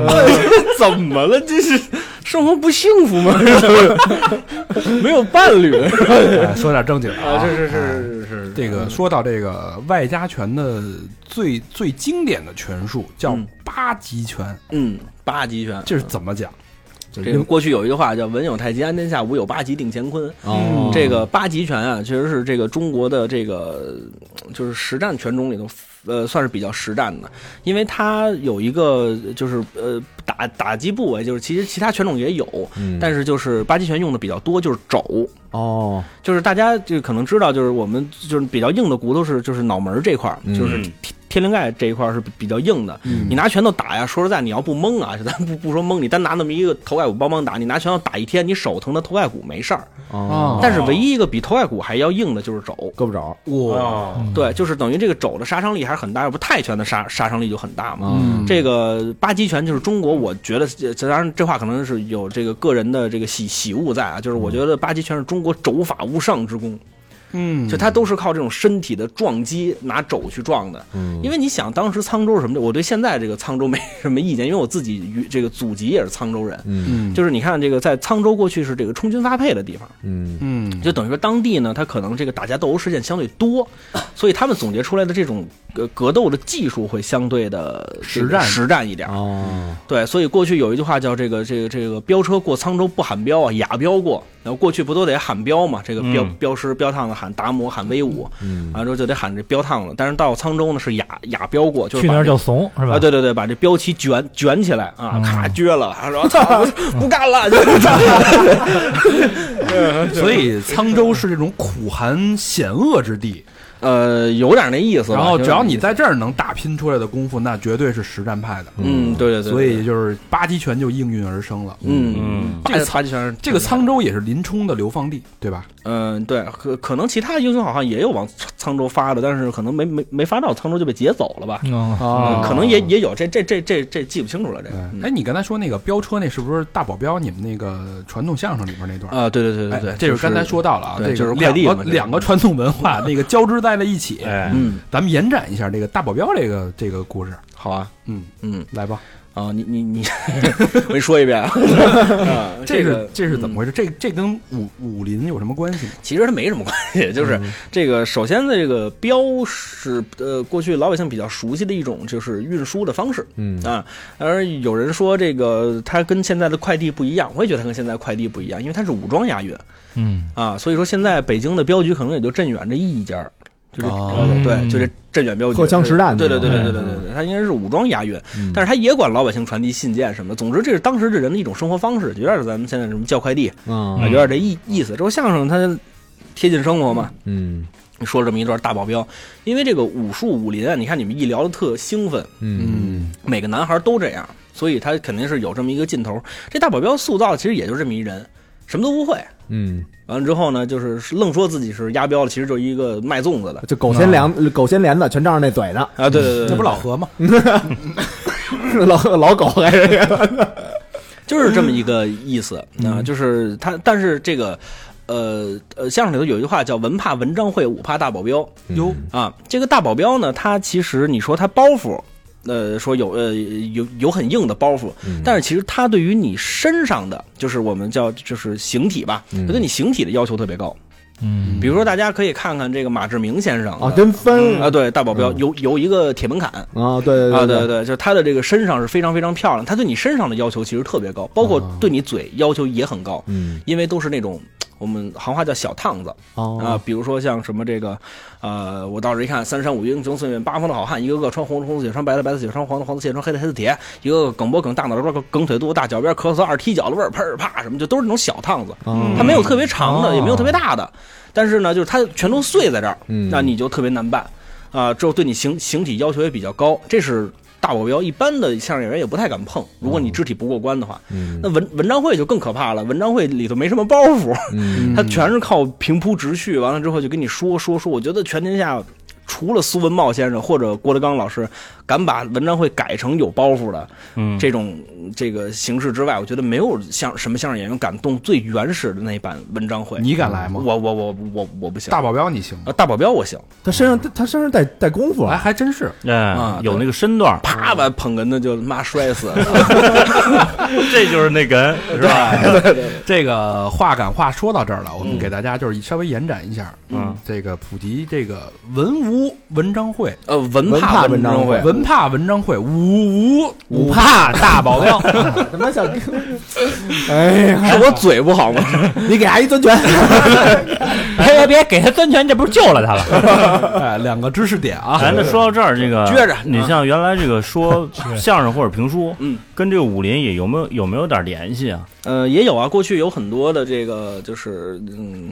[SPEAKER 6] 怎么了？这是生活不幸福吗？ *laughs* 没有伴侣
[SPEAKER 2] 哎说点正经的啊，
[SPEAKER 6] 是是是是
[SPEAKER 2] 这个说到这个外家拳的最最经典的拳术叫
[SPEAKER 6] 嗯
[SPEAKER 2] 八极拳，
[SPEAKER 6] 嗯，八极拳。
[SPEAKER 2] 这是怎么讲？
[SPEAKER 6] 这个过去有一句话叫“文有太极，安天下；武有八极，定乾坤”。
[SPEAKER 3] 哦
[SPEAKER 6] 嗯这个八极拳啊，其实是这个中国的这个呃就是实战拳种里头，呃，算是比较实战的，因为它有一个就是呃打打击部位，就是其实其他拳种也有，
[SPEAKER 3] 嗯
[SPEAKER 6] 但是就是八极拳用的比较多，就是肘。
[SPEAKER 3] 哦，
[SPEAKER 6] 就是大家就可能知道，就是我们就是比较硬的骨头是就是脑门儿这块儿，
[SPEAKER 3] 嗯
[SPEAKER 6] 就是
[SPEAKER 4] 嗯
[SPEAKER 6] 天天灵盖这一块儿是比比较硬的。你拿拳头打呀，说实在，你要不蒙啊， *laughs* 咱不不说蒙，你单拿那么一个头盖骨梆梆打，你拿拳头打一天，你手疼的头盖骨没事儿。
[SPEAKER 3] 哦，
[SPEAKER 6] 但是唯一一个比头盖骨还要硬的就是肘。
[SPEAKER 3] 胳膊肘，
[SPEAKER 2] 哦
[SPEAKER 1] 哇，
[SPEAKER 3] 嗯
[SPEAKER 6] 对，就是等于这个肘的杀伤力还是很大，要不泰拳的杀杀伤力就很大
[SPEAKER 3] 啊
[SPEAKER 6] 嘛。嗯
[SPEAKER 3] 嗯
[SPEAKER 6] 这个八极拳就是中国，我觉得这当然这话可能是有这个个人的这个喜喜恶在啊，
[SPEAKER 3] 嗯
[SPEAKER 6] 就是我觉得八极拳是中国肘法无上之功，
[SPEAKER 2] 嗯
[SPEAKER 6] 就它都是靠这种身体的撞击拿肘去撞的。
[SPEAKER 3] 嗯
[SPEAKER 6] 因为你想当时沧州什么的，我对现在这个沧州没什么意见，因为我自己与这个祖籍也是沧州人，
[SPEAKER 3] 嗯
[SPEAKER 6] 就是你看这个在沧州过去是这个充军发配的地方。
[SPEAKER 3] 嗯
[SPEAKER 2] 嗯
[SPEAKER 6] 就等于说当地呢，他可能这个打架斗殴事件相对多，所以他们总结出来的这种呃格斗的技术会相对的实战实战一点。
[SPEAKER 3] 哦，
[SPEAKER 6] 对，所以过去有一句话叫这个这个这个飙车过沧州不喊飙啊，哑飙过。然后过去不都得喊飙嘛，这个飙
[SPEAKER 4] 嗯
[SPEAKER 6] 飙师、飙烫子喊达摩、喊威武，
[SPEAKER 3] 嗯
[SPEAKER 6] 完了之后就得喊这飙烫了。但是到沧州呢是哑哑飙过，就是
[SPEAKER 5] 去那
[SPEAKER 6] 把
[SPEAKER 5] 儿
[SPEAKER 6] 这
[SPEAKER 5] 就 *laughs* 怂是吧？
[SPEAKER 6] 啊，对对对，把这标旗卷卷起来啊，咔撅了，然后操，不不干了，
[SPEAKER 2] 所以沧州是这种苦寒险恶之地，
[SPEAKER 6] *laughs* 呃，有点那意思吧。
[SPEAKER 2] 然后
[SPEAKER 6] 有
[SPEAKER 2] 只
[SPEAKER 6] 点
[SPEAKER 2] 要
[SPEAKER 6] 那
[SPEAKER 2] 你
[SPEAKER 6] 意思
[SPEAKER 2] 在这儿能打拼出来的功夫，那绝对是实战派的。
[SPEAKER 6] 嗯，对对对，
[SPEAKER 2] 所
[SPEAKER 6] 对
[SPEAKER 2] 以就是八极拳就应运而生了。
[SPEAKER 6] 嗯，
[SPEAKER 2] 这
[SPEAKER 6] 这
[SPEAKER 2] 个
[SPEAKER 6] 个八极拳，
[SPEAKER 2] 这个沧，州也是林冲的流放地，对吧？
[SPEAKER 6] 嗯，对，可可能其他英雄好像也有往沧沧州发的，但是可能没没没发到沧州就被劫走了吧？
[SPEAKER 5] 嗯，
[SPEAKER 3] 哦
[SPEAKER 6] 嗯可能也也有，这这这这这记不清楚了，这个
[SPEAKER 2] 对。哎，
[SPEAKER 6] 嗯
[SPEAKER 2] 你刚才说那个飙车，那是不是大保镖你们那个传统相声里面那段？
[SPEAKER 6] 啊，对对对对对
[SPEAKER 2] 哎，这
[SPEAKER 6] 就
[SPEAKER 2] 刚才说到了啊，
[SPEAKER 6] 对
[SPEAKER 2] 这个
[SPEAKER 6] 就是
[SPEAKER 2] 两
[SPEAKER 6] 快递嘛
[SPEAKER 2] 个
[SPEAKER 6] 这是
[SPEAKER 2] 两个传统文化那个交织在了一
[SPEAKER 6] *laughs*
[SPEAKER 2] 起。
[SPEAKER 4] 哎，
[SPEAKER 6] 嗯，
[SPEAKER 2] 咱们延展一下这个大保镖这个这个故事，
[SPEAKER 6] 好啊，
[SPEAKER 2] 嗯，
[SPEAKER 6] 嗯
[SPEAKER 2] 来吧，
[SPEAKER 6] 啊，你你 *laughs* 你，我跟你说一遍啊，啊
[SPEAKER 2] 这
[SPEAKER 6] 个
[SPEAKER 2] 是这是怎么回事？这这跟武武林有什么关系吗？
[SPEAKER 6] 其实它没什么关系，就是
[SPEAKER 2] 嗯
[SPEAKER 6] 这个首先这个标是呃过去老百姓比较熟悉的一种就是运输的方式，
[SPEAKER 3] 嗯
[SPEAKER 6] 啊，而有人说这个它跟现在的快递不一样，我也觉得它跟现在快递不一样，因为它是武装押运
[SPEAKER 5] 嗯，
[SPEAKER 6] 啊，所以说现在北京的镖局可能也就镇远这一家儿。就是、呃
[SPEAKER 2] 哦
[SPEAKER 6] 对，就是镇远镖局，
[SPEAKER 3] 荷枪实弹
[SPEAKER 6] 对
[SPEAKER 3] 那种
[SPEAKER 6] 对对对对对对对，它应该是武装押运，
[SPEAKER 3] 嗯
[SPEAKER 6] 但是它也管老百姓传递信件什么的。总之，这是当时这人的一种生活方式，就有点咱们现在什么叫快递，
[SPEAKER 3] 嗯
[SPEAKER 6] 啊，有点这意意思。这不相声它贴近生活嘛，
[SPEAKER 3] 嗯
[SPEAKER 6] 你说了这么一段大保镖，因为这个武术武林啊，你看你们一聊的特兴奋，
[SPEAKER 3] 嗯
[SPEAKER 6] 每个男孩都这样，所以他肯定是有这么一个劲头。这大保镖塑造其实也就这么一人，什么都不会。
[SPEAKER 3] 嗯，
[SPEAKER 6] 完了之后呢，就是愣说自己是押镖了，其实就是一个卖粽子的
[SPEAKER 3] 就狗掀帘狗掀帘子全仗着那嘴呢， *laughs*
[SPEAKER 6] 啊！对对对，
[SPEAKER 2] 这不
[SPEAKER 6] 对
[SPEAKER 2] 老何吗？
[SPEAKER 3] 老老狗还是 *laughs*
[SPEAKER 6] 就是这么一个意思啊、
[SPEAKER 2] 嗯
[SPEAKER 6] 就是他，但是这个，呃呃，相声里头有一句话叫“文怕文章会，武怕大保镖”，
[SPEAKER 2] 哟，
[SPEAKER 6] 啊，这个大保镖呢，他其实你说他包袱，呃，说有呃有有很硬的包袱，
[SPEAKER 3] 嗯
[SPEAKER 6] 但是其实他对于你身上的，就是我们叫就是形体吧，
[SPEAKER 3] 嗯
[SPEAKER 6] 他对你形体的要求特别高。
[SPEAKER 5] 嗯，
[SPEAKER 6] 比如说，大家可以看看这个马志明先生
[SPEAKER 3] 啊，
[SPEAKER 6] 的
[SPEAKER 3] 真分
[SPEAKER 6] 啊，对，大保镖有有一个铁门槛。
[SPEAKER 3] 啊，对
[SPEAKER 6] 啊，
[SPEAKER 3] 对
[SPEAKER 6] 对对，对，就是他的这个身上是非常非常漂亮，他对你身上的要求其实特别高，包括
[SPEAKER 3] 啊
[SPEAKER 6] 对你嘴要求也很高，
[SPEAKER 3] 嗯
[SPEAKER 6] 因为都是那种我们行话叫小烫子，啊
[SPEAKER 3] 哦，，
[SPEAKER 6] 比如说像什么这个，呃，我当时一看，三山五英雄孙运八方的好汉，一个个穿红的红的血穿白的白的血穿黄的黄的血穿黑的黑的铁，一个个梗脖梗大脑瓜梗梗腿肚子大脚边咳嗽二踢脚的味儿喷儿啪什么，就都是那种小趟子，
[SPEAKER 3] 嗯
[SPEAKER 6] 它没有特别长的，
[SPEAKER 5] 哦
[SPEAKER 6] 也没有特别大的，但是呢，就是它全都碎在这儿，
[SPEAKER 3] 嗯
[SPEAKER 6] 那你就特别难办啊。之后对你形形体要求也比较高，这是大保镖一般的相声演员也不太敢碰，如
[SPEAKER 3] 哦
[SPEAKER 6] 果你肢体不过关的话，
[SPEAKER 3] 嗯
[SPEAKER 6] 那文文章会就更可怕了，文章会里头没什么包袱。
[SPEAKER 3] 嗯
[SPEAKER 6] 他全是靠平铺直叙，完了之后就跟你说说说。我觉得全天下除了苏文茂先生或者郭德纲老师敢把文章会改成有包袱的
[SPEAKER 4] 嗯，
[SPEAKER 6] 这种这个形式之外，我觉得没有像什么相声演员敢动最原始的那版文章会。
[SPEAKER 2] 你敢来吗？
[SPEAKER 6] 我我我我我不行。
[SPEAKER 2] 大保镖你行吗？
[SPEAKER 6] 啊，大保镖我行，
[SPEAKER 3] 他身上他身上带带功夫
[SPEAKER 2] 哎，，还真是，
[SPEAKER 4] 哎
[SPEAKER 6] 啊，
[SPEAKER 4] 有那个身
[SPEAKER 5] *laughs*
[SPEAKER 4] 段儿，
[SPEAKER 6] 啪把捧哏的就妈摔死了。
[SPEAKER 4] 这就是那根，是吧？
[SPEAKER 2] 这个话赶话说到这儿了，我们给大家就是稍微延展一下，
[SPEAKER 4] 嗯，
[SPEAKER 2] 这个普及这个文无文章会， *laughs*
[SPEAKER 6] 呃，文
[SPEAKER 3] 文
[SPEAKER 6] 怕
[SPEAKER 3] 怕
[SPEAKER 6] 文
[SPEAKER 3] 文章
[SPEAKER 6] 会
[SPEAKER 3] 会，
[SPEAKER 2] 文怕文章会，武无
[SPEAKER 3] 武
[SPEAKER 2] 怕大保镖。
[SPEAKER 3] 他妈想， *laughs* 哎呀，
[SPEAKER 6] 是我嘴不好吗？
[SPEAKER 3] 你给阿姨尊拳，
[SPEAKER 5] 别别别给他尊拳，这不是救了他了？
[SPEAKER 2] 哎，两个知识点啊，
[SPEAKER 4] 咱这说到这儿，这个
[SPEAKER 6] 撅着
[SPEAKER 4] 你
[SPEAKER 6] 啊
[SPEAKER 4] 像原来这个
[SPEAKER 5] *laughs*
[SPEAKER 4] 说相声或者评书，
[SPEAKER 6] 嗯，
[SPEAKER 4] 跟这个武林也有没有有没有点联系啊？
[SPEAKER 6] 呃，也有啊，过去有很多的这个就是嗯。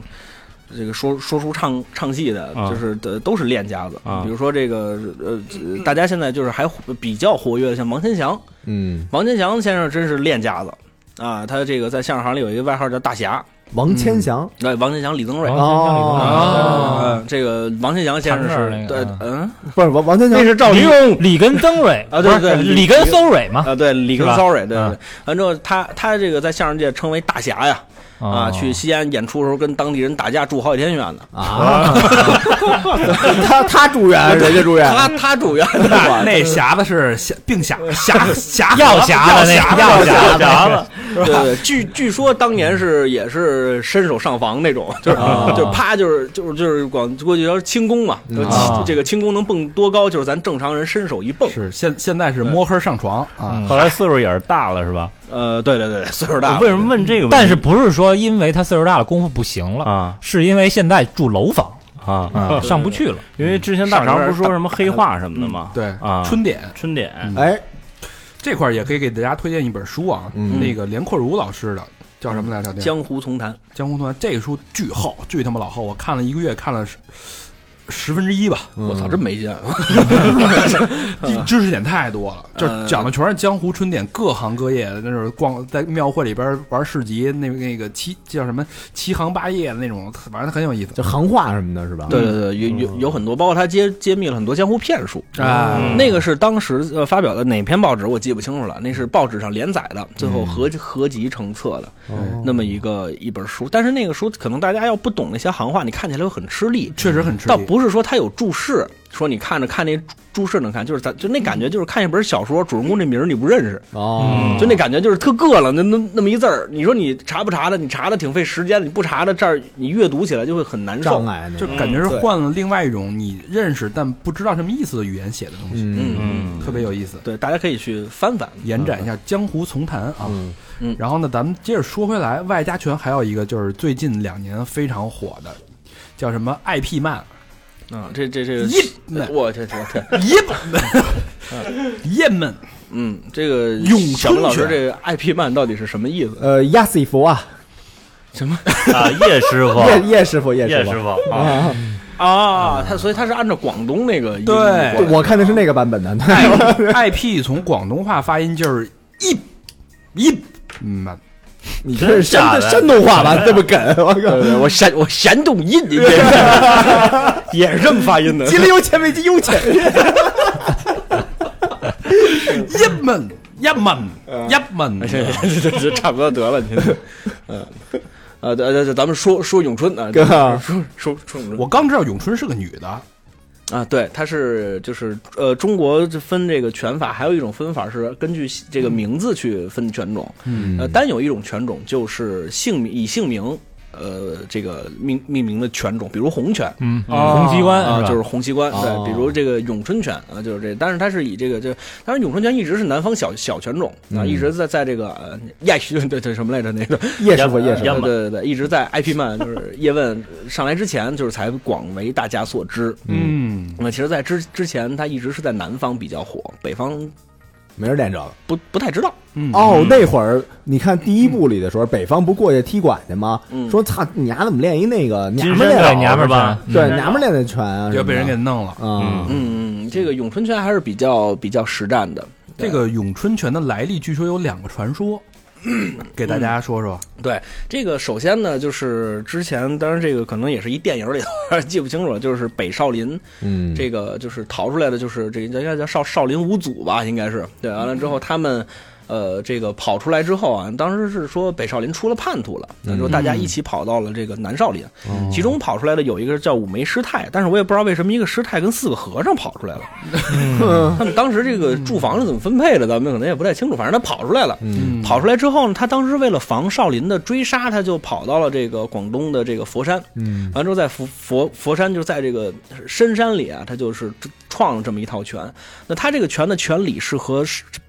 [SPEAKER 6] 这个说说书唱唱戏的，
[SPEAKER 4] 啊
[SPEAKER 6] 就是的都是练家子。
[SPEAKER 4] 啊
[SPEAKER 6] 比如说这个呃，大家现在就是还比较活跃的，像王千祥，
[SPEAKER 3] 嗯，
[SPEAKER 6] 王千祥先生真是练家子啊！他这个在相声行里有一个外号叫大侠，
[SPEAKER 3] 王千祥
[SPEAKER 6] 对，王千祥、李增瑞。
[SPEAKER 5] 王
[SPEAKER 3] 哦
[SPEAKER 5] 啊，
[SPEAKER 6] 嗯，这个王千祥先生
[SPEAKER 5] 唐
[SPEAKER 6] 是
[SPEAKER 5] 氏那，
[SPEAKER 6] 对
[SPEAKER 5] 个，啊
[SPEAKER 6] 嗯，
[SPEAKER 3] 不是王王千祥
[SPEAKER 6] 那是赵丽
[SPEAKER 5] 李
[SPEAKER 6] 蓉
[SPEAKER 5] 李根曾蕊
[SPEAKER 6] 啊对
[SPEAKER 5] 不是呃
[SPEAKER 6] 对李
[SPEAKER 5] 李根馊蕊嘛
[SPEAKER 6] 啊，对，李根
[SPEAKER 5] 是吧
[SPEAKER 6] sorry，对对对
[SPEAKER 5] 嗯。
[SPEAKER 6] 完之后，他他这个在相声界称为大侠呀，
[SPEAKER 5] 哦
[SPEAKER 6] 啊，去西安演出的时候跟当地人打架，住好几天院呢。
[SPEAKER 3] 啊，他他住院，人家住院，
[SPEAKER 6] 他啊他住院的，
[SPEAKER 2] 那那匣子是匣病匣匣匣
[SPEAKER 5] 药匣子那药匣子那个，
[SPEAKER 6] 对对对，据据说当年是也是伸手上房那种，就是
[SPEAKER 3] 啊
[SPEAKER 6] 就是啪就是就是就是广过去叫轻功嘛，就
[SPEAKER 5] 啊
[SPEAKER 6] 这个轻功能蹦多高，就是咱正常人伸手一蹦。
[SPEAKER 2] 是现现在是摸黑上床
[SPEAKER 5] 嗯
[SPEAKER 2] 啊，
[SPEAKER 4] 后来岁数也是大了，是吧？
[SPEAKER 6] 呃，对对 *laughs* 对，岁数大
[SPEAKER 4] 我
[SPEAKER 6] 了
[SPEAKER 4] 为什么问这个问题？
[SPEAKER 5] 但是不是说因为他岁数大了功夫不行了，
[SPEAKER 4] 啊
[SPEAKER 5] 是因为现在住楼房
[SPEAKER 4] 啊，
[SPEAKER 5] 啊上不去了。
[SPEAKER 4] 因为之前大肠不是说什么黑话什么
[SPEAKER 5] 嗯
[SPEAKER 4] 的吗？
[SPEAKER 2] 对
[SPEAKER 4] 啊，
[SPEAKER 2] 春点
[SPEAKER 4] 春
[SPEAKER 5] *laughs*
[SPEAKER 4] 点
[SPEAKER 3] 哎，
[SPEAKER 2] 这块儿也可以给大家推荐一本书啊，
[SPEAKER 3] 嗯
[SPEAKER 2] 那个连阔如老师的叫什么来着？那个
[SPEAKER 6] 江湖丛谈，
[SPEAKER 2] 江湖同学这个书巨厚，巨他妈老厚，我看了一个月，看了十十分之一吧，
[SPEAKER 6] 我操，真没劲啊！
[SPEAKER 2] 知识点太多了，就是讲的全是江湖春点，各行各业的，那种逛在庙会里边玩市集，那那个七叫什么七行八业的那种，反正很有意思
[SPEAKER 3] 就行话什么的，是吧？
[SPEAKER 6] 对对对，有有有很多，包括他揭揭秘了很多江湖骗术。
[SPEAKER 2] 啊。
[SPEAKER 6] 那个是当时呃发表的哪篇报纸我记不清楚了，那是报纸上连载的，最后合合集成册的
[SPEAKER 3] 哦
[SPEAKER 6] 那么一个一本书。但是那个书可能大家要不懂那些行话，你看起来会很吃力。
[SPEAKER 2] 确实很吃
[SPEAKER 6] 倒
[SPEAKER 2] 力，
[SPEAKER 6] 不是说它有注释，说你看着看那注释能看，就是咱就那感觉就是看一本小说，主人公这名儿你不认识，
[SPEAKER 3] 哦，
[SPEAKER 6] 就那感觉就是特膈了，那那那么一字儿，你说你查不查的？你查的挺费时间的，你不查的这儿你阅读起来就会很难受
[SPEAKER 3] 障。碍那
[SPEAKER 2] 就
[SPEAKER 3] 种，
[SPEAKER 2] 感觉是
[SPEAKER 6] 对
[SPEAKER 2] 换了另外一种你认识但不知道什么意思的语言写的东西，
[SPEAKER 3] 嗯
[SPEAKER 6] 嗯，
[SPEAKER 4] 嗯
[SPEAKER 2] 特别有意思。
[SPEAKER 6] 对，大家可以去翻翻。
[SPEAKER 2] 延展一下江湖丛谈啊。
[SPEAKER 3] 嗯
[SPEAKER 6] 嗯
[SPEAKER 2] 然后呢，咱们接着说回来，外家拳还有一个就是最近两年非常火的，叫什么 IP 漫，
[SPEAKER 6] 啊，这这这
[SPEAKER 2] 一那
[SPEAKER 6] 个，我这这这，
[SPEAKER 2] 爷们，爷们，
[SPEAKER 6] 嗯，这个
[SPEAKER 2] 咏春
[SPEAKER 6] 小明老师
[SPEAKER 2] 拳
[SPEAKER 6] 这个 IP 漫到底是什么意思？
[SPEAKER 3] 呃，亚瑟佛啊，
[SPEAKER 4] 啊，叶师傅，
[SPEAKER 3] 叶叶师傅，叶
[SPEAKER 4] 叶
[SPEAKER 3] 师
[SPEAKER 4] 师
[SPEAKER 3] 傅。
[SPEAKER 4] 傅啊，
[SPEAKER 3] 啊，
[SPEAKER 6] 啊，他所以他是按照广东那个音
[SPEAKER 2] 对
[SPEAKER 6] 过来的
[SPEAKER 3] 我看的是那个版本的，
[SPEAKER 2] i IP 从广东话发音就是一，一嗯，
[SPEAKER 3] 你这是
[SPEAKER 4] 假
[SPEAKER 3] 山
[SPEAKER 4] 的
[SPEAKER 3] 山东话吧？这么梗，我靠！
[SPEAKER 6] 对对，我山我山东音，你这也是这么发音的。
[SPEAKER 3] 吉林有钱没吉有钱，
[SPEAKER 2] 爷们，爷们，爷
[SPEAKER 3] 哎
[SPEAKER 2] 们，
[SPEAKER 6] 这这这差不多得了，您，嗯，啊，对对对，咱们说说咏春啊，
[SPEAKER 3] 哥
[SPEAKER 6] 说说说咏春，
[SPEAKER 2] 我刚知道咏春是个女的，
[SPEAKER 6] 啊，对，它是就是呃，中国就分这个拳法，还有一种分法是根据这个名字去分拳种，
[SPEAKER 2] 嗯
[SPEAKER 6] 呃，单有一种拳种就是姓名以姓名。呃，这个命命名的拳种，比如洪拳，
[SPEAKER 5] 嗯，洪七官
[SPEAKER 6] 啊，
[SPEAKER 5] 吧
[SPEAKER 6] 就是洪七关，
[SPEAKER 3] 哦
[SPEAKER 6] 对，比如这个咏春拳啊，就是这，但是它是以这个就，当然咏春拳一直是南方小小拳种啊，一直在在这个呃亚对对对什么来着那个
[SPEAKER 3] 叶师傅，叶师
[SPEAKER 6] 对
[SPEAKER 4] 样板
[SPEAKER 6] 对对，一直在 IP 漫就是叶问上来之前，就是才广为大家所知。
[SPEAKER 2] 嗯，
[SPEAKER 6] 那其实，在之之前，他一直是在南方比较火，北方
[SPEAKER 3] 傅，没人练这个。
[SPEAKER 6] 不不太知道。
[SPEAKER 2] 嗯
[SPEAKER 3] 哦，那会儿你看第一部里的时候，北方不过去踢馆去吗？
[SPEAKER 6] 嗯
[SPEAKER 3] 说操，你丫怎么练一那个娘
[SPEAKER 4] 金
[SPEAKER 3] 们
[SPEAKER 4] 身
[SPEAKER 3] 练的
[SPEAKER 4] 对娘们儿
[SPEAKER 5] 吧
[SPEAKER 4] 吧？
[SPEAKER 3] 对，娘们儿练的拳啊，
[SPEAKER 2] 就被人给
[SPEAKER 3] 什么
[SPEAKER 2] 弄了。
[SPEAKER 3] 的啊，
[SPEAKER 6] 嗯，这个咏春拳还是比较比较实战的。
[SPEAKER 2] 这个咏春拳的来历，据说有两个传说，
[SPEAKER 6] 嗯
[SPEAKER 2] 给大家说说。
[SPEAKER 6] 对这个，首先呢，就是之前，当然这个可能也是一电影里头记不清楚了，就是北少林
[SPEAKER 3] 嗯，
[SPEAKER 6] 这个就是逃出来的，就是这个应该叫少少林五祖吧，应该是对。完了之后，他们呃这个跑出来之后啊，当时是说北少林出了叛徒了，那之后大家一起跑到了这个南少林，其中跑出来的有一个叫五眉师太，但是我也不知道为什么一个师太跟四个和尚跑出来了。 *laughs* 他们当时这个住房是怎么分配的，咱们可能也不太清楚，反正他跑出来了。
[SPEAKER 3] 嗯
[SPEAKER 6] 跑出来之后呢，他当时为了防少林的追杀，他就跑到了这个广东的这个佛山。
[SPEAKER 3] 嗯，
[SPEAKER 6] 完之后在佛佛佛山，就是在这个深山里啊，他就是创了这么一套拳。那他这个拳的拳理是和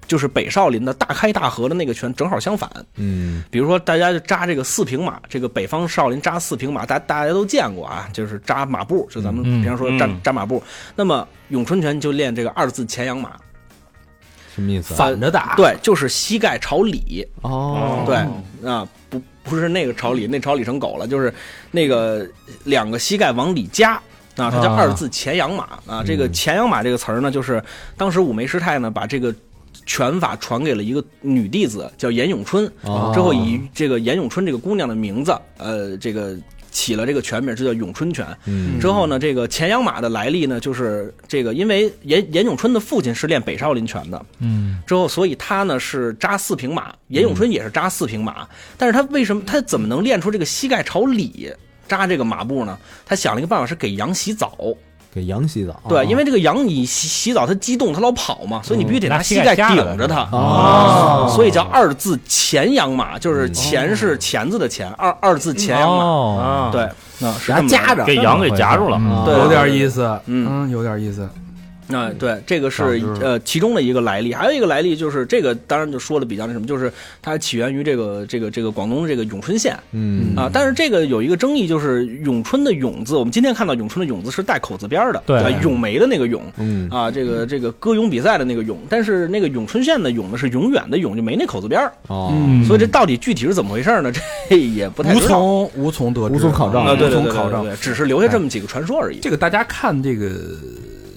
[SPEAKER 6] 就是北少林的大开大合的那个拳正好相反。
[SPEAKER 3] 嗯，
[SPEAKER 6] 比如说大家就扎这个四平马，这个北方少林扎四平马，大大家都见过啊，就是扎马步，就咱们
[SPEAKER 5] 嗯
[SPEAKER 6] 平常说扎、
[SPEAKER 4] 嗯
[SPEAKER 6] 扎马步。那么咏春拳就练这个二字前仰马。
[SPEAKER 3] 什么意思啊？
[SPEAKER 6] 反
[SPEAKER 2] 着打，
[SPEAKER 6] 对，就是膝盖朝里，
[SPEAKER 3] 哦，
[SPEAKER 6] 对啊，不不是那个朝里，那朝里成狗了，就是那个两个膝盖往里夹啊，它叫
[SPEAKER 2] 啊
[SPEAKER 6] 二字前仰马啊。
[SPEAKER 3] 嗯
[SPEAKER 6] 这个前仰马这个词儿呢，就是当时武梅师太呢把这个。拳法传给了一个女弟子，叫严咏春。
[SPEAKER 3] 哦
[SPEAKER 6] 之后以这个严咏春这个姑娘的名字，呃，这个起了这个拳名，就叫咏春拳。
[SPEAKER 3] 嗯
[SPEAKER 6] 之后呢，这个前仰马的来历呢，就是这个，因为严严咏春的父亲是练北少林拳的，
[SPEAKER 5] 嗯，
[SPEAKER 6] 之后，所以他呢是扎四平马，严咏春也是扎四平马，但是他为什么他怎么能练出这个膝盖朝里扎这个马步呢？他想了一个办法，是给羊洗澡。
[SPEAKER 3] 给羊洗澡，
[SPEAKER 6] 对，因为这个羊你洗洗澡，它激动，它老跑嘛，所以你必须得
[SPEAKER 5] 拿
[SPEAKER 6] 拿
[SPEAKER 5] 膝
[SPEAKER 6] 膝
[SPEAKER 5] 盖
[SPEAKER 6] 盖
[SPEAKER 5] 夹着
[SPEAKER 6] 顶着它。
[SPEAKER 3] 哦
[SPEAKER 6] 所以叫二字前羊马，就是前是钳子的钳，二二字前羊马。
[SPEAKER 5] 哦，
[SPEAKER 4] 啊，
[SPEAKER 6] 对，啊，
[SPEAKER 3] 给
[SPEAKER 6] 是
[SPEAKER 3] 它
[SPEAKER 6] 这么
[SPEAKER 3] 夹着，
[SPEAKER 4] 给羊给夹住了，
[SPEAKER 5] 嗯
[SPEAKER 6] 对
[SPEAKER 2] 有点意思，
[SPEAKER 6] 嗯
[SPEAKER 2] 嗯，有点意思，
[SPEAKER 6] 啊，对，这个
[SPEAKER 2] 嗯长
[SPEAKER 6] 是
[SPEAKER 2] 知识
[SPEAKER 6] 呃其中的一个来历，还有一个来历就是这个，当然就说的比较那什么，就是它起源于这个这个这个广东的这个咏春县
[SPEAKER 3] 嗯
[SPEAKER 6] 啊，但是这个有一个争议，就是咏春的咏字，我们今天看到咏春的咏字是带口字边儿的，
[SPEAKER 5] 对
[SPEAKER 6] 啊咏梅的那个咏。
[SPEAKER 3] 嗯
[SPEAKER 6] 啊，这个这个歌咏比赛的那个咏，但是那个咏春县的咏呢是永远的咏，就没那口字边儿，啊
[SPEAKER 3] 哦，
[SPEAKER 6] 所以这到底具体是怎么回事呢？这也不太
[SPEAKER 2] 嗯无
[SPEAKER 6] 知道
[SPEAKER 2] 从无从得知，
[SPEAKER 3] 无从考证
[SPEAKER 6] 啊，对
[SPEAKER 2] 无
[SPEAKER 6] 对对
[SPEAKER 2] 从
[SPEAKER 6] 对
[SPEAKER 2] 考
[SPEAKER 6] 对
[SPEAKER 2] 证
[SPEAKER 6] 对，。只是留下这么几个传说而已。
[SPEAKER 2] 这个大家看这个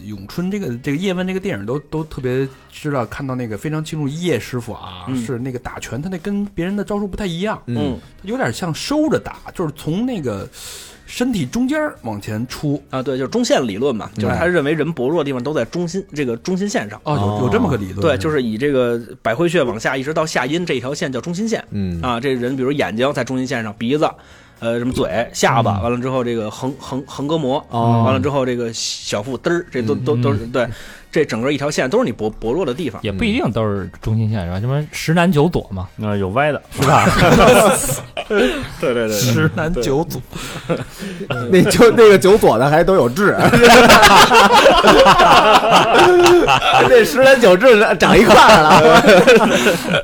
[SPEAKER 2] 咏春这个这个叶问这个电影都都特别知道，看到那个非常清楚，叶师傅啊、
[SPEAKER 6] 嗯
[SPEAKER 2] 是那个打拳，他那跟别人的招数不太一样，
[SPEAKER 3] 嗯
[SPEAKER 2] 有点像收着打，就是从那个身体中间往前出。
[SPEAKER 6] 啊，对，就是中线理论嘛，
[SPEAKER 3] 嗯
[SPEAKER 6] 就是他认为人薄弱的地方都在中心这个中心线上。
[SPEAKER 2] 哦，有有这么个理论，
[SPEAKER 6] 对，就是以这个百会穴往下一直到下阴这一条线叫中心线
[SPEAKER 3] 嗯
[SPEAKER 6] 啊。这人比如眼睛在中心线上，鼻子，呃，什么嘴、下巴，完了之后这个横横横膈膜，
[SPEAKER 3] 嗯哦嗯
[SPEAKER 6] 完了之后这个小腹嘚儿，这都都都是对，这整个一条线都是你薄薄弱的地方。
[SPEAKER 5] 也不一定都是中心线是吧？什么十男九左嘛，
[SPEAKER 4] 啊，有歪的，
[SPEAKER 5] 是吧？ *laughs*
[SPEAKER 6] 对对对，
[SPEAKER 2] 十男九组，
[SPEAKER 3] 那就那个九左的还都有痣，那十人九痣长一块儿了，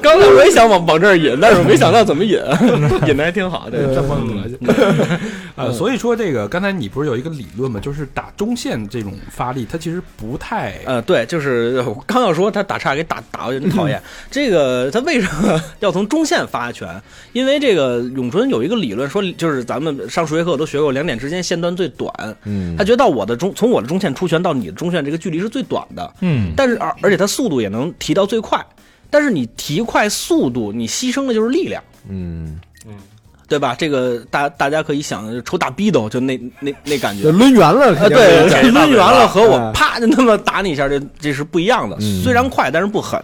[SPEAKER 6] 刚才我也想 *laughs* 往往这儿引，但是我没想到怎么引， *laughs* 引的还挺好。这
[SPEAKER 5] *laughs*
[SPEAKER 2] 这么恶心。
[SPEAKER 6] 嗯
[SPEAKER 2] 呃，所以说这个刚才你不是有一个理论嘛，就是打中线这种发力，它其实不太
[SPEAKER 6] 呃，对，就是 *laughs* 我刚要说他打岔给打打过去，真讨
[SPEAKER 3] 嗯
[SPEAKER 6] 厌。这个他为什么 *laughs* 要从中线发拳？因为这个咏春有一个理论说，就是咱们上数学课都学过，两点之间线段最短。
[SPEAKER 3] 嗯
[SPEAKER 6] 他觉得到我的中从我的中线出拳到你的中线这个距离是最短的，
[SPEAKER 5] 嗯，
[SPEAKER 6] 但是而而且他速度也能提到最快。但是你提快速度，你牺牲的就是力量。
[SPEAKER 3] 嗯，
[SPEAKER 6] 对吧？这个大大家可以想，就抽大逼斗，就那那那感觉
[SPEAKER 3] 就，抡圆了，
[SPEAKER 6] 啊，
[SPEAKER 3] 肯定
[SPEAKER 6] 对，
[SPEAKER 3] 是
[SPEAKER 6] 抡圆了和我
[SPEAKER 3] 嗯
[SPEAKER 6] 啪就那么打你一下，这这是不一样的。
[SPEAKER 3] 嗯
[SPEAKER 6] 虽然快，但是不狠。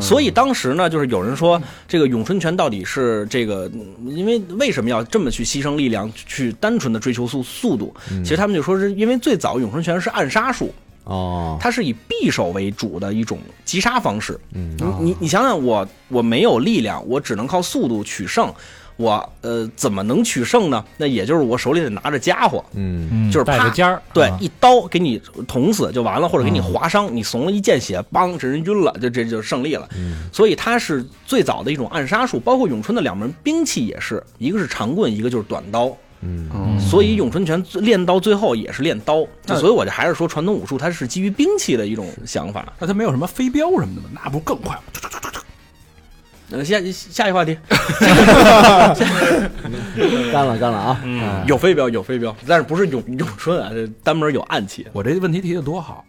[SPEAKER 6] 所以当时呢，就是有人说，这个咏春拳到底是这个，嗯因为为什么要这么去牺牲力量，去单纯的追求速速度？
[SPEAKER 3] 嗯
[SPEAKER 6] 其实他们就说是因为最早咏春拳是暗杀术，
[SPEAKER 3] 哦，
[SPEAKER 6] 它是以匕首为主的一种击杀方式。
[SPEAKER 3] 嗯
[SPEAKER 6] 你你你想想我，我没有力量，我只能靠速度取胜。我呃怎么能取胜呢？那也就是我手里得拿着家伙，
[SPEAKER 3] 嗯
[SPEAKER 5] 嗯
[SPEAKER 6] 就是啪
[SPEAKER 5] 带个尖儿，
[SPEAKER 6] 对
[SPEAKER 5] 啊，
[SPEAKER 6] 一刀给你捅死就完了，或者给你划伤，你怂了一见血，梆，这人晕了，就这就胜利了。所以它是最早的一种暗杀术，包括咏春的两门兵器也是，一个是长棍，一个就是短刀。
[SPEAKER 3] 嗯
[SPEAKER 2] 嗯
[SPEAKER 6] 所以咏春拳最练到最后也是练刀，就
[SPEAKER 2] 那
[SPEAKER 6] 所以我就还是说传统武术它是基于兵器的一种想法。
[SPEAKER 2] 那它没有什么飞镖什么的吗？那不更快吗？
[SPEAKER 6] 呃，下下一话 *laughs* 题，
[SPEAKER 3] 干了干了啊，嗯
[SPEAKER 6] 有飞镖有飞镖，但是不是咏咏春啊？这单门有暗器。
[SPEAKER 2] 我这问题提的多好，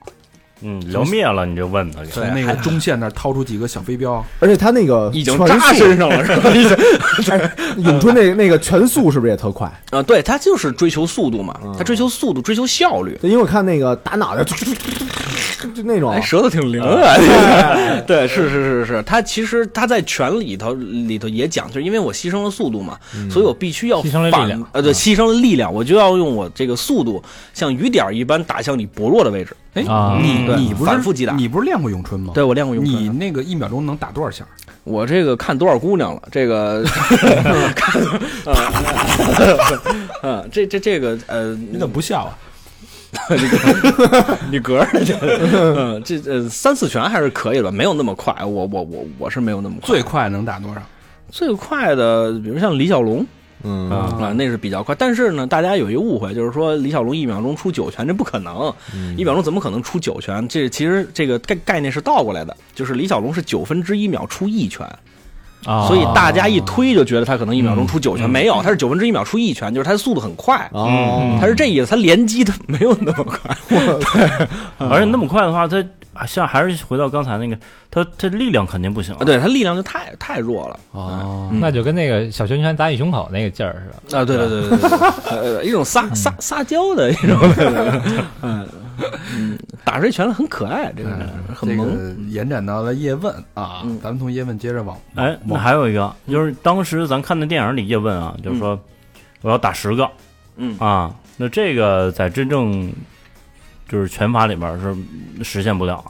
[SPEAKER 4] 嗯，聊灭了你就问他，
[SPEAKER 2] 从那个中线那儿掏出几个小飞镖，
[SPEAKER 3] 而且他那个
[SPEAKER 6] 已经
[SPEAKER 3] 拳
[SPEAKER 6] 扎
[SPEAKER 3] 速
[SPEAKER 6] 身上了是吧？已经
[SPEAKER 3] 咏春那那个拳速是不是也特快？
[SPEAKER 6] 啊，对他就是追求速度嘛，他追求速度，追求效率。
[SPEAKER 3] 对，因为我看那个打脑袋就就那种
[SPEAKER 6] 哎，，舌头挺灵啊！ *laughs* 对，是是是是，他其实他在拳里头里头也讲，就是因为我牺牲了速度嘛，所以我必须要
[SPEAKER 5] 牺牲了力
[SPEAKER 6] 反
[SPEAKER 5] 量
[SPEAKER 6] 呃，对，牺牲了力量，我就要用我这个速度像雨点儿一般打向你薄弱的位置。
[SPEAKER 2] 哎
[SPEAKER 5] 啊，
[SPEAKER 2] 你
[SPEAKER 6] 对
[SPEAKER 2] 你不是
[SPEAKER 6] 反复击打
[SPEAKER 2] 你不是练过咏春吗？
[SPEAKER 6] 对，我练过咏
[SPEAKER 2] 哦你
[SPEAKER 6] 春，
[SPEAKER 2] 那个一秒钟能打多少下？
[SPEAKER 6] 我这个看多少姑娘了，这个看， *laughs* 嗯，这这这个呃，
[SPEAKER 2] 你怎么不笑啊？
[SPEAKER 6] 你格儿的这，嗯，这呃三四拳还是可以的，没有那么快，我我我我是没有那么快，
[SPEAKER 2] 最快能打多少？
[SPEAKER 6] 最快的，比如像李小龙。
[SPEAKER 3] 嗯
[SPEAKER 5] 啊
[SPEAKER 6] 啊，那是比较快。但是呢，大家有一个误会，就是说李小龙一秒钟出九拳，这不可能，
[SPEAKER 3] 嗯
[SPEAKER 6] 一秒钟怎么可能出九拳？这其实这个概概念是倒过来的，就是李小龙是九分之一秒出一拳，
[SPEAKER 5] 啊，
[SPEAKER 6] 所以大家一推就觉得他可能一秒钟出九拳，没有，他是九分之一秒出一拳，就是他的速度很快。
[SPEAKER 3] 哦，
[SPEAKER 6] 他是这意思，他连击他没有那么快，
[SPEAKER 5] 嗯
[SPEAKER 4] 而且那么快的话，他啊像还是回到刚才那个，他他力量肯定不行
[SPEAKER 6] 啊，。对他力量就太太弱了
[SPEAKER 2] 哦
[SPEAKER 6] 嗯
[SPEAKER 5] 那就跟那个小拳拳打你胸口那个劲儿似的。
[SPEAKER 6] 啊！对对对对对， *laughs* 呃，一种撒撒撒娇的一种， *laughs* 嗯嗯，打出一拳来很可爱，嗯这个人很嗯
[SPEAKER 2] 这
[SPEAKER 6] 萌，
[SPEAKER 2] 个延展到了叶问啊，咱们从叶问接着往
[SPEAKER 4] 哎，那还有一个就是当时咱看的电影里叶问啊，就是说我要打十个
[SPEAKER 6] 嗯
[SPEAKER 4] 啊，那这个在真正就是拳法里边是实现不了。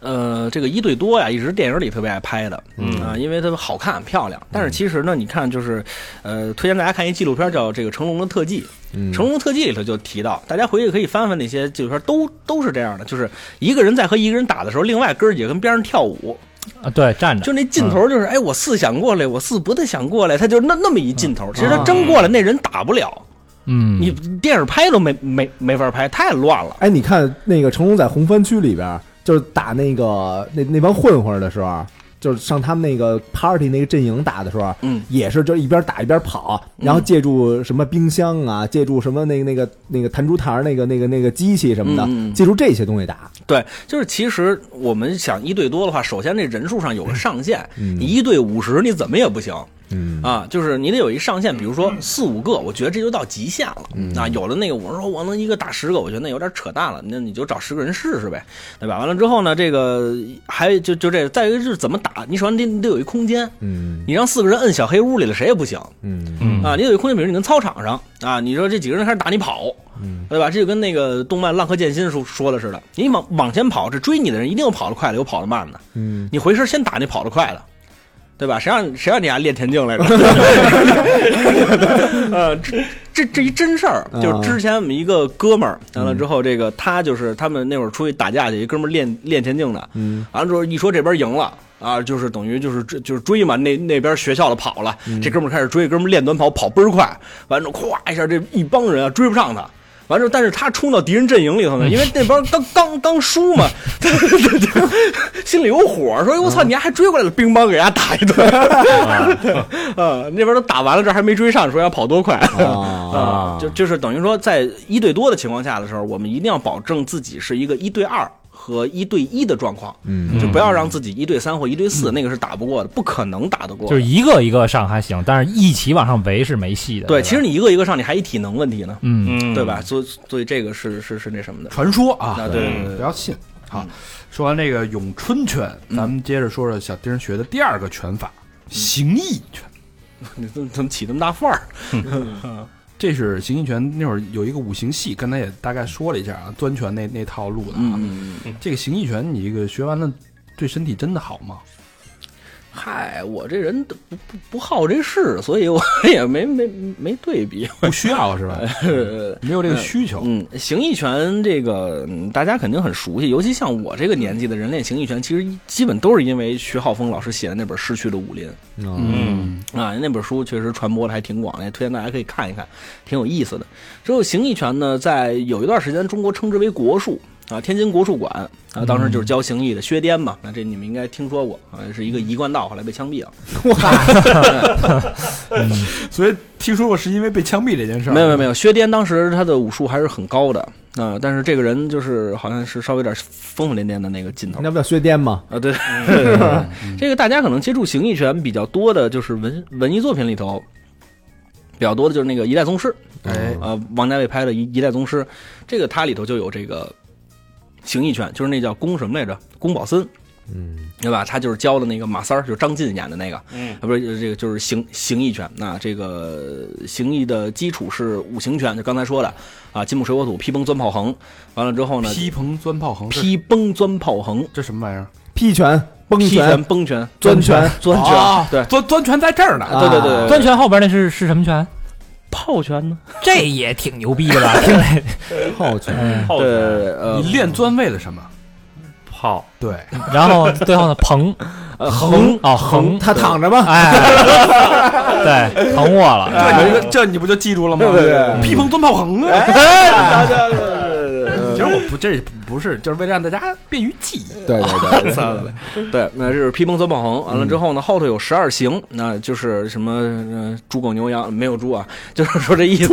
[SPEAKER 6] 呃，这个一对多呀，一直电影里特别爱拍的，
[SPEAKER 4] 嗯
[SPEAKER 6] 啊，因为它好看漂亮。但是其实呢，你看就是，呃，推荐大家看一纪录片叫《这个成龙的特技》，
[SPEAKER 3] 嗯
[SPEAKER 6] 成龙的特技》里头就提到，大家回去可以翻翻那些纪录片，都都是这样的，就是一个人在和一个人打的时候，另外哥儿几个跟边上跳舞，
[SPEAKER 5] 啊，对，站着
[SPEAKER 6] 就那劲头就是，哎，我四想过来，我四不得想过来，他就那那么一劲头。其实他真
[SPEAKER 3] 啊
[SPEAKER 6] 过来，那人打不了，
[SPEAKER 5] 嗯，
[SPEAKER 6] 你电影拍都没没没法拍，太乱了。
[SPEAKER 3] 哎，你看那个成龙在红番区里边儿，就是打那个那那帮混混儿的时候，就是上他们那个 party 那个阵营打的时候，
[SPEAKER 6] 嗯，
[SPEAKER 3] 也是就是一边打一边跑，然后借助什么冰箱啊，借助什么那个那个那个弹珠台儿那个那个那个机器什么的，
[SPEAKER 6] 嗯嗯嗯
[SPEAKER 3] 借助这些东西打。
[SPEAKER 6] 对，就是其实我们想一对多的话，首先这人数上有个上限，
[SPEAKER 3] 嗯
[SPEAKER 6] 你一对五十你怎么也不行
[SPEAKER 3] 嗯
[SPEAKER 6] 啊，就是你得有一上限，比如说四五个，我觉得这就到极限了、
[SPEAKER 3] 嗯
[SPEAKER 6] 啊。有的那个我说我能一个打十个，我觉得那有点扯淡了，那你就找十个人试试呗，对吧？完了之后呢，这个还有就就这，再一个就是怎么打，你首先得你得有一空间，
[SPEAKER 3] 嗯
[SPEAKER 6] 你让四个人摁小黑屋里了，谁也不行。
[SPEAKER 3] 嗯
[SPEAKER 6] 啊，你有一个空间，比如你跟操场上啊，你说这几个人开始打你跑，对吧？这就跟那个动漫《浪客剑心》说说的似的，你往往前跑，这追你的人一定有跑得快的，有跑得慢的，
[SPEAKER 3] 嗯，
[SPEAKER 6] 你回身先打那跑得快的。对吧？谁让谁让你丫练
[SPEAKER 3] *laughs*
[SPEAKER 6] 田径来着？ *laughs* 呃，这这这一真事
[SPEAKER 3] 啊
[SPEAKER 6] 儿，就是之前我们一个哥们儿，完
[SPEAKER 3] 嗯
[SPEAKER 6] 了之后，这个他就是他们那会儿出去打架去，一哥们儿练练田径的，
[SPEAKER 3] 嗯，
[SPEAKER 6] 完了之后一说这边赢了啊，就是等于就是追就是追嘛，那那边学校的跑了，
[SPEAKER 3] 嗯
[SPEAKER 6] 这哥们儿开始追，哥们儿练短跑跑倍儿快，完了之后咵一下，这一帮人啊追不上他。完之后，但是他冲到敌人阵营里头呢，因为那帮刚刚刚输嘛，他他心里有火，说：“哎我操，你丫还追过来了！”乒乓给人家打一顿， *laughs* 啊，那边都打完了，这还没追上，说要跑多快 *laughs*
[SPEAKER 3] 啊，
[SPEAKER 4] 啊
[SPEAKER 6] 就就是等于说，在一对多的情况下的时候，我们一定要保证自己是一个一对二和一对一的状况，
[SPEAKER 3] 嗯
[SPEAKER 6] 就不要让自己一对三或一对四，那个是打不过的，不可能打得过
[SPEAKER 5] 就
[SPEAKER 6] 的。
[SPEAKER 5] 是一个一个上还行，但是一起往上围是没戏的。
[SPEAKER 6] 对，
[SPEAKER 5] 吧
[SPEAKER 6] 其实你一个一个上，你还一体能问题呢，
[SPEAKER 5] 嗯，
[SPEAKER 4] 嗯，
[SPEAKER 6] 对吧？？所以所以这个是是是那什么的。 *laughs*
[SPEAKER 2] 传说啊，
[SPEAKER 6] 啊对对对对嗯
[SPEAKER 2] 不要信。好，说完这个咏春拳，咱们接着说说小丁学的第二个拳法——
[SPEAKER 6] 嗯
[SPEAKER 2] 形意拳。
[SPEAKER 6] 你怎么怎么起那么大范儿？
[SPEAKER 2] 这是形意拳那会儿有一个五行系，刚才也大概说了一下啊，端拳那那套路的啊。
[SPEAKER 6] 嗯，
[SPEAKER 2] 这个形意拳，你这个学完了，对身体真的好
[SPEAKER 6] *laughs*
[SPEAKER 2] 吗？
[SPEAKER 6] 嗨，我这人不不不好这事，所以我也没没没对比。呃
[SPEAKER 2] 不需要是吧？没有这个需求。
[SPEAKER 6] 嗯，形意拳这个嗯大家肯定很熟悉，尤其像我这个年纪的人练形意拳，其实基本都是因为徐浩峰老师写的那本《逝去的武林》
[SPEAKER 4] 嗯
[SPEAKER 6] 啊，那本书确实传播的还挺广，也推荐大家可以看一看，挺有意思的。之后形意拳呢，在有一段时间中国称之为国术啊，天津国术馆啊，当时就是教形意的薛颠嘛，那这你们应该听说过啊，是一个一贯道，后来被枪毙了。
[SPEAKER 2] 所以听说过是因为被枪毙这件事儿，
[SPEAKER 6] 没有没有没有，薛颠当时他的武术还是很高的啊、但是这个人就是好像是稍微有点疯疯癫癫的那个劲头
[SPEAKER 3] 那。不叫薛颠吗？
[SPEAKER 6] 啊，对，对对对 *laughs* 这个大家可能接触形意拳比较多的，就是文文艺作品里头比较多的就是那个《一代宗师》
[SPEAKER 2] 哎，
[SPEAKER 3] 哦
[SPEAKER 6] 啊、王家卫拍的一《一代宗师》，这个它里头就有这个形意拳，就是那叫宫什么来着？宫保森，
[SPEAKER 3] 嗯
[SPEAKER 6] 对吧？他就是教的那个马三儿，就是张晋演的那个，
[SPEAKER 4] 嗯
[SPEAKER 6] 啊，不是这个就是形形意拳。那这个形意的基础是五行拳，就刚才说的啊，金木水火土，劈崩钻炮横。完了之后呢，
[SPEAKER 2] 劈鹏钻炮横，这
[SPEAKER 6] 嗯劈崩钻炮横，
[SPEAKER 2] 这什么玩意儿？
[SPEAKER 3] 劈拳、崩
[SPEAKER 6] 劈
[SPEAKER 3] 拳
[SPEAKER 6] 拳、、崩拳、
[SPEAKER 3] 钻拳、
[SPEAKER 6] 钻拳，
[SPEAKER 2] 啊
[SPEAKER 6] 对。
[SPEAKER 2] 钻钻拳在这儿呢。
[SPEAKER 3] 啊
[SPEAKER 6] 对对对，
[SPEAKER 5] 端拳后边那是是什么拳？
[SPEAKER 6] 炮拳呢？
[SPEAKER 5] 这也挺牛逼的吧？听来
[SPEAKER 3] 炮拳。
[SPEAKER 6] 对，呃，
[SPEAKER 2] 你练钻为了什么？
[SPEAKER 4] 炮，
[SPEAKER 2] 对，
[SPEAKER 5] 然后最后呢，彭
[SPEAKER 3] 横
[SPEAKER 5] 啊横，
[SPEAKER 3] 他躺着吗？
[SPEAKER 5] 哎，对，横我了，
[SPEAKER 2] 这你不这你不就记住了吗？
[SPEAKER 3] 哎对不对
[SPEAKER 2] 披风钻炮横啊！ *laughs*
[SPEAKER 3] 哎对对对对对
[SPEAKER 2] 其实我不，这不是，就是为了让大家便于记忆。
[SPEAKER 3] 对对对对，
[SPEAKER 6] 对，那这是披风三宝横，完了之后呢，后头有十二行，那就是什么呃猪狗牛羊没有猪啊，就是说这意思，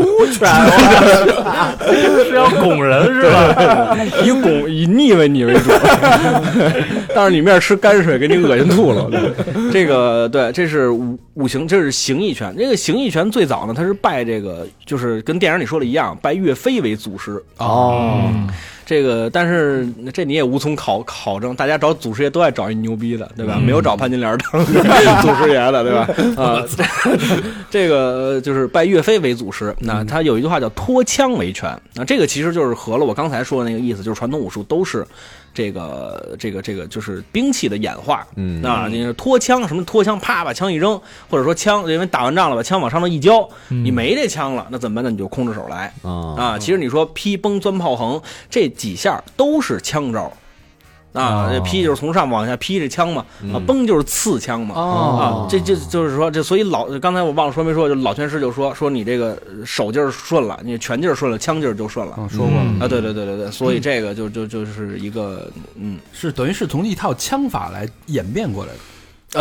[SPEAKER 4] 是要 *laughs* 拱人是吧？
[SPEAKER 6] *laughs* 以拱以逆为你为主，但是你面吃泔水给你恶心吐了。对这个对，这是五五行，这是形意拳。这个形意拳最早呢，它是拜这个，就是跟电影里说的一样，拜岳飞为祖师。嗯
[SPEAKER 3] 哦，
[SPEAKER 6] 这个，但是这你也无从考考证，大家找祖师爷都爱找一牛逼的，对吧？没有找潘金莲当 *laughs* 祖师爷的，对吧？啊、这个呃就是拜岳飞为祖师。那他有一句话叫“脱枪为拳”，那这个其实就是合了我刚才说的那个意思，就是传统武术都是这个这个这个就是兵器的演化。
[SPEAKER 3] 嗯
[SPEAKER 6] 那你是脱枪什么脱枪，啪把枪一扔，或者说枪因为打完仗了把枪往上头一交，你没这枪了，那怎么办？那你就空着手来。
[SPEAKER 3] 啊，
[SPEAKER 6] 啊，其实你说劈、崩、钻、炮、横这几下都是枪招儿。啊，这劈就是从上往下劈这枪嘛，啊，崩就是刺枪嘛，
[SPEAKER 3] 哦
[SPEAKER 6] 啊，这这就是说这，所以老刚才我忘了说没说，就老拳师就说说你这个手劲儿顺了，你拳劲儿顺了，枪劲儿就顺了、
[SPEAKER 2] 嗯，说过
[SPEAKER 6] 啊，对对对对对，所以这个就就就是一个嗯
[SPEAKER 2] 是等于是从一套枪法来演变过来的。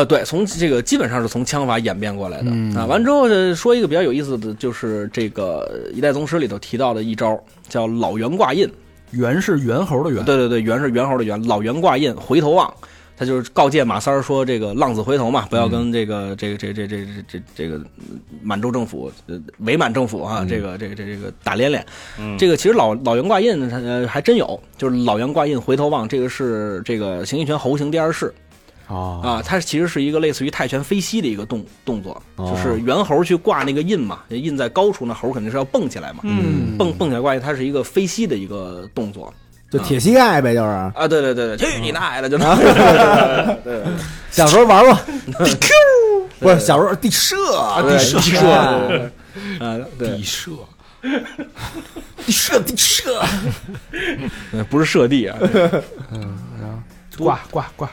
[SPEAKER 6] 呃，对，从这个基本上是从枪法演变过来的、
[SPEAKER 2] 嗯
[SPEAKER 6] 啊。完之后呢说一个比较有意思的，就是这个《一代宗师》里头提到的一招儿叫老猿挂印，
[SPEAKER 2] 猿是猿猴的猿，
[SPEAKER 6] 对对对，猿是猿猴的猿，老猿挂印，回头望。他就是告诫马三儿说：“这个浪子回头嘛，不要跟这个、这个这这这这这这个满洲政府、呃伪满政府啊，这个这个这个这个打脸脸。这个其实老老猿挂印呃还真有，就是老猿挂印回头望，这个是这个形意拳猴形第二式
[SPEAKER 3] 哦
[SPEAKER 6] 啊，它其实是一个类似于泰拳飞膝的一个动动作，
[SPEAKER 3] 哦
[SPEAKER 6] 就是猿猴去挂那个印嘛，印在高处，那猴肯定是要蹦起来嘛，
[SPEAKER 2] 嗯
[SPEAKER 6] 蹦蹦起来挂印，它是一个飞膝的一个动作。
[SPEAKER 3] 就铁膝盖呗，就是
[SPEAKER 6] 啊，对对对对，啊去你奶奶！就是
[SPEAKER 3] 小时候玩 *laughs* 过，DQ，不是小时候地射，
[SPEAKER 6] 啊对地
[SPEAKER 3] 地
[SPEAKER 6] 射
[SPEAKER 3] 射，
[SPEAKER 6] 啊，
[SPEAKER 2] 地
[SPEAKER 6] 对，
[SPEAKER 2] 射，
[SPEAKER 3] 地射，地射，
[SPEAKER 6] 不是射地啊，
[SPEAKER 2] 挂挂挂。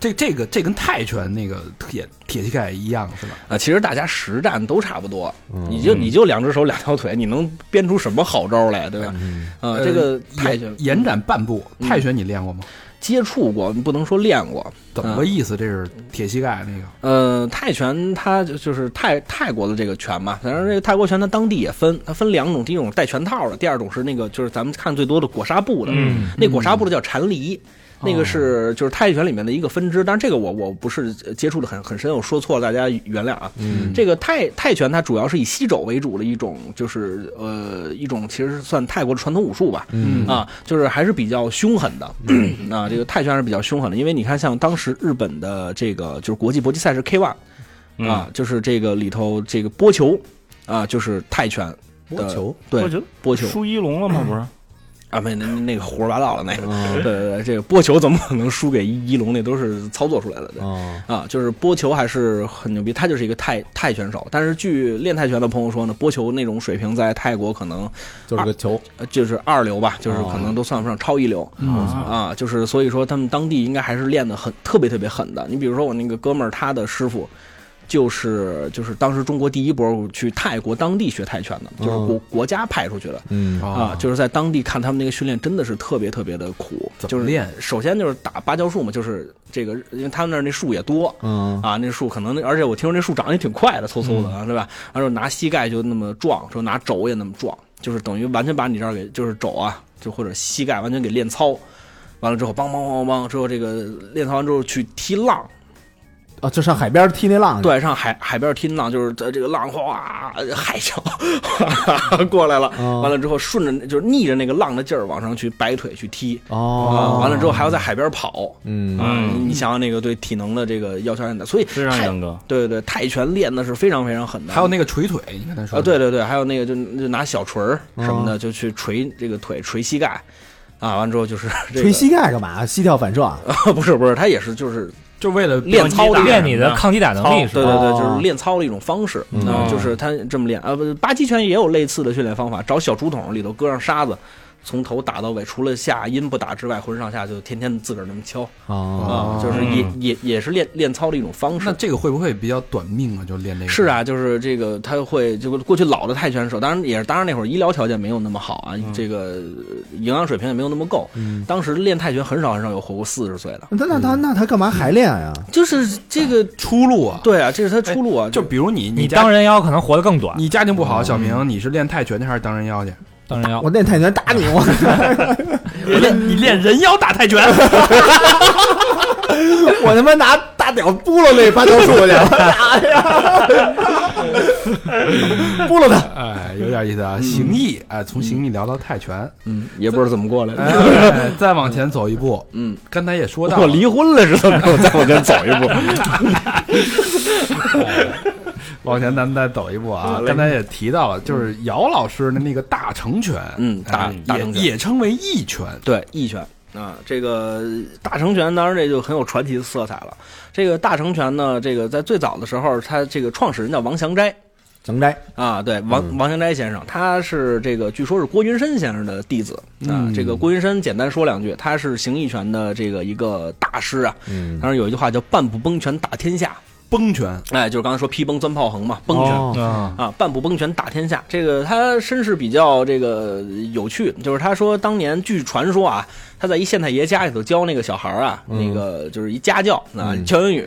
[SPEAKER 2] 这这个这跟泰拳那个铁铁膝盖一样是吧？
[SPEAKER 6] 啊，其实大家实战都差不多，你就你就两只手两条腿，你能编出什么好招来，对吧？啊，这个泰拳
[SPEAKER 2] 延延展半步，
[SPEAKER 3] 嗯
[SPEAKER 2] 泰拳你练过吗？
[SPEAKER 6] 接触过，不能说练过。
[SPEAKER 2] 怎
[SPEAKER 3] 嗯
[SPEAKER 2] 么个意思？这是铁膝盖那个
[SPEAKER 6] 呃，泰拳它就就是泰泰国的这个拳嘛，反正这个泰国拳它当地也分，它分两种，第一种带拳套的，第二种是那个就是咱们看最多的裹纱布的，
[SPEAKER 5] 嗯
[SPEAKER 6] 那裹纱布的叫缠梨。那个是就是泰拳里面的一个分支，但是这个我我不是呃接触的很很深，我说错了，大家原谅啊。
[SPEAKER 3] 嗯
[SPEAKER 6] 这个泰泰拳它主要是以膝肘为主的一种，就是呃一种其实是算泰国的传统武术吧，
[SPEAKER 3] 嗯
[SPEAKER 6] 啊，就是还是比较凶狠的。啊，这个泰拳还是比较凶狠的，因为你看，像当时日本的这个就是国际搏击赛是 K ONE，啊，
[SPEAKER 3] 嗯
[SPEAKER 6] 就是这个里头这个播球啊，就是泰拳的。
[SPEAKER 3] 摸球，
[SPEAKER 6] 对
[SPEAKER 4] 我觉得
[SPEAKER 6] 播球
[SPEAKER 4] 输一龙了吗？不是，
[SPEAKER 6] 啊，没那那个胡说八道了，那个，
[SPEAKER 3] 嗯
[SPEAKER 6] 对对对，这个播球怎么可能输给一一龙？那都是操作出来的，对。
[SPEAKER 3] 哦，
[SPEAKER 6] 啊，就是播球还是很牛逼，他就是一个泰泰拳手。但是据练泰拳的朋友说呢，播球那种水平在泰国可能
[SPEAKER 3] 就是个球，
[SPEAKER 6] 呃就是二流吧，就是
[SPEAKER 2] 哦
[SPEAKER 6] 可能都算不上超一流、
[SPEAKER 2] 嗯
[SPEAKER 6] 啊。就是所以说他们当地应该还是练得很特别特别狠的。你比如说我那个哥们儿，他的师傅。就是就是当时中国第一波去泰国当地学泰拳的，就是
[SPEAKER 2] 嗯
[SPEAKER 6] 国、国家派出去的，
[SPEAKER 3] 嗯
[SPEAKER 2] 哦
[SPEAKER 6] 啊，就是在当地看他们那个训练真的是特别特别的苦，
[SPEAKER 2] 怎么
[SPEAKER 6] 就是
[SPEAKER 2] 练
[SPEAKER 6] 首先就是打芭蕉树嘛，就是这个，因为他们那儿那树也多。
[SPEAKER 3] 嗯
[SPEAKER 6] 啊，那树可能，而且我听说那树长得也挺快的，嗖嗖的，
[SPEAKER 4] 嗯
[SPEAKER 6] 啊，对吧？然后拿膝盖就那么撞，说拿肘也那么撞，就是等于完全把你这儿给，就是肘啊，就或者膝盖完全给练糙，完了之后，梆梆梆梆梆，之后这个练操完之后去踢浪，
[SPEAKER 3] 啊，就上海边踢那浪去，
[SPEAKER 6] 对，上海海边儿听浪，就是在这个浪哗海啸哗 *laughs* 过来了，
[SPEAKER 3] 哦
[SPEAKER 6] 完了之后顺着那就是逆着那个浪的劲儿往上去摆腿去踢，啊，
[SPEAKER 3] 哦，
[SPEAKER 6] 完了之后还要在海边跑，
[SPEAKER 3] 嗯
[SPEAKER 6] 啊，你想想那个对体能的这个要求很大，所以
[SPEAKER 4] 非常
[SPEAKER 6] 泰
[SPEAKER 4] 严
[SPEAKER 5] *laughs*
[SPEAKER 4] 格。
[SPEAKER 6] 对对对，泰拳练的是非常非常狠的，
[SPEAKER 2] 还有那个哦捶腿，你看他说
[SPEAKER 6] 啊，对对对，还有那个就就拿小锤儿什么的就去捶这个腿捶膝盖，啊，完之后
[SPEAKER 2] *laughs*
[SPEAKER 6] 就是这个
[SPEAKER 3] 捶膝盖干嘛？膝跳反射啊，
[SPEAKER 6] *laughs* 不是不是，他也是就是
[SPEAKER 2] 就为了
[SPEAKER 6] 练操的
[SPEAKER 5] 练你的抗击打能力是
[SPEAKER 6] 对
[SPEAKER 5] 吧？
[SPEAKER 6] 对对，
[SPEAKER 3] 哦
[SPEAKER 6] 就是练操的一种方式，
[SPEAKER 2] 嗯哦
[SPEAKER 6] 啊，就是他这么练啊。不，巴基拳也有类似的训练方法，找小竹筒里头搁上沙子，从头打到尾，除了下阴不打之外，浑身上下就天天自个儿那么敲
[SPEAKER 3] 哦
[SPEAKER 6] 啊，
[SPEAKER 5] 啊，
[SPEAKER 3] 嗯
[SPEAKER 6] 就是也也也是练练操的一种方
[SPEAKER 2] 哦那
[SPEAKER 6] 式。
[SPEAKER 2] 这个会不会比较短命啊？就练这个
[SPEAKER 6] 是，啊，就是这个，他会就过去老的泰拳手，当然也是，当然那会儿医疗条件没有那么好啊，
[SPEAKER 2] 嗯
[SPEAKER 6] 这个营养水平也没有那么够。当时练泰拳很少很少有活过四十岁的，
[SPEAKER 3] 那那他那他干嘛还练啊呀？
[SPEAKER 6] 就是这个，
[SPEAKER 2] 出路啊。
[SPEAKER 6] 对啊，这是他出路啊，
[SPEAKER 2] 就比如你，嗯
[SPEAKER 5] 你
[SPEAKER 2] 家
[SPEAKER 5] 当人妖可能活得更短，
[SPEAKER 2] 你家庭不好，小明，你是练泰拳去还是当人妖去？
[SPEAKER 5] 当人妖
[SPEAKER 3] 我练泰拳打你，我
[SPEAKER 2] 你练你练人妖打泰拳，
[SPEAKER 3] 我他妈拿大屌拨了那芭蕉树去，打呀，拨了他。
[SPEAKER 2] 哎，有点意思啊。形意，哎，从形意聊到泰 *laughs* 拳，
[SPEAKER 6] 嗯，也不知道怎么过来的。
[SPEAKER 2] 哎，再往前走一步，
[SPEAKER 6] 嗯，
[SPEAKER 2] 刚才也说到
[SPEAKER 5] 我离婚了是怎么着？我
[SPEAKER 4] *laughs*
[SPEAKER 5] 再往前走一步，
[SPEAKER 2] 往前咱们再走一步啊，刚才也提到了，就是姚老师的那个大成拳，
[SPEAKER 6] 嗯
[SPEAKER 2] 哎
[SPEAKER 6] 大大成
[SPEAKER 2] 也
[SPEAKER 6] 拳
[SPEAKER 2] 也称为义拳，
[SPEAKER 6] 对，义拳啊，这个大成拳当然这就很有传奇色彩了。这个大成拳呢，这个在最早的时候，它这个创始人叫王祥斋
[SPEAKER 3] 强摘，
[SPEAKER 6] 啊，对，王、王祥斋先生，他是这个据说是郭云深先生的弟子啊。这个郭云深简单说两句，他是形意拳的这个一个大师啊。
[SPEAKER 3] 嗯，
[SPEAKER 6] 当然有一句话叫“半步崩拳打天下
[SPEAKER 2] 崩拳”，
[SPEAKER 6] 哎，就是刚才说劈崩钻炮横嘛，崩拳。
[SPEAKER 2] 啊，
[SPEAKER 6] 啊，半步崩拳打天下。这个他身世比较这个有趣，就是他说当年据传说啊，他在一县太爷家里头教那个小孩儿啊，那个就是一家教啊，教英语，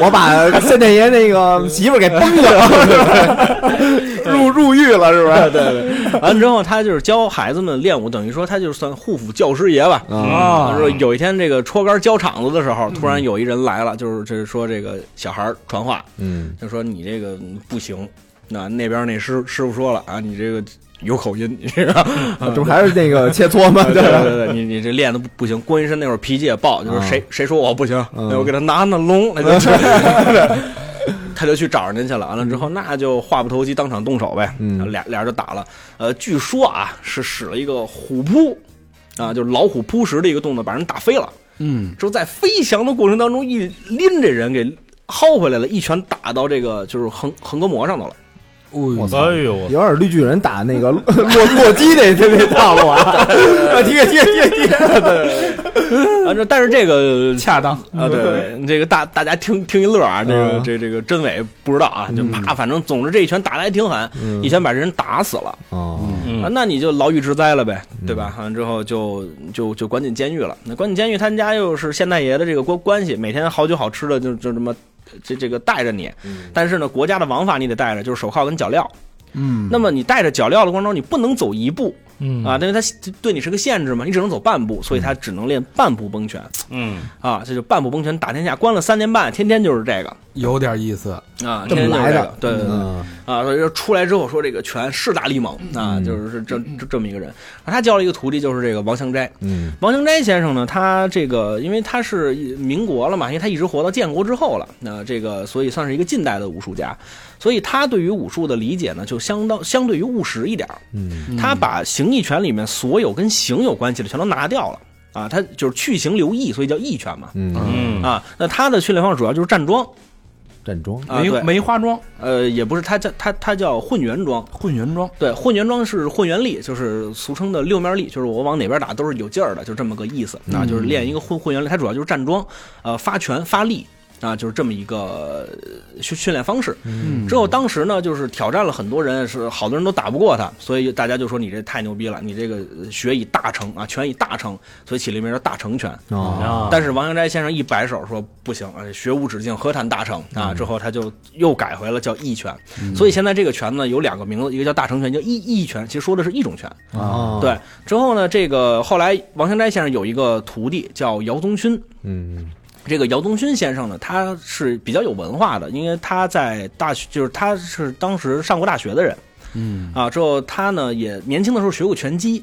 [SPEAKER 3] 我把县太爷那个媳妇儿给崩了，嗯 *laughs* 入入狱了是吧？对对，
[SPEAKER 6] *laughs* 完了之后他就是教孩子们练武，等于说他就算护府教师爷吧。
[SPEAKER 5] 啊
[SPEAKER 6] 他说有一天这个戳杆教场子的时候，突然有一人来了，就是这是说这个小孩儿传话，
[SPEAKER 3] 嗯，
[SPEAKER 6] 就说你这个不行。那那边那师师傅说了啊，你这个有口音，你这个
[SPEAKER 3] 这不还是那个切磋吗？
[SPEAKER 6] *laughs* 对对对，你你这练的不不行。郭云深那会儿脾气也暴，就是谁、谁说我不行，
[SPEAKER 3] 嗯
[SPEAKER 6] 那我给他拿那笼，那就去，
[SPEAKER 3] *laughs*
[SPEAKER 6] 他就去找人家去了。完了之后，那就话不投机，当场动手呗。
[SPEAKER 3] 嗯
[SPEAKER 6] 俩俩人就打了。呃，据说啊，是使了一个虎扑啊，就是老虎扑食的一个动作，把人打飞了。
[SPEAKER 2] 嗯，
[SPEAKER 6] 之后在飞翔的过程当中，一拎这人给薅回来了，一拳打到这个就是横横膈膜上头了。
[SPEAKER 2] 我
[SPEAKER 5] 哎呦我
[SPEAKER 3] 有点绿巨人打那个洛洛基那那套 *laughs* 路啊！贴贴贴贴，
[SPEAKER 6] 啊，这但是这
[SPEAKER 4] *laughs*
[SPEAKER 6] 个
[SPEAKER 2] 恰当，
[SPEAKER 6] 啊，对对，这个大大家听听一乐啊，这个、这这个真伪不知道啊，就啪，反正总之这一拳打的还挺狠，一拳把这人打死了、
[SPEAKER 3] 嗯哦，
[SPEAKER 6] 啊，那你就牢狱之灾了呗，对吧？完、之后就就就关进监狱了。那关进监狱，他们家又是县太爷的这个关关系，每天好酒好吃的就就这么。这这个带着你，但是呢，国家的王法你得带着，就是手铐跟脚镣。
[SPEAKER 2] 嗯，
[SPEAKER 6] 那么你带着脚镣的过程中，你不能走一步
[SPEAKER 5] 嗯
[SPEAKER 6] 啊，因为它对你是个限制嘛，你只能走半步，所以他只能练半步崩拳。
[SPEAKER 4] 嗯，
[SPEAKER 6] 啊，这就半步崩拳打天下，关了三年半，天天就是这个
[SPEAKER 2] 有点意思，
[SPEAKER 6] 啊，
[SPEAKER 3] 这么
[SPEAKER 6] 天天就是
[SPEAKER 3] 来
[SPEAKER 6] 这
[SPEAKER 3] 的嗯
[SPEAKER 6] 个，，对对对，啊，所以说出来之后说这个拳势大力猛啊，
[SPEAKER 3] 嗯
[SPEAKER 6] 就是这这这么一个人，啊他教了一个徒弟就是这个王祥斋，
[SPEAKER 3] 嗯
[SPEAKER 6] 王祥斋先生呢，他这个因为他是民国了嘛，因为他一直活到建国之后了，那这个所以算是一个近代的武术家，所以他对于武术的理解呢，就相当相对于务实一点儿，
[SPEAKER 3] 嗯
[SPEAKER 6] 他把形意拳里面所有跟形有关系的全都拿掉了啊，他就是去形留意，所以叫意拳嘛。
[SPEAKER 3] 嗯，
[SPEAKER 4] 嗯
[SPEAKER 6] 啊，那他的训练方式主要就是站桩
[SPEAKER 3] 站桩，
[SPEAKER 6] 啊，
[SPEAKER 2] 梅
[SPEAKER 6] 对，
[SPEAKER 2] 梅花桩、
[SPEAKER 6] 呃，也不是，他叫他他叫混元桩，
[SPEAKER 2] 混元桩，
[SPEAKER 6] 对，混元桩是混元力，就是俗称的六面力，就是我往哪边打都是有劲儿的，就这么个意思
[SPEAKER 2] 嗯
[SPEAKER 6] 啊，就是练一个混混元力，它主要就是站桩，呃，发拳发力啊，就是这么一个呃训训练方式。
[SPEAKER 2] 嗯
[SPEAKER 6] 之后当时呢，就是挑战了很多人，是好多人都打不过他，所以大家就说你这太牛逼了，你这个呃学以大成啊，拳以大成，所以起了一名叫大成拳。
[SPEAKER 3] 哦，
[SPEAKER 5] 啊，
[SPEAKER 6] 但是王阳斋先生一摆手说不行，呃学无止境，何谈大成
[SPEAKER 4] 嗯
[SPEAKER 6] 啊？之后他就又改回了叫义拳，所以现在这个拳呢有两个名字，一个叫大成拳，叫义义拳，其实说的是一种拳。
[SPEAKER 3] 哦，
[SPEAKER 6] 啊对，之后呢，这个后来王阳斋先生有一个徒弟叫姚宗勋，
[SPEAKER 3] 嗯
[SPEAKER 6] 这个姚宗勋先生呢，他是比较有文化的，因为他在大学，就是他是当时上过大学的人
[SPEAKER 2] 嗯，
[SPEAKER 6] 啊。之后他呢也年轻的时候学过拳击，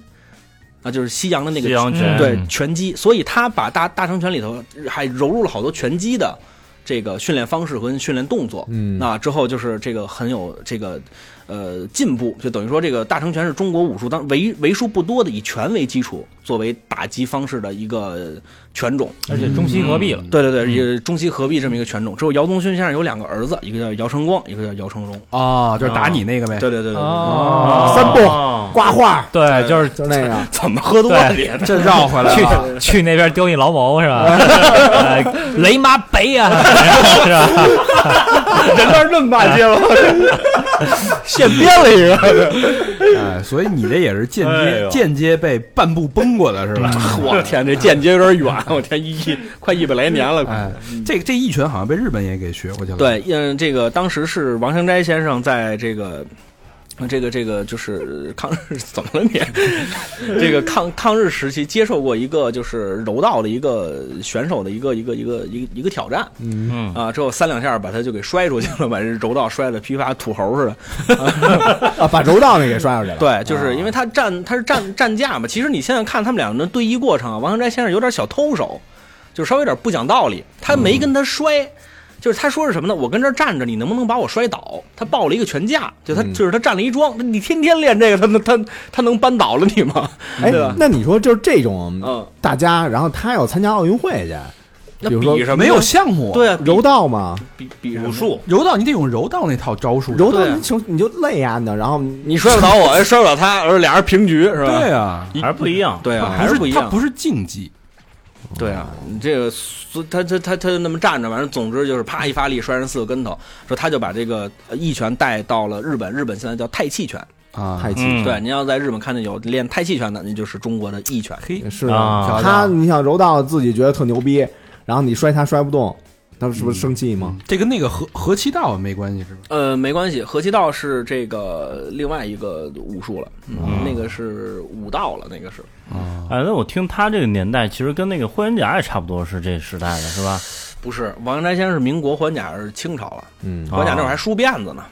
[SPEAKER 6] 啊，就是西洋的那个
[SPEAKER 4] 西洋拳，
[SPEAKER 6] 对
[SPEAKER 5] 嗯
[SPEAKER 6] 拳击，所以他把大大成拳里头还融入了好多拳击的这个训练方式和训练动作。
[SPEAKER 3] 嗯，
[SPEAKER 6] 那之后就是这个很有这个呃进步，就等于说这个大成拳是中国武术当为为数不多的以拳为基础作为打击方式的一个拳种。
[SPEAKER 5] 而且中西合璧了，
[SPEAKER 6] 对对对，也中西合璧这么一个拳种。只有姚宗勋先生有两个儿子，一个叫姚晨光，一个叫姚成荣。
[SPEAKER 2] 啊，就是打你那个呗。
[SPEAKER 6] 对对对对对，
[SPEAKER 5] 哎哦
[SPEAKER 3] 三步
[SPEAKER 4] 哦
[SPEAKER 3] 挂画，
[SPEAKER 5] 对，就是
[SPEAKER 3] 就是那个。
[SPEAKER 6] 嗯怎么喝多了你？
[SPEAKER 5] *laughs*
[SPEAKER 2] 这绕回来了，
[SPEAKER 5] 去去那边丢你老毛是
[SPEAKER 6] *laughs*
[SPEAKER 5] 吧？呃雷妈北呀，是吧？
[SPEAKER 2] 人那儿那么大街吗？
[SPEAKER 5] 现编了一个，
[SPEAKER 2] 哎，所以你这也是间
[SPEAKER 4] 哎
[SPEAKER 2] 接
[SPEAKER 4] 呦
[SPEAKER 2] 间接被半步崩过的是吧？
[SPEAKER 6] 我天，这间接有点远，我天，一快一百来年了，快。
[SPEAKER 2] 哎，这这一拳好像被日本也给学过去了。，
[SPEAKER 6] 对，嗯，这个当时是王成斋先生在这个。呃这个这个就是抗日 *laughs* 怎么了你？这个抗抗日时期接受过一个就是柔道的一个选手的一个一个一个一个一个挑战，
[SPEAKER 4] 嗯
[SPEAKER 6] 啊，之后三两下把他就给摔出去了，把这柔道摔的噼啪土猴似的。
[SPEAKER 3] 啊，把柔道那给摔出去了。
[SPEAKER 6] 对，就是因为他站他是站站架嘛。其实你现在看他们两个人对弈过程啊，王成斋先生有点小偷手，就稍微有点不讲道理。他没跟他摔，就是他说是什么呢？我跟这儿站着，你能不能把我摔倒？他抱了一个拳架，就他、就是他站了一桩。你天天练这个，他能他他能扳倒了你吗？
[SPEAKER 3] 哎
[SPEAKER 6] 对吧，？
[SPEAKER 3] 那你说就是这种
[SPEAKER 6] 嗯，
[SPEAKER 3] 大家，然后他要参加奥运会去，
[SPEAKER 6] 那
[SPEAKER 3] 比如说
[SPEAKER 6] 比什么呀？
[SPEAKER 2] 没有项目。
[SPEAKER 6] 对啊，比
[SPEAKER 3] 柔道嘛，
[SPEAKER 6] 比比什么
[SPEAKER 4] 武术，
[SPEAKER 2] 柔道你得用柔道那套招数。
[SPEAKER 3] 柔道
[SPEAKER 6] 对啊
[SPEAKER 3] 你就你就累呀呢，然后
[SPEAKER 6] 你摔不倒我，哎摔不倒他，而俩人平局是吧？
[SPEAKER 2] 对啊，
[SPEAKER 4] 还是不一样。
[SPEAKER 6] 对啊，还
[SPEAKER 2] 不
[SPEAKER 6] 不一
[SPEAKER 2] 它
[SPEAKER 6] 样。
[SPEAKER 2] 不是竞技，
[SPEAKER 6] 对啊，你这个所他他他他就那么站着，反正总之就是啪一发力摔人四个跟头，说他就把这个呃一拳带到了日本，日本现在叫太气拳。
[SPEAKER 2] 啊，
[SPEAKER 3] 太极
[SPEAKER 4] 嗯，
[SPEAKER 6] 对，您要在日本看见有练太气拳的，那就是中国的一拳。
[SPEAKER 2] 嘿，
[SPEAKER 3] 是
[SPEAKER 4] 啊
[SPEAKER 2] 瞧瞧
[SPEAKER 3] 他，你想柔道自己觉得特牛逼，然后你摔他摔不动，他是不
[SPEAKER 6] 嗯
[SPEAKER 3] 是生气吗？
[SPEAKER 2] 这跟那个合合气道没关系是吧？
[SPEAKER 6] 呃，没关系，合气道是这个另外一个武术了，嗯、那个是武道了，那个是。
[SPEAKER 4] 哎，那我听他这个年代，其实跟那个霍元甲也差不多是这时代的，是吧？
[SPEAKER 6] 不是，王阳斋先生是民国，霍元甲是清朝了。
[SPEAKER 3] 嗯，
[SPEAKER 6] 霍元甲那会儿还梳辫子呢，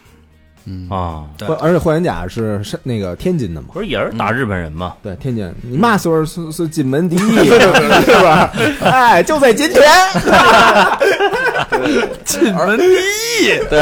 [SPEAKER 2] 嗯，
[SPEAKER 4] 啊，
[SPEAKER 6] 对
[SPEAKER 3] 霍而且霍元甲是是那个天津的嘛。
[SPEAKER 4] 不是也是
[SPEAKER 6] 嗯
[SPEAKER 4] 打日本人吗？
[SPEAKER 3] 对，天津，你嘛时候是是进门第
[SPEAKER 6] *laughs*
[SPEAKER 3] 一，是吧？ *laughs* 哎，就在今天，
[SPEAKER 2] 进门
[SPEAKER 6] 对，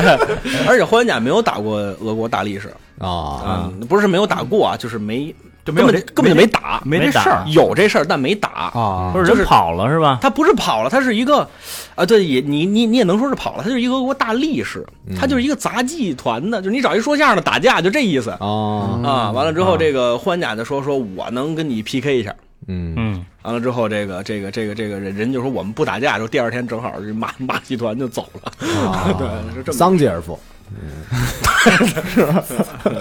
[SPEAKER 6] 而且霍元甲没有打过俄国大力士
[SPEAKER 3] 啊，
[SPEAKER 6] 啊、不是没有打过啊，就是没
[SPEAKER 2] 嗯就没有
[SPEAKER 6] 根
[SPEAKER 2] 这
[SPEAKER 6] 本根本就没打，
[SPEAKER 2] 没这
[SPEAKER 4] 没打
[SPEAKER 2] 事儿
[SPEAKER 6] 有这事儿，但没打。
[SPEAKER 2] 啊
[SPEAKER 4] 不是
[SPEAKER 6] 就是
[SPEAKER 4] 人跑了是
[SPEAKER 5] *laughs*
[SPEAKER 4] 吧？
[SPEAKER 6] 他不是跑了，他是一个，啊，对，也你你你也能说是跑了，他就是一个俄国大力士，
[SPEAKER 2] 嗯
[SPEAKER 6] 他就是一个杂技团的，就是你找一说相声的打架，就这意思
[SPEAKER 3] 哦，
[SPEAKER 2] 嗯
[SPEAKER 6] 啊。完了之后，这个霍元甲就说说我能跟你 PK 一下。
[SPEAKER 3] 嗯，
[SPEAKER 4] 嗯，
[SPEAKER 6] 完了之后，这个这个这个这个人人就说我们不打架，就第二天正好这马马戏团就走了，
[SPEAKER 2] 哦
[SPEAKER 6] *laughs* 对，是这么
[SPEAKER 3] 桑吉尔夫，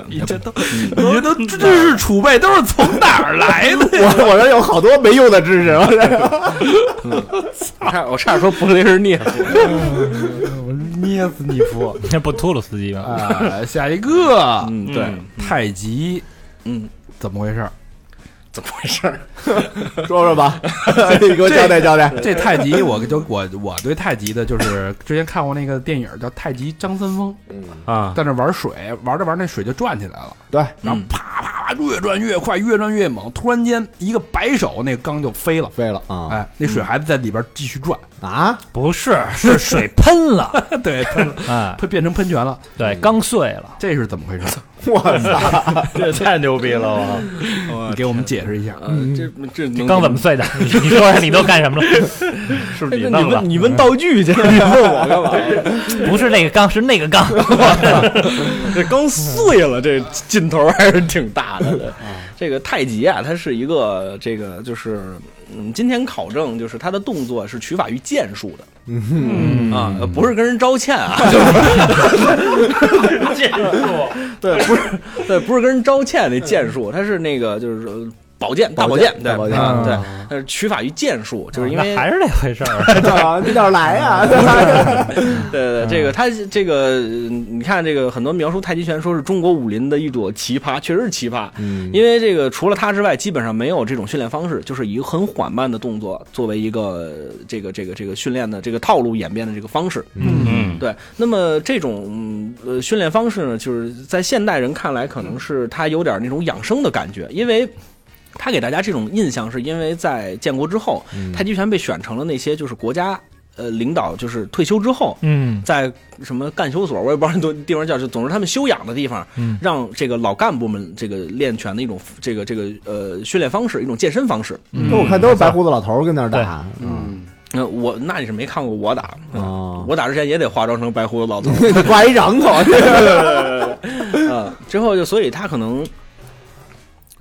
[SPEAKER 2] 你这都，你这都知识储备都是从哪儿来的？
[SPEAKER 3] 我我这有好多没用的知识，我这
[SPEAKER 6] 我差我差点说布雷日涅夫，
[SPEAKER 2] 捏死你夫！
[SPEAKER 5] 那不秃噜司机吗？ *laughs*
[SPEAKER 2] 啊，下一个
[SPEAKER 6] 嗯，对，
[SPEAKER 2] 太极，
[SPEAKER 6] 嗯，
[SPEAKER 2] 怎么回事儿？
[SPEAKER 6] 怎么回事儿？
[SPEAKER 3] 说说吧， *laughs* 你给我交代交代。
[SPEAKER 2] *laughs* 这太极，我就我我对太极的就是之前看过那个电影叫《太极张三丰》，
[SPEAKER 4] 啊，
[SPEAKER 2] 在那玩水，玩着玩着那水就转起来了，
[SPEAKER 3] 嗯对，
[SPEAKER 2] 然后啪啪啪越转越快，越转越猛，突然间一个摆手，那缸就飞了。
[SPEAKER 3] 废了啊、
[SPEAKER 2] 哎，那水还在里边继续转，
[SPEAKER 3] 啊！
[SPEAKER 5] 不是，是水喷了，
[SPEAKER 2] 对，喷了
[SPEAKER 5] 哎，
[SPEAKER 2] 它变成喷泉了，
[SPEAKER 5] 对，刚碎了，
[SPEAKER 2] 这是怎么回事？
[SPEAKER 3] 我操，
[SPEAKER 4] *laughs* 这太牛逼了！我
[SPEAKER 2] 你给我们解释一下。
[SPEAKER 6] 呃，这这
[SPEAKER 2] 嗯
[SPEAKER 6] 能
[SPEAKER 5] *laughs* 刚怎么碎的？你说说你都干什么了？
[SPEAKER 4] 是不是你弄的？
[SPEAKER 6] 你问道
[SPEAKER 5] *laughs*
[SPEAKER 6] 具去，你问我
[SPEAKER 4] *laughs*
[SPEAKER 6] 干嘛？
[SPEAKER 5] 不是那个缸，是那个缸。
[SPEAKER 6] 这刚碎了，这劲头还是挺大的。这个太极啊，它是一个这个就是，嗯，今天考证就是它的动作是取法于剑术的。嗯啊，呃不是跟人招欠
[SPEAKER 3] *laughs*
[SPEAKER 6] 啊，
[SPEAKER 4] 剑术，
[SPEAKER 6] 对，不是对，不是跟人招欠那剑术，它是那个就是呃宝剑大宝剑，对
[SPEAKER 3] 大宝剑
[SPEAKER 6] 啊对，它是取法于剑术，就是因为
[SPEAKER 5] 那还是那回事儿，
[SPEAKER 3] 啊你哪儿来呀、
[SPEAKER 6] *laughs* 对对，这个他这个，呃你看这个很多描述太极拳说是中国武林的一朵奇葩，确实是奇葩。
[SPEAKER 3] 嗯
[SPEAKER 6] 因为这个除了他之外，基本上没有这种训练方式，就是以很缓慢的动作作为一个呃这个这个这个训练的这个套路演变的这个方式。
[SPEAKER 4] 嗯，
[SPEAKER 6] 对，那么这种嗯呃训练方式呢，就是在现代人看来，可能是他有点那种养生的感觉，因为。
[SPEAKER 5] 嗯
[SPEAKER 6] 他给大家这种印象，是因为在建国之后，太极拳被选成了那些就是国家呃领导就是退休之后，
[SPEAKER 5] 嗯
[SPEAKER 6] 在什么干休所，我也不知道多地方叫，就总之他们休养的地方，
[SPEAKER 5] 嗯
[SPEAKER 6] 让这个老干部们这个练拳的一种这个这个呃训练方式，一种健身方式。
[SPEAKER 3] *laughs*
[SPEAKER 5] 嗯
[SPEAKER 3] 我看都是白胡子老头儿跟那儿打，嗯
[SPEAKER 6] 那、呃我那你是没看过我打，
[SPEAKER 3] *laughs* 哦，
[SPEAKER 6] 我打之前也得化妆成白胡子老头儿
[SPEAKER 3] 挂一瓤头，
[SPEAKER 6] *laughs* 啊。之后就所以他可能。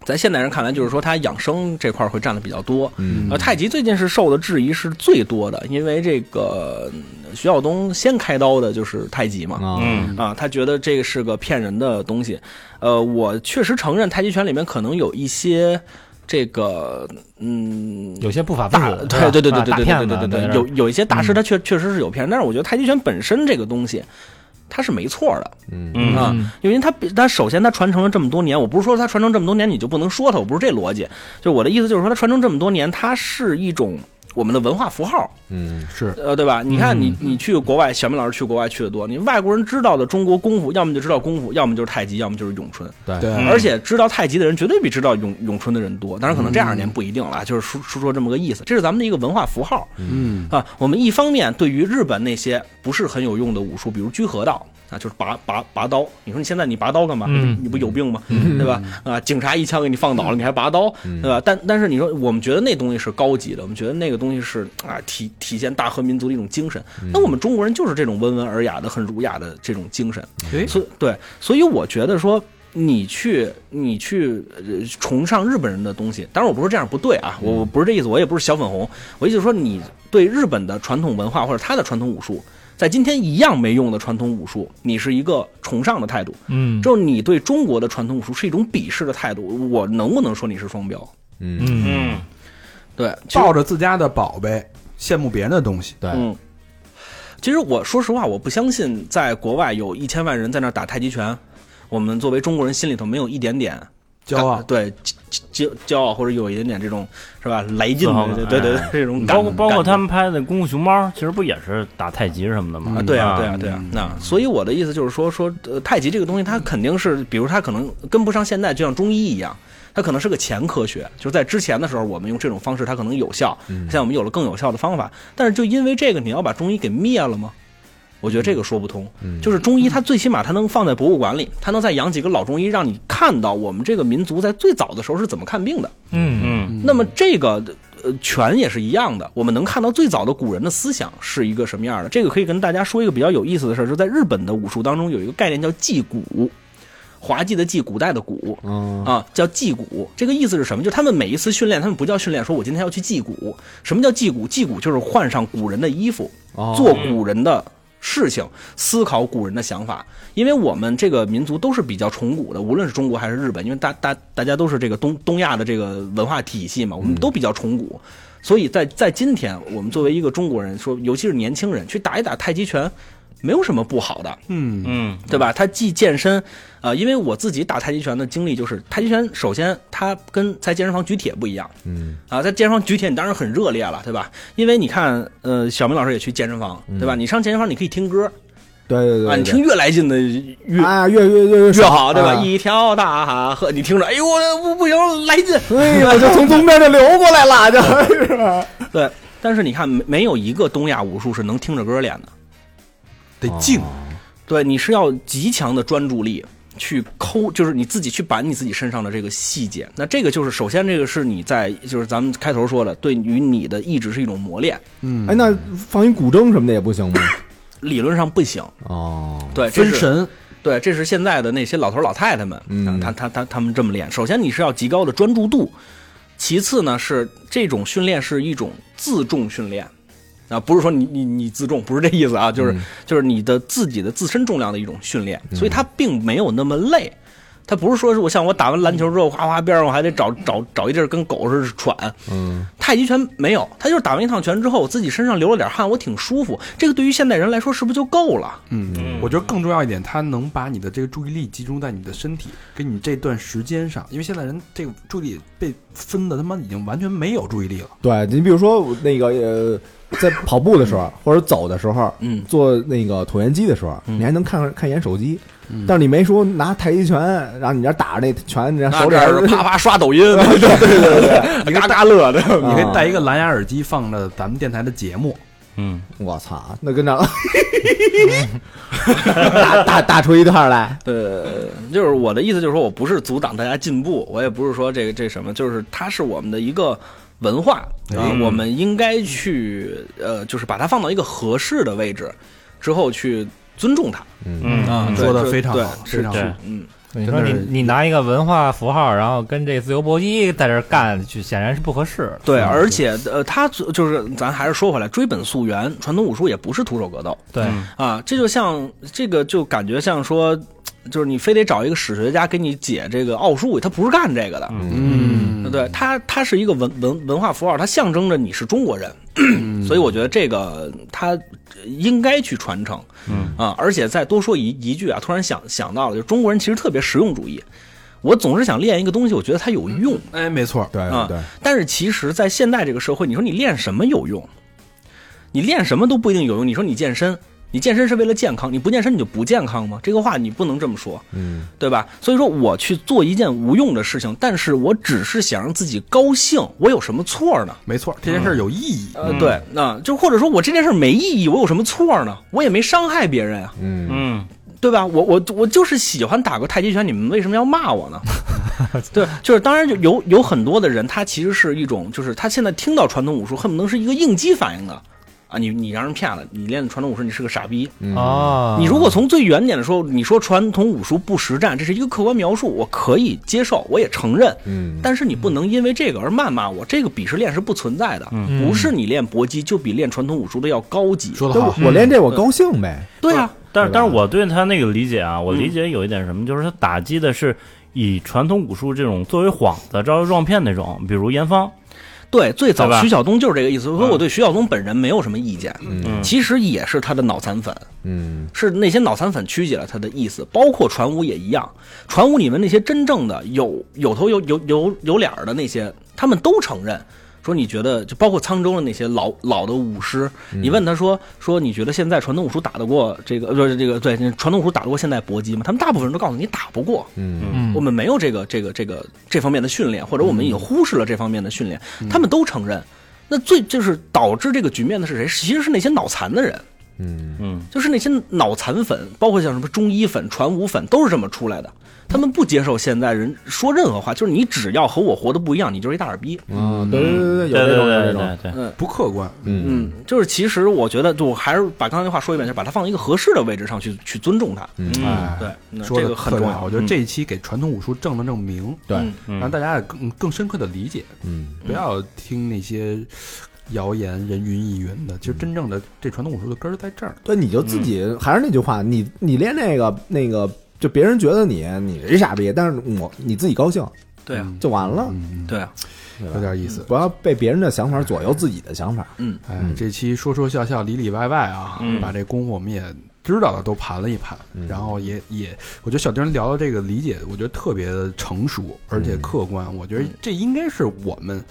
[SPEAKER 6] 在现代人看来，就是说他养生这块儿会占的比较多，
[SPEAKER 3] 嗯
[SPEAKER 6] 呃，太极最近是受的质疑是最多的，因为这个嗯徐晓东先开刀的就是太极嘛，
[SPEAKER 3] 啊
[SPEAKER 4] 嗯
[SPEAKER 6] 啊，他觉得这个是个骗人的东西。呃，我确实承认太极拳里面可能有一些这个，嗯，
[SPEAKER 5] 有些不法分
[SPEAKER 6] 大
[SPEAKER 5] 子，
[SPEAKER 6] 对对对对对
[SPEAKER 5] 大
[SPEAKER 6] 对对
[SPEAKER 5] 啊骗
[SPEAKER 6] 对对
[SPEAKER 5] 子
[SPEAKER 6] 对，
[SPEAKER 5] 在这儿
[SPEAKER 6] 有有一些大师
[SPEAKER 5] 嗯
[SPEAKER 6] 他确确实是有骗人，但是我觉得太极拳本身这个东西。它是没错的，
[SPEAKER 3] 嗯
[SPEAKER 4] 嗯
[SPEAKER 6] 啊因为它它首先它传承了这么多年，我不是说它传承这么多年你就不能说它，我不是这逻辑，就我的意思就是说它传承这么多年，它是一种我们的文化符号，
[SPEAKER 3] 嗯
[SPEAKER 2] 是
[SPEAKER 6] 呃，对吧？你看你你去国外，小明老师去国外去的多，你外国人知道的中国功夫，要么就知道功夫，要么就是太极，要么就是咏春。
[SPEAKER 2] 对
[SPEAKER 4] 嗯
[SPEAKER 6] 而且知道太极的人绝对比知道咏咏春的人多，当然可能这两年不一定了，就是说说说这么个意思。这是咱们的一个文化符号
[SPEAKER 2] 嗯
[SPEAKER 6] 啊。我们一方面对于日本那些不是很有用的武术，比如居合道啊，就是拔拔拔刀。你说你现在你拔刀干嘛？
[SPEAKER 5] 嗯
[SPEAKER 6] 你不有病吗？对吧？啊，警察一枪给你放倒了，你还拔刀，对吧？但但是你说，我们觉得那东西是高级的，我们觉得那个东西是啊体体现大和民族的一种精神。那我们中国人就是这种温文尔雅的、很儒雅的这种精神。
[SPEAKER 2] 哎
[SPEAKER 6] 所以对，所以我觉得说。你去，你去、呃崇尚日本人的东西，当然我不是这样不对啊，我我不是这意思，我也不是小粉红，我意思是说你对日本的传统文化或者他的传统武术，在今天一样没用的传统武术，你是一个崇尚的态度，
[SPEAKER 5] 嗯
[SPEAKER 6] 就是你对中国的传统武术是一种鄙视的态度，我能不能说你是双标？
[SPEAKER 3] 嗯
[SPEAKER 5] 嗯
[SPEAKER 4] 嗯
[SPEAKER 6] 对，其实
[SPEAKER 2] 抱着自家的宝贝羡慕别人的东西，
[SPEAKER 3] 对，
[SPEAKER 6] 嗯，其实我说实话，我不相信在国外有一千万人在那儿打太极拳，我们作为中国人心里头没有一点点
[SPEAKER 2] 骄傲
[SPEAKER 6] 感对骄骄骄傲或者有一点点这种是吧来劲
[SPEAKER 4] 自豪
[SPEAKER 6] 的，
[SPEAKER 4] 感哎
[SPEAKER 6] 对对对，这种感
[SPEAKER 4] 包括包括
[SPEAKER 6] 感觉
[SPEAKER 4] 他们拍的《功夫熊猫》，其实不也是打太极什么的吗？
[SPEAKER 6] 啊，对啊，对啊，对啊。那所以我的意思就是说，说呃，太极这个东西，它肯定是，比如它可能跟不上现代，就像中医一样，它可能是个前科学，就是在之前的时候，我们用这种方式，它可能有效。现在我们有了更有效的方法，但是就因为这个，你要把中医给灭了吗？我觉得这个说不通。就是中医，它最起码它能放在博物馆里，它能再养几个老中医，让你看到我们这个民族在最早的时候是怎么看病的。
[SPEAKER 5] 嗯
[SPEAKER 4] 嗯
[SPEAKER 6] 那么这个呃拳也是一样的，我们能看到最早的古人的思想是一个什么样的。这个可以跟大家说一个比较有意思的事儿，就在日本的武术当中有一个概念叫祭古，滑稽的祭，古代的古。
[SPEAKER 3] 嗯
[SPEAKER 6] 啊，叫祭古，这个意思是什么？就是他们每一次训练，他们不叫训练，说我今天要去祭古。什么叫祭古？祭古就是换上古人的衣服，
[SPEAKER 3] 哦
[SPEAKER 6] 做古人的事情，思考古人的想法。因为我们这个民族都是比较崇古的，无论是中国还是日本，因为大大大家都是这个东东亚的这个文化体系嘛，我
[SPEAKER 3] 嗯
[SPEAKER 6] 们都比较崇古。所以在在今天，我们作为一个中国人，说尤其是年轻人去打一打太极拳，没有什么不好的。
[SPEAKER 2] 嗯
[SPEAKER 4] 嗯
[SPEAKER 6] 对吧？它既健身，呃，因为我自己打太极拳的经历就是，太极拳首先它跟在健身房举铁不一样
[SPEAKER 3] 嗯
[SPEAKER 6] 啊，在健身房举铁你当然很热烈了，对吧？因为你看，呃，小明老师也去健身房，对吧？你上健身房你可以听歌
[SPEAKER 3] 对嗯对
[SPEAKER 6] 啊，
[SPEAKER 3] 对
[SPEAKER 6] 你
[SPEAKER 3] 对
[SPEAKER 6] 听越来劲的
[SPEAKER 3] 对，
[SPEAKER 6] 越。
[SPEAKER 3] 啊，越越越
[SPEAKER 6] 越好，对吧？
[SPEAKER 3] 啊
[SPEAKER 5] 嗯
[SPEAKER 6] 一条大河，你听着，哎呦，我不不行，来劲！
[SPEAKER 3] 哎
[SPEAKER 6] *laughs*
[SPEAKER 3] 呦，就从东边就流过来了，就是
[SPEAKER 6] 对，但是你看，没没有一个东亚武术是能听着歌练的。
[SPEAKER 2] 得静，
[SPEAKER 3] 哦
[SPEAKER 6] 对，你是要极强的专注力去抠，就是你自己去把你自己身上的这个细节。那这个就是首先，这个是你在就是咱们开头说的，对于你的意志是一种磨练，
[SPEAKER 2] 嗯
[SPEAKER 3] 哎，，那放一古筝什么的也不行吗？
[SPEAKER 6] 理论上不行。
[SPEAKER 3] 哦，
[SPEAKER 6] 对，这
[SPEAKER 2] 分
[SPEAKER 6] 是
[SPEAKER 2] 神，
[SPEAKER 6] 对，这是现在的那些老头老太太们，
[SPEAKER 3] 嗯
[SPEAKER 6] 啊他他他他们这么练。首先，你是要极高的专注度，其次呢是这种训练是一种自重训练。啊，不是说你你你自重，不是这意思啊，就是、
[SPEAKER 3] 嗯
[SPEAKER 6] 就是你的自己的自身重量的一种训练，所以它并没有那么累，它不是说是我像我打完篮球之后，哗哗边上我还得找找找一地儿跟狗似的喘，
[SPEAKER 3] 嗯
[SPEAKER 6] 太极拳没有，他就是打完一趟拳之后，我自己身上流了点汗，我挺舒服，这个对于现代人来说是不是就够了？
[SPEAKER 2] 嗯，我觉得更重要一点，它能把你的这个注意力集中在你的身体跟你这段时间上，因为现在人这个注意力被分的他妈已经完全没有注意
[SPEAKER 6] *laughs*
[SPEAKER 2] 力了。
[SPEAKER 3] 对你比如说我那个呃，在跑步的时候或者走的时候，
[SPEAKER 6] 嗯
[SPEAKER 3] 做那个椭圆机的时候，
[SPEAKER 6] 嗯
[SPEAKER 3] 你还能看看一眼手机，但是你没说拿太极拳，然后你这打着那拳，然后
[SPEAKER 6] 那
[SPEAKER 3] 手里
[SPEAKER 6] 这样是
[SPEAKER 3] 还
[SPEAKER 6] 啪啪刷抖音，对对对对，嘎嘎乐的。
[SPEAKER 2] 你可以带一个蓝牙耳机放着咱们电台的节目，
[SPEAKER 4] 嗯，
[SPEAKER 3] *laughs* 我操，那跟那大大大出一段来，
[SPEAKER 6] 呃，就是我的意思就是说我不是阻挡大家进步，我也不是说这个这什么，就是它是我们的一个文化
[SPEAKER 2] 哎
[SPEAKER 6] 啊，我们应该去呃，就是把它放到一个合适的位置之后去尊重它。
[SPEAKER 4] 嗯
[SPEAKER 6] 啊
[SPEAKER 2] 你
[SPEAKER 6] 对
[SPEAKER 2] 说的
[SPEAKER 6] 这
[SPEAKER 2] 非常
[SPEAKER 6] 对
[SPEAKER 2] 好，
[SPEAKER 6] 是
[SPEAKER 2] 非常
[SPEAKER 4] 对
[SPEAKER 2] 好。
[SPEAKER 6] 嗯，
[SPEAKER 5] 你说
[SPEAKER 2] 真的
[SPEAKER 5] 你
[SPEAKER 2] 是
[SPEAKER 5] 你拿一个文化符号，然后跟这自由搏击在这儿干，就显然是不合适的。
[SPEAKER 6] 对，而且呃，它就是咱还是说回来，追本溯源，传统武术也不是徒手格斗，
[SPEAKER 5] 对，
[SPEAKER 6] 啊，这就像这个就感觉像说，就是你非得找一个史学家给你解这个奥数，他不是干这个的，
[SPEAKER 2] 嗯
[SPEAKER 6] 对不对？他他是一个文文文化符号，它象征着你是中国人，所以我觉得这个他应该去传承，
[SPEAKER 4] 嗯
[SPEAKER 6] 啊，而且再多说一一句啊，突然想想到了，就是中国人其实特别实用主义。我总是想练一个东西，我觉得它有用，
[SPEAKER 2] 哎，没错，
[SPEAKER 3] *laughs* 对
[SPEAKER 6] 啊
[SPEAKER 3] 对，
[SPEAKER 6] 但是其实，在现代这个社会，你说你练什么有用？你练什么都不一定有用。你说你健身，你健身是为了健康，你不健身你就不健康吗？这个话你不能这么说，
[SPEAKER 3] 嗯，
[SPEAKER 6] 对吧？所以说我去做一件无用的事情，但是我只是想让自己高兴，我有什么错呢？
[SPEAKER 2] 没错，这件事儿有意义。
[SPEAKER 6] 呃，对，那、就或者说我这件事儿没意义，我有什么错呢？我也没伤害别人啊，
[SPEAKER 4] 嗯
[SPEAKER 6] 对吧？我我我就是喜欢打个太极拳，你们为什么要骂我呢？对，就是当然就有有很多的人，他其实是一种，就是他现在听到传统武术，恨不能是一个应激反应的啊！你你让人骗了，你练传统武术，你是个傻逼。
[SPEAKER 3] 嗯
[SPEAKER 5] 哦，
[SPEAKER 6] 你如果从最远点的说，你说传统武术不实战，这是一个客观描述，我可以接受，我也承认。
[SPEAKER 3] 嗯
[SPEAKER 6] 但是你不能因为这个而谩骂我，这个鄙视链是不存在的。不是你练搏击就比练传统武术的要高级。
[SPEAKER 2] 说的
[SPEAKER 3] 但
[SPEAKER 2] 好
[SPEAKER 3] 我，我练这我高兴呗，
[SPEAKER 6] 对啊，
[SPEAKER 4] 但
[SPEAKER 3] 对吧
[SPEAKER 4] 是但是我对他那个理解啊，我理解有一点什么，就是他打击的是以传统武术这种作为幌子招摇撞骗那种，比如严方，
[SPEAKER 6] 对，最早
[SPEAKER 4] 对吧
[SPEAKER 6] 徐晓东就是这个意思。所以我对徐晓东本人没有什么意见，
[SPEAKER 4] 嗯
[SPEAKER 6] 其实也是他的脑残粉，
[SPEAKER 3] 嗯
[SPEAKER 6] 是那些脑残粉曲解了他的意思，包括传武也一样。传武里面那些真正的有有头有有有有脸儿的那些，他们都承认。说你觉得就包括沧州的那些老老的武师，你问他说说你觉得现在传统武术打得过这个呃不是这个对传统武术打得过现代搏击吗？他们大部分人都告诉你打不过，
[SPEAKER 3] 嗯
[SPEAKER 5] 嗯
[SPEAKER 6] 我们没有这个这个这个这方面的训练，或者我
[SPEAKER 2] 嗯
[SPEAKER 6] 们已经忽视了这方面的训练，他们都承认。那最就是导致这个局面的是谁？其实是那些脑残的人，
[SPEAKER 3] 嗯
[SPEAKER 4] 嗯
[SPEAKER 6] 就是那些脑残粉，包括像什么中医粉、传武粉，都是这么出来的。他们不接受现在人说任何话，就是你只要和我活的不一样，你就是一大耳逼。
[SPEAKER 2] 嗯
[SPEAKER 3] 啊，对对对对，有
[SPEAKER 4] 对
[SPEAKER 3] 这
[SPEAKER 4] 对
[SPEAKER 3] 种有这
[SPEAKER 4] 对
[SPEAKER 3] 种
[SPEAKER 4] 对，对，
[SPEAKER 2] 不客观。
[SPEAKER 3] 嗯
[SPEAKER 6] 嗯，就是其实我觉得，就我还是把刚才那话说一遍，就把它放到一个合适的位置上去去尊重它。
[SPEAKER 4] 嗯
[SPEAKER 2] 哎，
[SPEAKER 6] 对，那
[SPEAKER 2] 说
[SPEAKER 6] 这
[SPEAKER 2] 的
[SPEAKER 6] 个很
[SPEAKER 2] 特
[SPEAKER 6] 重
[SPEAKER 2] 别
[SPEAKER 6] 要。
[SPEAKER 2] 好。我觉得这
[SPEAKER 6] 嗯
[SPEAKER 2] 一期给传统武术正了正名，
[SPEAKER 3] 对
[SPEAKER 6] 嗯
[SPEAKER 2] 让大家也更更深刻的理解，
[SPEAKER 3] 嗯
[SPEAKER 2] 不要听那些谣言人云亦云的。其
[SPEAKER 6] 嗯
[SPEAKER 2] 实真正的这传统武术的根儿在这儿。
[SPEAKER 3] 对，你就自己还是那句话，你你练那个那个，就别人觉得你你是一傻逼，但是我你自己高兴
[SPEAKER 6] 对啊，
[SPEAKER 3] 就完了，
[SPEAKER 2] 嗯，
[SPEAKER 6] 对啊，
[SPEAKER 2] 有点意思。
[SPEAKER 3] 不要被别人的想法左右自己的想法。
[SPEAKER 6] 嗯，
[SPEAKER 2] 哎
[SPEAKER 3] 嗯，
[SPEAKER 2] 这期说说笑笑，里里外外啊，
[SPEAKER 4] 嗯
[SPEAKER 2] 把这功夫我们也知道的都盘了一盘，
[SPEAKER 3] 嗯
[SPEAKER 2] 然后也也，我觉得小丁聊到这个理解，我觉得特别的成熟，而且客观。我觉得这应该是我们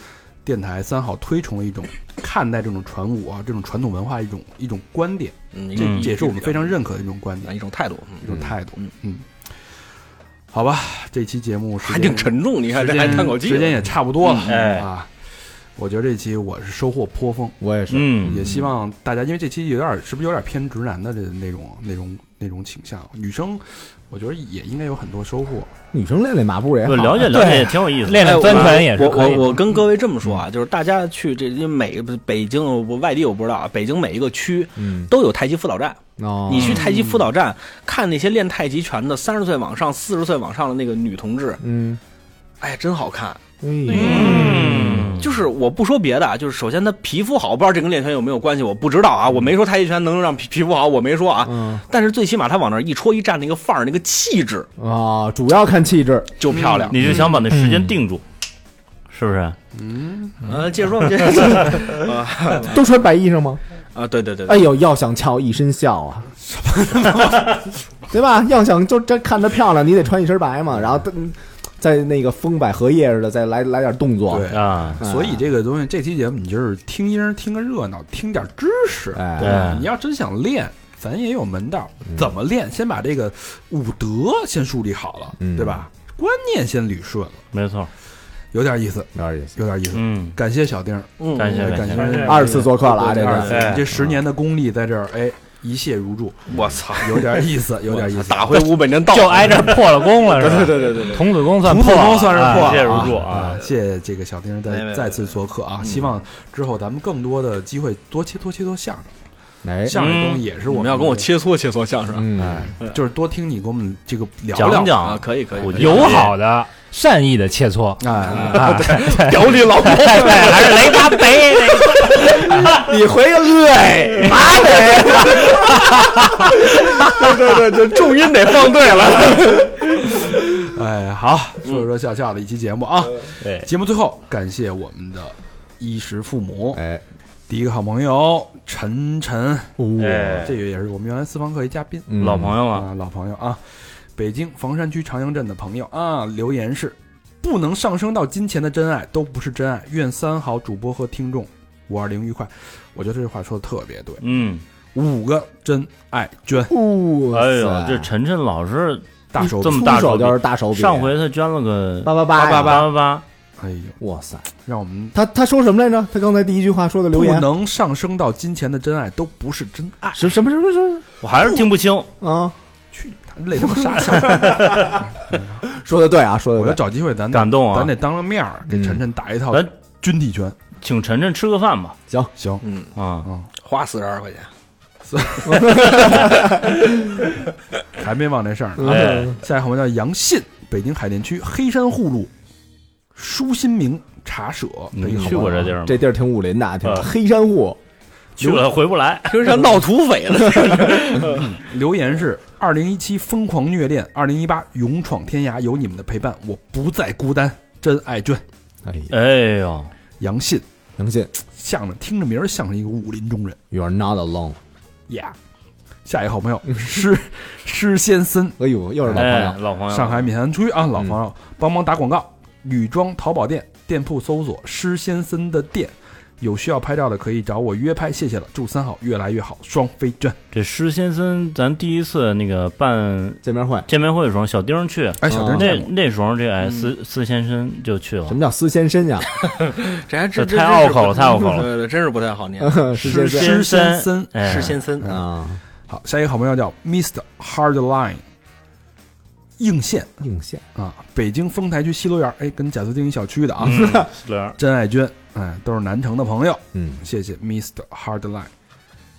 [SPEAKER 2] 电台三好推崇的一种看待这种传武啊，这种传统文化一种一种观点，
[SPEAKER 6] 嗯，
[SPEAKER 2] 这
[SPEAKER 6] 嗯
[SPEAKER 2] 也是我们非常认可的一种观
[SPEAKER 6] 啊
[SPEAKER 2] 点，
[SPEAKER 6] 一种态度，嗯
[SPEAKER 2] 一种态度
[SPEAKER 6] 嗯。
[SPEAKER 2] 嗯，好吧，这期节目时
[SPEAKER 6] *laughs* 还
[SPEAKER 2] 间
[SPEAKER 6] 挺啊沉重，你看这
[SPEAKER 2] 时
[SPEAKER 6] *laughs* 还
[SPEAKER 2] 间
[SPEAKER 6] 叹口气，啊嗯
[SPEAKER 2] 时间也差不多了
[SPEAKER 4] 哎
[SPEAKER 2] 啊。我觉得这期我是收获颇丰。
[SPEAKER 3] 我也是，
[SPEAKER 4] 嗯
[SPEAKER 2] 也希望大家，因为这期有点儿是不是有点儿偏直男的这那种那种那种倾向，女生我觉得也应该有很多收获。
[SPEAKER 3] 女生练练马步也好
[SPEAKER 4] 我，了解了解，也挺有意思的。
[SPEAKER 5] 练练钻拳也是
[SPEAKER 6] 我
[SPEAKER 5] 可
[SPEAKER 6] 我
[SPEAKER 5] 以的。
[SPEAKER 6] 我跟各位这么说啊，就是大家去这因为每不北京我外地我不知道啊，北京每一个区
[SPEAKER 3] 嗯，
[SPEAKER 6] 都有太极辅导站。
[SPEAKER 3] 哦，
[SPEAKER 6] 你去太极辅导站看那些练太极拳的三十岁往上、四十岁往上的那个女同志，
[SPEAKER 3] 嗯，
[SPEAKER 6] 哎呀，真好看。
[SPEAKER 3] 哎，
[SPEAKER 4] 嗯，
[SPEAKER 6] 就是我不说别的啊，就是首先她皮肤好，我不知道这跟练拳有没有关系，我不知道啊，我没说太极拳能让皮皮肤好，我没说啊。
[SPEAKER 3] 嗯
[SPEAKER 6] 但是最起码她往那儿一戳一站，那个范儿、那个气质
[SPEAKER 3] 啊，主要看气质，
[SPEAKER 6] 就漂亮。
[SPEAKER 4] 你就想把那时间定住，是不是？
[SPEAKER 6] 呃，接着说，接着说。啊
[SPEAKER 3] 都穿白衣裳吗？
[SPEAKER 6] 啊，对对对，
[SPEAKER 3] 哎呦，要想俏一身笑啊，对吧？要想就真看着漂亮，你得穿一身白嘛，然后嗯在那个风摆荷叶似的，再来来点动作，
[SPEAKER 2] 对
[SPEAKER 4] 啊，
[SPEAKER 3] 嗯
[SPEAKER 2] 所以这个东西，这期节目你就是听音儿听个热闹，听点儿知识。
[SPEAKER 3] 哎嗯
[SPEAKER 2] 对吧
[SPEAKER 4] 对
[SPEAKER 2] 你要真想练，咱也有门道，怎么练？先把这个武德先树立好了，
[SPEAKER 3] 嗯
[SPEAKER 2] 对吧？观念先捋顺了。
[SPEAKER 4] 没错，
[SPEAKER 2] 有点意思，
[SPEAKER 3] 有点意思。
[SPEAKER 2] 有点意思。
[SPEAKER 4] 嗯，
[SPEAKER 2] 感谢小丁儿，
[SPEAKER 6] 嗯
[SPEAKER 4] 感谢
[SPEAKER 2] 感
[SPEAKER 4] 感
[SPEAKER 2] 觉
[SPEAKER 4] 谢，
[SPEAKER 3] 二次做客了啊，这
[SPEAKER 6] 对
[SPEAKER 3] 个
[SPEAKER 4] 对
[SPEAKER 2] 这十年的功力在这儿，哎，一泻如注，
[SPEAKER 1] 我操，
[SPEAKER 2] 有点意思，有点意思。
[SPEAKER 6] 打回五本真道，
[SPEAKER 5] 就挨着破了
[SPEAKER 4] *laughs*
[SPEAKER 5] 功了，是吧？
[SPEAKER 6] 对对对对，
[SPEAKER 5] 童子功算
[SPEAKER 2] 童子
[SPEAKER 5] 破了，
[SPEAKER 2] 功算是
[SPEAKER 5] 哎
[SPEAKER 2] 破了
[SPEAKER 4] 谢谢如
[SPEAKER 2] 啊
[SPEAKER 4] 注啊，
[SPEAKER 2] 谢谢这个小丁儿
[SPEAKER 6] 没没
[SPEAKER 2] 再
[SPEAKER 6] 没
[SPEAKER 2] 再次做客啊！希望之后咱们更多的机会多切多切多相声，
[SPEAKER 3] 哎，
[SPEAKER 2] 相声东西也是
[SPEAKER 6] 我
[SPEAKER 2] 我
[SPEAKER 6] 们要跟我，切磋切磋相声
[SPEAKER 3] 嗯，
[SPEAKER 2] 就是多听你给我们这个聊
[SPEAKER 4] 讲
[SPEAKER 2] 聊，
[SPEAKER 6] 啊，
[SPEAKER 4] 讲
[SPEAKER 6] 可以可以，可以
[SPEAKER 5] 友好的、善意的
[SPEAKER 4] *laughs*
[SPEAKER 5] 切磋，
[SPEAKER 2] 哎，
[SPEAKER 5] 啊，
[SPEAKER 6] 屌你老
[SPEAKER 5] 对，还是雷达北那
[SPEAKER 4] *laughs*
[SPEAKER 5] 个
[SPEAKER 3] 你回个
[SPEAKER 5] *laughs*
[SPEAKER 3] 累，妈的，
[SPEAKER 4] *laughs*
[SPEAKER 6] 对对对，重音得放对了。
[SPEAKER 2] 哎，好，说说笑笑的一期节目啊。
[SPEAKER 4] 对
[SPEAKER 2] 节目最后感谢我们的衣食父母，
[SPEAKER 3] 哎，
[SPEAKER 2] 第一个好朋友晨晨，
[SPEAKER 4] 哎
[SPEAKER 2] 这个也是我们原来私房课一嘉宾
[SPEAKER 3] 嗯
[SPEAKER 4] 老朋友了，
[SPEAKER 2] 啊，老朋友啊，北京房山区长阳镇的朋友啊，留言是不能上升到金钱的真爱都不是真爱，愿三好主播和听众五二零愉快。我觉得这句话说的特别对，
[SPEAKER 4] 嗯，
[SPEAKER 2] 五个真爱捐，
[SPEAKER 3] 哇
[SPEAKER 4] 哎呦，
[SPEAKER 3] 塞
[SPEAKER 4] 这晨晨老师
[SPEAKER 2] 大手笔
[SPEAKER 4] 这么大
[SPEAKER 3] 出手
[SPEAKER 4] 笔
[SPEAKER 3] 哦就是大手笔，
[SPEAKER 4] 上回他捐了个
[SPEAKER 3] 八八八
[SPEAKER 4] 八
[SPEAKER 3] 呀
[SPEAKER 4] 八，八八，
[SPEAKER 2] 哎呦，
[SPEAKER 3] 哇塞，
[SPEAKER 2] 让我们
[SPEAKER 3] 他他说什么来着？他刚才第一句话说的留
[SPEAKER 2] 不
[SPEAKER 3] 言
[SPEAKER 2] 能上升到金钱的真爱都不是真爱。
[SPEAKER 3] 什什么什么什么
[SPEAKER 4] 我还是听不清，
[SPEAKER 3] 啊？
[SPEAKER 2] 去你妈，累他妈傻
[SPEAKER 3] *laughs*
[SPEAKER 2] 笑！
[SPEAKER 3] 说的对啊，说
[SPEAKER 2] 我要
[SPEAKER 3] 的对，
[SPEAKER 2] 找机会，咱得
[SPEAKER 4] 感动
[SPEAKER 2] 嗯咱
[SPEAKER 4] 啊！
[SPEAKER 2] 得当着面儿给晨晨打一套
[SPEAKER 4] 咱
[SPEAKER 2] 军体拳。
[SPEAKER 4] 请晨晨吃个饭吧，
[SPEAKER 2] 行，
[SPEAKER 6] 嗯，
[SPEAKER 4] 啊，
[SPEAKER 6] 花四十二块钱，
[SPEAKER 2] 还没忘这事儿呢。
[SPEAKER 4] 哎，
[SPEAKER 2] 下一个好朋友叫杨信，北京海淀区黑山户路舒心明茶舍的一
[SPEAKER 4] 你
[SPEAKER 2] 个好
[SPEAKER 4] 去
[SPEAKER 2] 朋
[SPEAKER 4] 过
[SPEAKER 2] 友
[SPEAKER 4] 这
[SPEAKER 2] 啊。
[SPEAKER 4] 地儿吗？
[SPEAKER 3] 这地儿挺武林的啊，挺
[SPEAKER 4] 呃
[SPEAKER 3] 黑山户，
[SPEAKER 4] 去了回不来，
[SPEAKER 6] 听上闹土匪了。
[SPEAKER 2] 留言是：二零一七疯狂虐恋，二零一八勇闯天涯，有你们的陪伴，我不再孤单。真爱卷，
[SPEAKER 3] 哎呀，
[SPEAKER 4] *laughs* 哎呦，
[SPEAKER 2] 杨信，
[SPEAKER 3] 能信
[SPEAKER 2] 像着听着名儿像是一个武林中人
[SPEAKER 3] You're not alone，
[SPEAKER 2] 呀。下一个好朋友施施先森，
[SPEAKER 3] 哎呦，又是老朋
[SPEAKER 4] 哎，
[SPEAKER 3] 友，
[SPEAKER 4] 老朋友，嗯
[SPEAKER 2] 上海闵行区啊，老朋友，帮忙打广告，女装淘宝店店铺搜索“施先森的店”，有需要拍照的可以找我约拍，谢谢了。祝三好越来越好，双飞卷。
[SPEAKER 4] 这施先森，咱第一次那个办
[SPEAKER 3] 见面会。
[SPEAKER 4] 见面会的时候，小丁儿去，
[SPEAKER 2] 哎，小丁
[SPEAKER 3] 哦
[SPEAKER 4] 那
[SPEAKER 2] 见过嗯
[SPEAKER 4] 那时候这哎司司先生就去了
[SPEAKER 3] 什，么叫思先身呀？
[SPEAKER 6] 这还
[SPEAKER 4] 这
[SPEAKER 6] 真
[SPEAKER 4] 太拗口了太拗口了
[SPEAKER 6] 对对，真是不太好念。
[SPEAKER 3] 施先
[SPEAKER 2] 施先
[SPEAKER 4] 森
[SPEAKER 2] 森，
[SPEAKER 4] 哎
[SPEAKER 6] 是，先森，
[SPEAKER 3] 身啊，
[SPEAKER 2] 好，下哎一个好朋友叫 Mr. Hardline，应县
[SPEAKER 3] 应县
[SPEAKER 2] 啊，北京丰台区西楼园，哎，跟贾斯汀一小区的啊。 *laughs*
[SPEAKER 4] 嗯对儿
[SPEAKER 2] 真爱娟，哎，都是南城的朋友，
[SPEAKER 3] 嗯，
[SPEAKER 2] 谢谢 Mr. Hardline。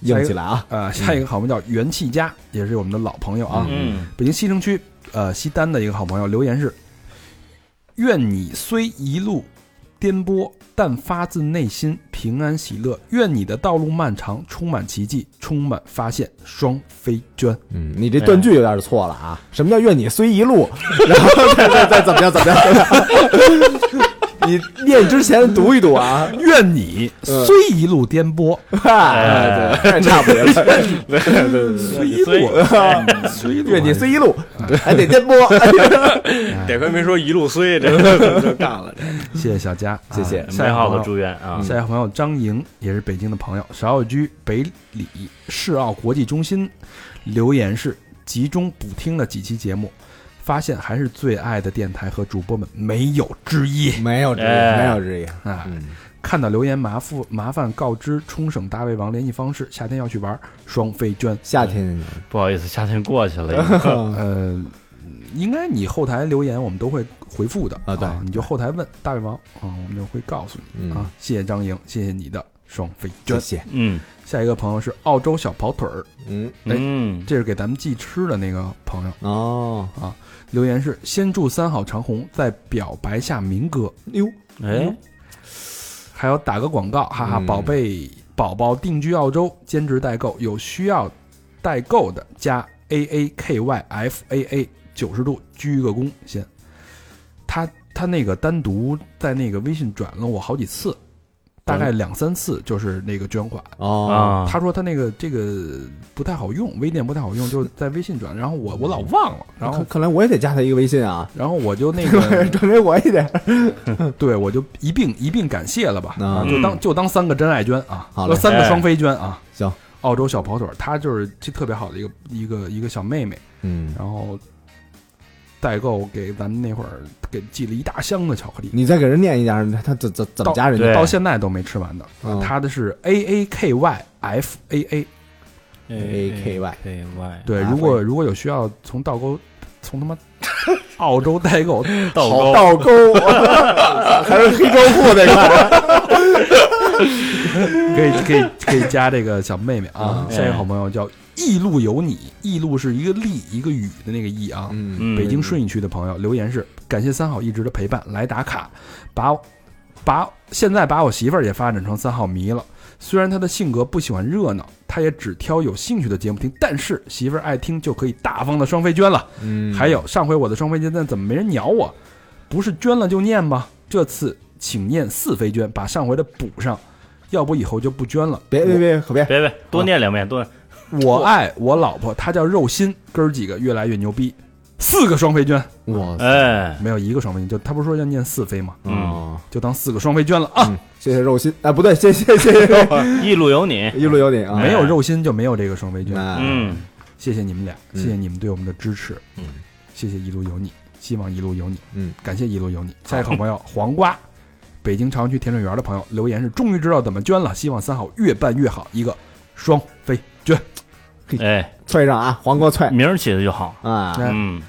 [SPEAKER 3] 硬起来啊！
[SPEAKER 2] 呃，下一个好朋友叫元气家，也是我们的老朋友啊。
[SPEAKER 4] 嗯，
[SPEAKER 2] 北京西城区呃西单的一个好朋友留言是：愿你虽一路颠簸，但发自内心平安喜乐。愿你的道路漫长，充满奇迹，充满发现。双飞娟，
[SPEAKER 3] 嗯，你这断句有点错了啊！什么叫愿你虽一路， *laughs* 然后再再再怎么样怎么样怎么样？ *laughs* 你念之前读一读啊！ *laughs*
[SPEAKER 2] 愿你虽一路颠簸，
[SPEAKER 3] 嗯哎，对，差不多了。
[SPEAKER 2] 虽一路
[SPEAKER 3] 虽一路，愿你虽一路，还得颠簸。
[SPEAKER 4] 哎
[SPEAKER 6] 得亏没说一路衰，这就干了。这
[SPEAKER 2] 谢谢小佳，
[SPEAKER 3] 谢谢
[SPEAKER 2] 啊嗯下
[SPEAKER 4] 美
[SPEAKER 2] 一个
[SPEAKER 4] 好
[SPEAKER 2] 朋
[SPEAKER 4] 的
[SPEAKER 2] 友嗯
[SPEAKER 4] 祝愿啊，
[SPEAKER 2] 下一个朋友张莹也是北京的朋友，芍药居北里市奥国际中心留言是集中补听了几期节目，发现还是最爱的电台和主播们没有之一
[SPEAKER 3] 没有之一，
[SPEAKER 4] 哎
[SPEAKER 3] 没有之一。
[SPEAKER 2] 啊！
[SPEAKER 3] 嗯，
[SPEAKER 2] 看到留言麻烦麻烦告知冲绳大胃王联系方式，夏天要去玩双飞娟。
[SPEAKER 3] 夏天
[SPEAKER 4] 不好意思，夏天过去了已经，
[SPEAKER 3] 啊
[SPEAKER 2] 呃，应该你后台留言我们都会回复的
[SPEAKER 3] 啊对
[SPEAKER 2] 你就后台问大胃王啊，我们就会告诉你
[SPEAKER 3] 嗯
[SPEAKER 2] 啊。谢谢张莹，谢谢你的双飞娟
[SPEAKER 3] 谢。谢。
[SPEAKER 2] *laughs*
[SPEAKER 4] 嗯
[SPEAKER 2] 下一个朋友是澳洲小跑腿儿，
[SPEAKER 3] 嗯，
[SPEAKER 2] 哎
[SPEAKER 4] 嗯，
[SPEAKER 2] 这是给咱们寄吃的那个朋友
[SPEAKER 3] 哦，
[SPEAKER 2] 留言是：先祝三好长虹在表白下民歌，
[SPEAKER 3] 哟，
[SPEAKER 4] 哎，
[SPEAKER 2] 还有打个广告，哈哈，
[SPEAKER 3] 嗯
[SPEAKER 2] 宝贝宝宝定居澳洲，兼职代购，有需要代购的加 A A K Y F A A 九十度鞠一个躬先。他他那个单独在那个微信转了我好几次，大概两三次，就是那个捐款。
[SPEAKER 3] 哦，
[SPEAKER 4] 啊，
[SPEAKER 2] 他说他那个这个不太好用，微店不太好
[SPEAKER 3] *laughs*
[SPEAKER 2] 用，就在微信转。然后我我老
[SPEAKER 3] 嗯
[SPEAKER 2] 忘了，然后
[SPEAKER 3] 看看来我也得加他一个微信啊。
[SPEAKER 2] 然后我就那个
[SPEAKER 3] 证明我也得。
[SPEAKER 2] *laughs* 对我就一并一并感谢了吧，
[SPEAKER 3] 啊
[SPEAKER 2] 啊就当就当三个真爱捐啊，
[SPEAKER 3] 好嘞
[SPEAKER 2] 呃三个
[SPEAKER 4] 哎
[SPEAKER 2] 双飞捐啊。
[SPEAKER 3] 行，
[SPEAKER 2] 澳洲小跑腿儿，她就是这特别好的一个一个一个小妹妹，
[SPEAKER 3] 嗯，
[SPEAKER 2] 然后代购给咱们那会儿给寄了一大箱子巧克力，
[SPEAKER 3] 你再给人念一下，他怎怎怎么加人家
[SPEAKER 4] 对
[SPEAKER 2] 到现在都没吃完的。
[SPEAKER 3] 嗯
[SPEAKER 2] 他的是 A A K Y F A A，哎
[SPEAKER 4] 哎
[SPEAKER 3] A K Y
[SPEAKER 4] K Y，
[SPEAKER 2] 对，
[SPEAKER 3] 啊
[SPEAKER 2] 如果
[SPEAKER 3] 会
[SPEAKER 2] 如果有需要从导购，从他妈澳洲代购，
[SPEAKER 4] 倒
[SPEAKER 3] 好
[SPEAKER 4] 钩
[SPEAKER 3] 倒钩，还是黑胶裤那块
[SPEAKER 2] 可以可以可以加这个小妹妹啊
[SPEAKER 3] 啊，
[SPEAKER 2] 下一个好朋友叫驿路有你，驿路是一个立一个雨的那个驿啊。
[SPEAKER 3] 嗯，
[SPEAKER 4] 嗯，
[SPEAKER 2] 北京顺义区的朋友留言是：感谢三好一直的陪伴，来打卡，把我把现在把我媳妇儿也发展成三好迷了。虽然她的性格不喜欢热闹，她也只挑有兴趣的节目听，但是媳妇儿爱听就可以大方的双飞捐了。
[SPEAKER 3] 嗯
[SPEAKER 2] 还有上回我的双飞捐，但怎么没人鸟我？不是捐了就念吗？这次请念四飞捐，把上回的补上，要不以后就不捐了。
[SPEAKER 3] 别别别，可别，
[SPEAKER 4] 别别，多念两遍，多念
[SPEAKER 2] 我爱我老婆，她叫肉心，哥儿几个越来越牛逼，四个双飞捐
[SPEAKER 3] 我
[SPEAKER 4] 哎，
[SPEAKER 2] 没有一个双飞捐，就他不是说要念四飞吗？ *laughs*
[SPEAKER 3] 嗯，
[SPEAKER 2] 就当四个双飞捐了啊，
[SPEAKER 3] 嗯谢谢肉心，哎，不对，谢谢谢谢肉，
[SPEAKER 4] 一路有你，
[SPEAKER 3] 一路有你啊，
[SPEAKER 2] 没有肉心就没有这个双飞捐。
[SPEAKER 3] 哎，
[SPEAKER 4] 嗯，
[SPEAKER 2] 谢谢你们俩，
[SPEAKER 3] 嗯
[SPEAKER 2] 谢谢你们对我们的支持，
[SPEAKER 3] 嗯，
[SPEAKER 2] 谢谢一路有你，希望一路有你，
[SPEAKER 3] 嗯，
[SPEAKER 2] 感谢一路有你。下一个好朋友黄瓜，北京朝阳区甜水园的朋友留言是：终于知道怎么捐了，希望三好越办越好，一个双飞捐。
[SPEAKER 4] 哎，
[SPEAKER 3] 脆上啊，黄瓜脆
[SPEAKER 4] 名儿起的就好，
[SPEAKER 3] 啊，
[SPEAKER 2] 哎
[SPEAKER 4] 嗯，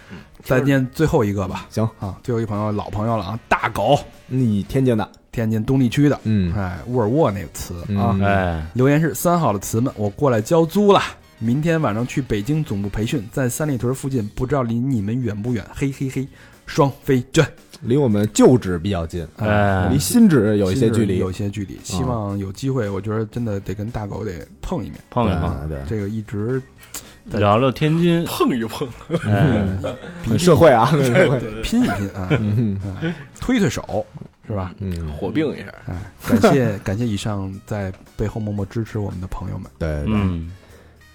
[SPEAKER 2] 再念最后一个吧，
[SPEAKER 3] 行，
[SPEAKER 2] 啊，最后一朋友老朋友了啊，大狗，
[SPEAKER 3] 你天津的，
[SPEAKER 2] 天津东丽区的，
[SPEAKER 3] 嗯
[SPEAKER 2] 哎，沃尔沃那个词啊，
[SPEAKER 3] 嗯
[SPEAKER 4] 哎，
[SPEAKER 2] 留言是三好的词们，我过来交租了。明天晚上去北京总部培训，在三里屯附近，不知道离你们远不远？嘿嘿嘿，双飞卷，
[SPEAKER 3] 离我们旧址比较近，
[SPEAKER 4] 哎
[SPEAKER 3] 离嗯新址有一些
[SPEAKER 2] 其实
[SPEAKER 3] 距离，嗯
[SPEAKER 2] 有一些距离。希望有机会，我觉得真的得跟大狗得碰一面。
[SPEAKER 4] 碰一碰，
[SPEAKER 3] 啊，对，
[SPEAKER 2] 这个一直对
[SPEAKER 4] 聊聊天津，
[SPEAKER 6] 碰一碰，
[SPEAKER 4] 哎，
[SPEAKER 3] 很社会啊，很社会，
[SPEAKER 2] 拼一拼啊，
[SPEAKER 3] *laughs* 嗯
[SPEAKER 2] 啊推推手是吧？
[SPEAKER 3] 嗯，
[SPEAKER 6] 火并一下。
[SPEAKER 2] 哎，感谢 *laughs* 感谢以上在背后默默支持我们的朋友们。
[SPEAKER 3] 对对对。
[SPEAKER 4] 嗯，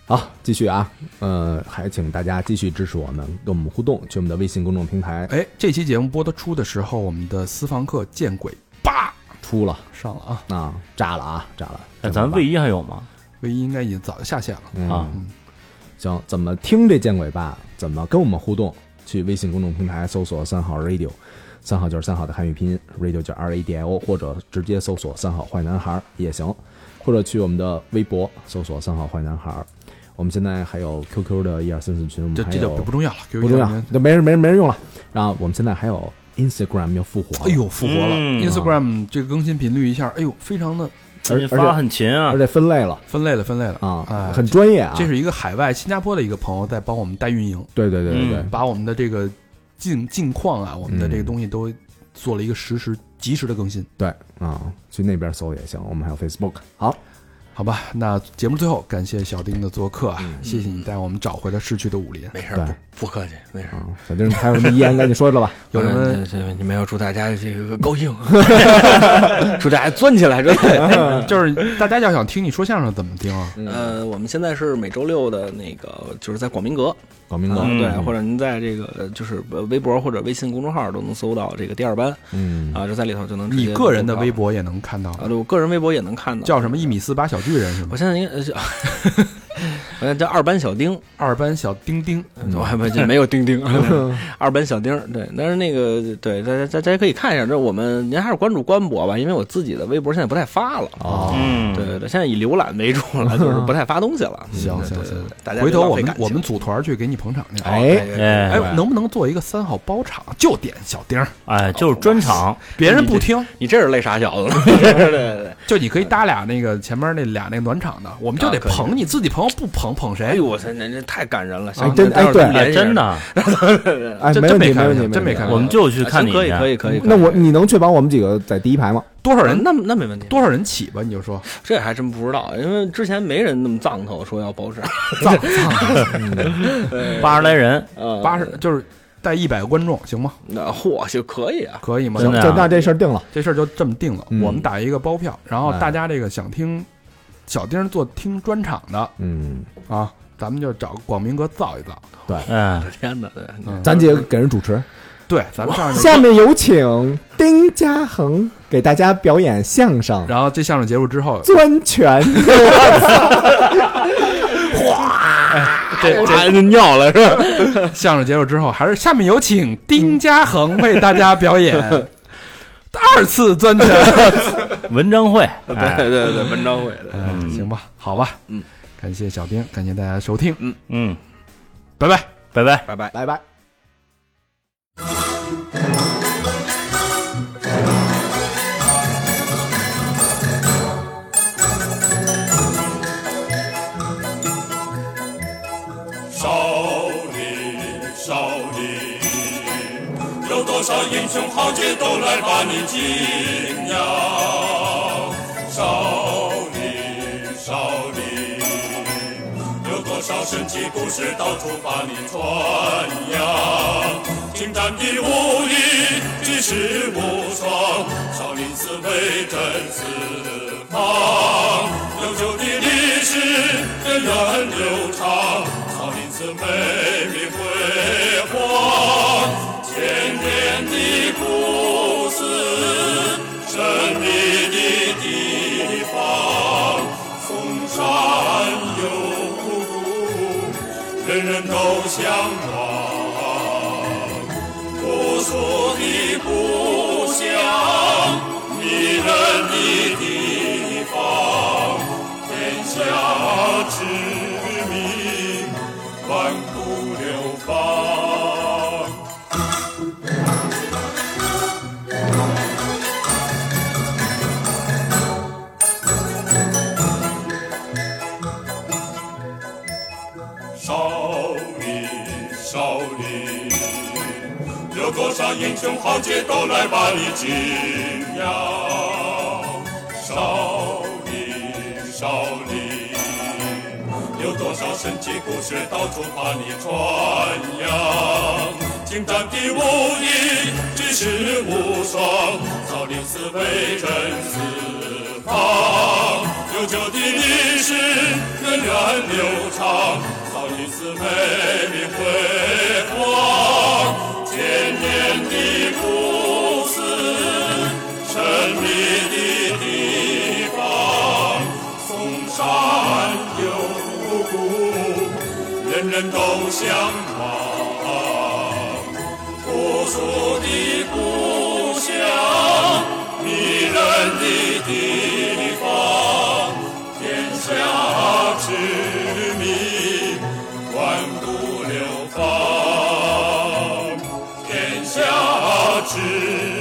[SPEAKER 3] 好，继续啊，呃，还请大家继续支持我们，跟我们互动，去我们的微信公众平台
[SPEAKER 2] 哎，这期节目播得出的时候，我们的私房课《见鬼》叭
[SPEAKER 3] 出了
[SPEAKER 2] 上了啊，
[SPEAKER 3] 啊，炸了啊，炸了！
[SPEAKER 4] 哎，咱卫
[SPEAKER 3] 魏
[SPEAKER 4] 一还有吗？
[SPEAKER 2] 唯一应该已经早就下线了。
[SPEAKER 4] 啊，
[SPEAKER 3] 行，怎么听这见鬼吧？怎么啊跟我们互动？去微信公众平台搜索“三好 radio”，三好就是三好的汉语拼音，radio 就是 R A D I O，或者直接搜索“三好坏男孩”也行，或者去我们的微博搜索“三好坏男孩”。我们现在还有 QQ 的一二三四群，我们
[SPEAKER 2] 这
[SPEAKER 3] 还
[SPEAKER 2] 这就
[SPEAKER 3] 有
[SPEAKER 2] 不重要了，给我
[SPEAKER 3] 哎不
[SPEAKER 2] 一
[SPEAKER 3] 重
[SPEAKER 2] 点
[SPEAKER 3] 要
[SPEAKER 2] 时间，
[SPEAKER 3] 那没人没人没人用了。然后我们现在还有 Instagram 要复活了，
[SPEAKER 2] 哎呦，复活了、
[SPEAKER 4] 嗯
[SPEAKER 2] i n s t a g r a m 这个更新频率一下，哎呦，非常的
[SPEAKER 3] 而
[SPEAKER 4] 人家
[SPEAKER 3] 而
[SPEAKER 4] 发
[SPEAKER 3] 且
[SPEAKER 4] 很勤啊
[SPEAKER 3] 而，且分类了
[SPEAKER 2] 分类了，分类了
[SPEAKER 3] 啊
[SPEAKER 2] 哎，
[SPEAKER 3] 很专业啊。
[SPEAKER 2] 这是一个海外新加坡的一个朋友在帮我们带运营，
[SPEAKER 3] 对对对对对
[SPEAKER 4] 嗯，
[SPEAKER 2] 把我们的这个近近况啊，我们的这个
[SPEAKER 3] 嗯
[SPEAKER 2] 东西都做了一个实时及时的更新，
[SPEAKER 3] 对啊，去那边搜也行。我们还有 Facebook。好，
[SPEAKER 2] 好吧？那节目最后感谢小丁的做客啊，
[SPEAKER 3] 嗯
[SPEAKER 2] 谢谢你带我们找回了逝去的武林。
[SPEAKER 6] 没事
[SPEAKER 3] 对
[SPEAKER 6] 儿，不不客气，没事儿。
[SPEAKER 3] 啊，小丁还有什么遗言赶紧说说吧。
[SPEAKER 2] 有什么
[SPEAKER 6] 嗯这这你们要祝大家这个高兴，祝大家钻起来，真的。
[SPEAKER 2] 就是大家要想听你说相声怎么听啊？
[SPEAKER 6] 呃，我们现在是每周六的那个，就是在广明阁，
[SPEAKER 3] 搞明白
[SPEAKER 6] 啊
[SPEAKER 4] 嗯
[SPEAKER 6] 对，或者您在这个就是呃微博或者微信公众号都能搜到这个第二班
[SPEAKER 3] 嗯，
[SPEAKER 6] 啊，就在里头就能直接
[SPEAKER 2] 你个人的
[SPEAKER 6] 搜到
[SPEAKER 2] 微博也能看到，
[SPEAKER 6] 啊，对我个人微博也能看到，
[SPEAKER 2] 叫什么一米四八小巨人是吗
[SPEAKER 6] 我？现在应该呃叫， *laughs* 我现在叫二班小丁，
[SPEAKER 2] 二班小丁丁，
[SPEAKER 6] 我还没就没有钉钉，
[SPEAKER 2] 嗯
[SPEAKER 6] *laughs* 二班小丁儿对，但是那个对，大家大家可以看一下，这我们您还是关注官博吧，因为我自己的微博现在不太发了，啊
[SPEAKER 3] 哦，
[SPEAKER 4] 嗯，
[SPEAKER 6] 对对对，现在以浏览为主了，
[SPEAKER 2] *laughs*
[SPEAKER 6] 就是不太发东西了。嗯
[SPEAKER 2] 行
[SPEAKER 6] 对
[SPEAKER 2] 行
[SPEAKER 6] 对对
[SPEAKER 2] 行
[SPEAKER 6] 对大家
[SPEAKER 2] 回头我
[SPEAKER 6] 别
[SPEAKER 2] 们
[SPEAKER 6] 浪费感情
[SPEAKER 2] 我们组团去给你捧场去。
[SPEAKER 3] 哎，
[SPEAKER 4] *laughs* 哎
[SPEAKER 2] 哎，能不能做一个三号包场，就点小丁儿，
[SPEAKER 4] 哎，就是专场，
[SPEAKER 2] 别人不听，
[SPEAKER 6] 你这是累傻小子了，
[SPEAKER 2] *laughs*
[SPEAKER 6] 对对对对。
[SPEAKER 2] 就你可以搭俩那个前面那俩那个暖场的，我们就得
[SPEAKER 6] 啊可以
[SPEAKER 2] 捧你自己朋友，不捧捧
[SPEAKER 6] 哎
[SPEAKER 2] 谁
[SPEAKER 6] 呦，？我操，那那太感人了！
[SPEAKER 3] 哎真哎对
[SPEAKER 4] 哎，真的，
[SPEAKER 3] 哎，
[SPEAKER 2] 真
[SPEAKER 3] 没
[SPEAKER 2] 真没
[SPEAKER 3] 问题，
[SPEAKER 2] 看
[SPEAKER 3] 没问
[SPEAKER 2] 见
[SPEAKER 3] 题，
[SPEAKER 2] 真没看见
[SPEAKER 4] 我们就去看你
[SPEAKER 6] 啊可以
[SPEAKER 4] 去
[SPEAKER 6] 可以可
[SPEAKER 2] 嗯
[SPEAKER 6] 以。
[SPEAKER 3] 那我你能确保我们几个在第一排吗？
[SPEAKER 2] 多少人
[SPEAKER 6] 那那没问题，
[SPEAKER 2] 多少人起吧？你就说
[SPEAKER 6] 这还真不知道，因为之前没人那么藏头说要包场，
[SPEAKER 2] 藏藏
[SPEAKER 4] 八十来人，
[SPEAKER 6] 嗯
[SPEAKER 2] 八十就是带一百个观众行吗？
[SPEAKER 6] *laughs* 那嚯就可以啊，
[SPEAKER 2] 可以吗？
[SPEAKER 4] 真的
[SPEAKER 3] 就那这事儿定了。
[SPEAKER 2] 这事儿就这么定了，
[SPEAKER 3] 嗯
[SPEAKER 2] 我们打一个包票，然后大家这个想听小丁做听专场的
[SPEAKER 3] 嗯，
[SPEAKER 2] 啊，咱们就找广明哥造一造。
[SPEAKER 4] 嗯
[SPEAKER 6] 我，的天哪，对，
[SPEAKER 2] 嗯，
[SPEAKER 3] 咱姐给人主持。
[SPEAKER 2] 对，咱们上去。
[SPEAKER 3] 下面有请丁嘉恒给大家表演相声
[SPEAKER 2] 然后这相声结束之后，
[SPEAKER 3] 《钻拳》。
[SPEAKER 6] *laughs*
[SPEAKER 5] 这这
[SPEAKER 6] 还尿了是吧？
[SPEAKER 2] 相声结束之后，还是下面有请丁家恒为大家表演二次钻墙，
[SPEAKER 4] 文章会，
[SPEAKER 6] 对
[SPEAKER 4] 哎，
[SPEAKER 6] 对对，文章会的。
[SPEAKER 2] 嗯行吧，好吧，
[SPEAKER 6] 嗯，
[SPEAKER 2] 感谢小丁，感谢大家收听，
[SPEAKER 4] 嗯，
[SPEAKER 2] 拜拜。
[SPEAKER 4] 拜拜。
[SPEAKER 6] 拜拜。
[SPEAKER 3] 拜拜。
[SPEAKER 7] *laughs* 少林，少林，有多少英雄豪杰都来把你敬仰。少林，少林，有多少神奇故事到处把你传扬。精湛的武艺，举世无双，少林寺威震四方。悠久的历史源远流长，少林寺美名辉煌。千年的故事，神秘的地方，嵩山有古，人人都向往。无数的故乡，迷人的地方，天下之名，万古流芳。少林，少林，有多少英雄豪杰都来把你敬仰。少林，少林，有多少神奇故事到处把你传扬。精湛的武艺，举世无双，少林寺威震四方。悠久的历史源远流长，少林寺美名辉煌。千年的故事，神秘的地方，嵩山有古，人人都向往。朴素的故乡，迷人的地方，天下之名，万古流芳，天下之。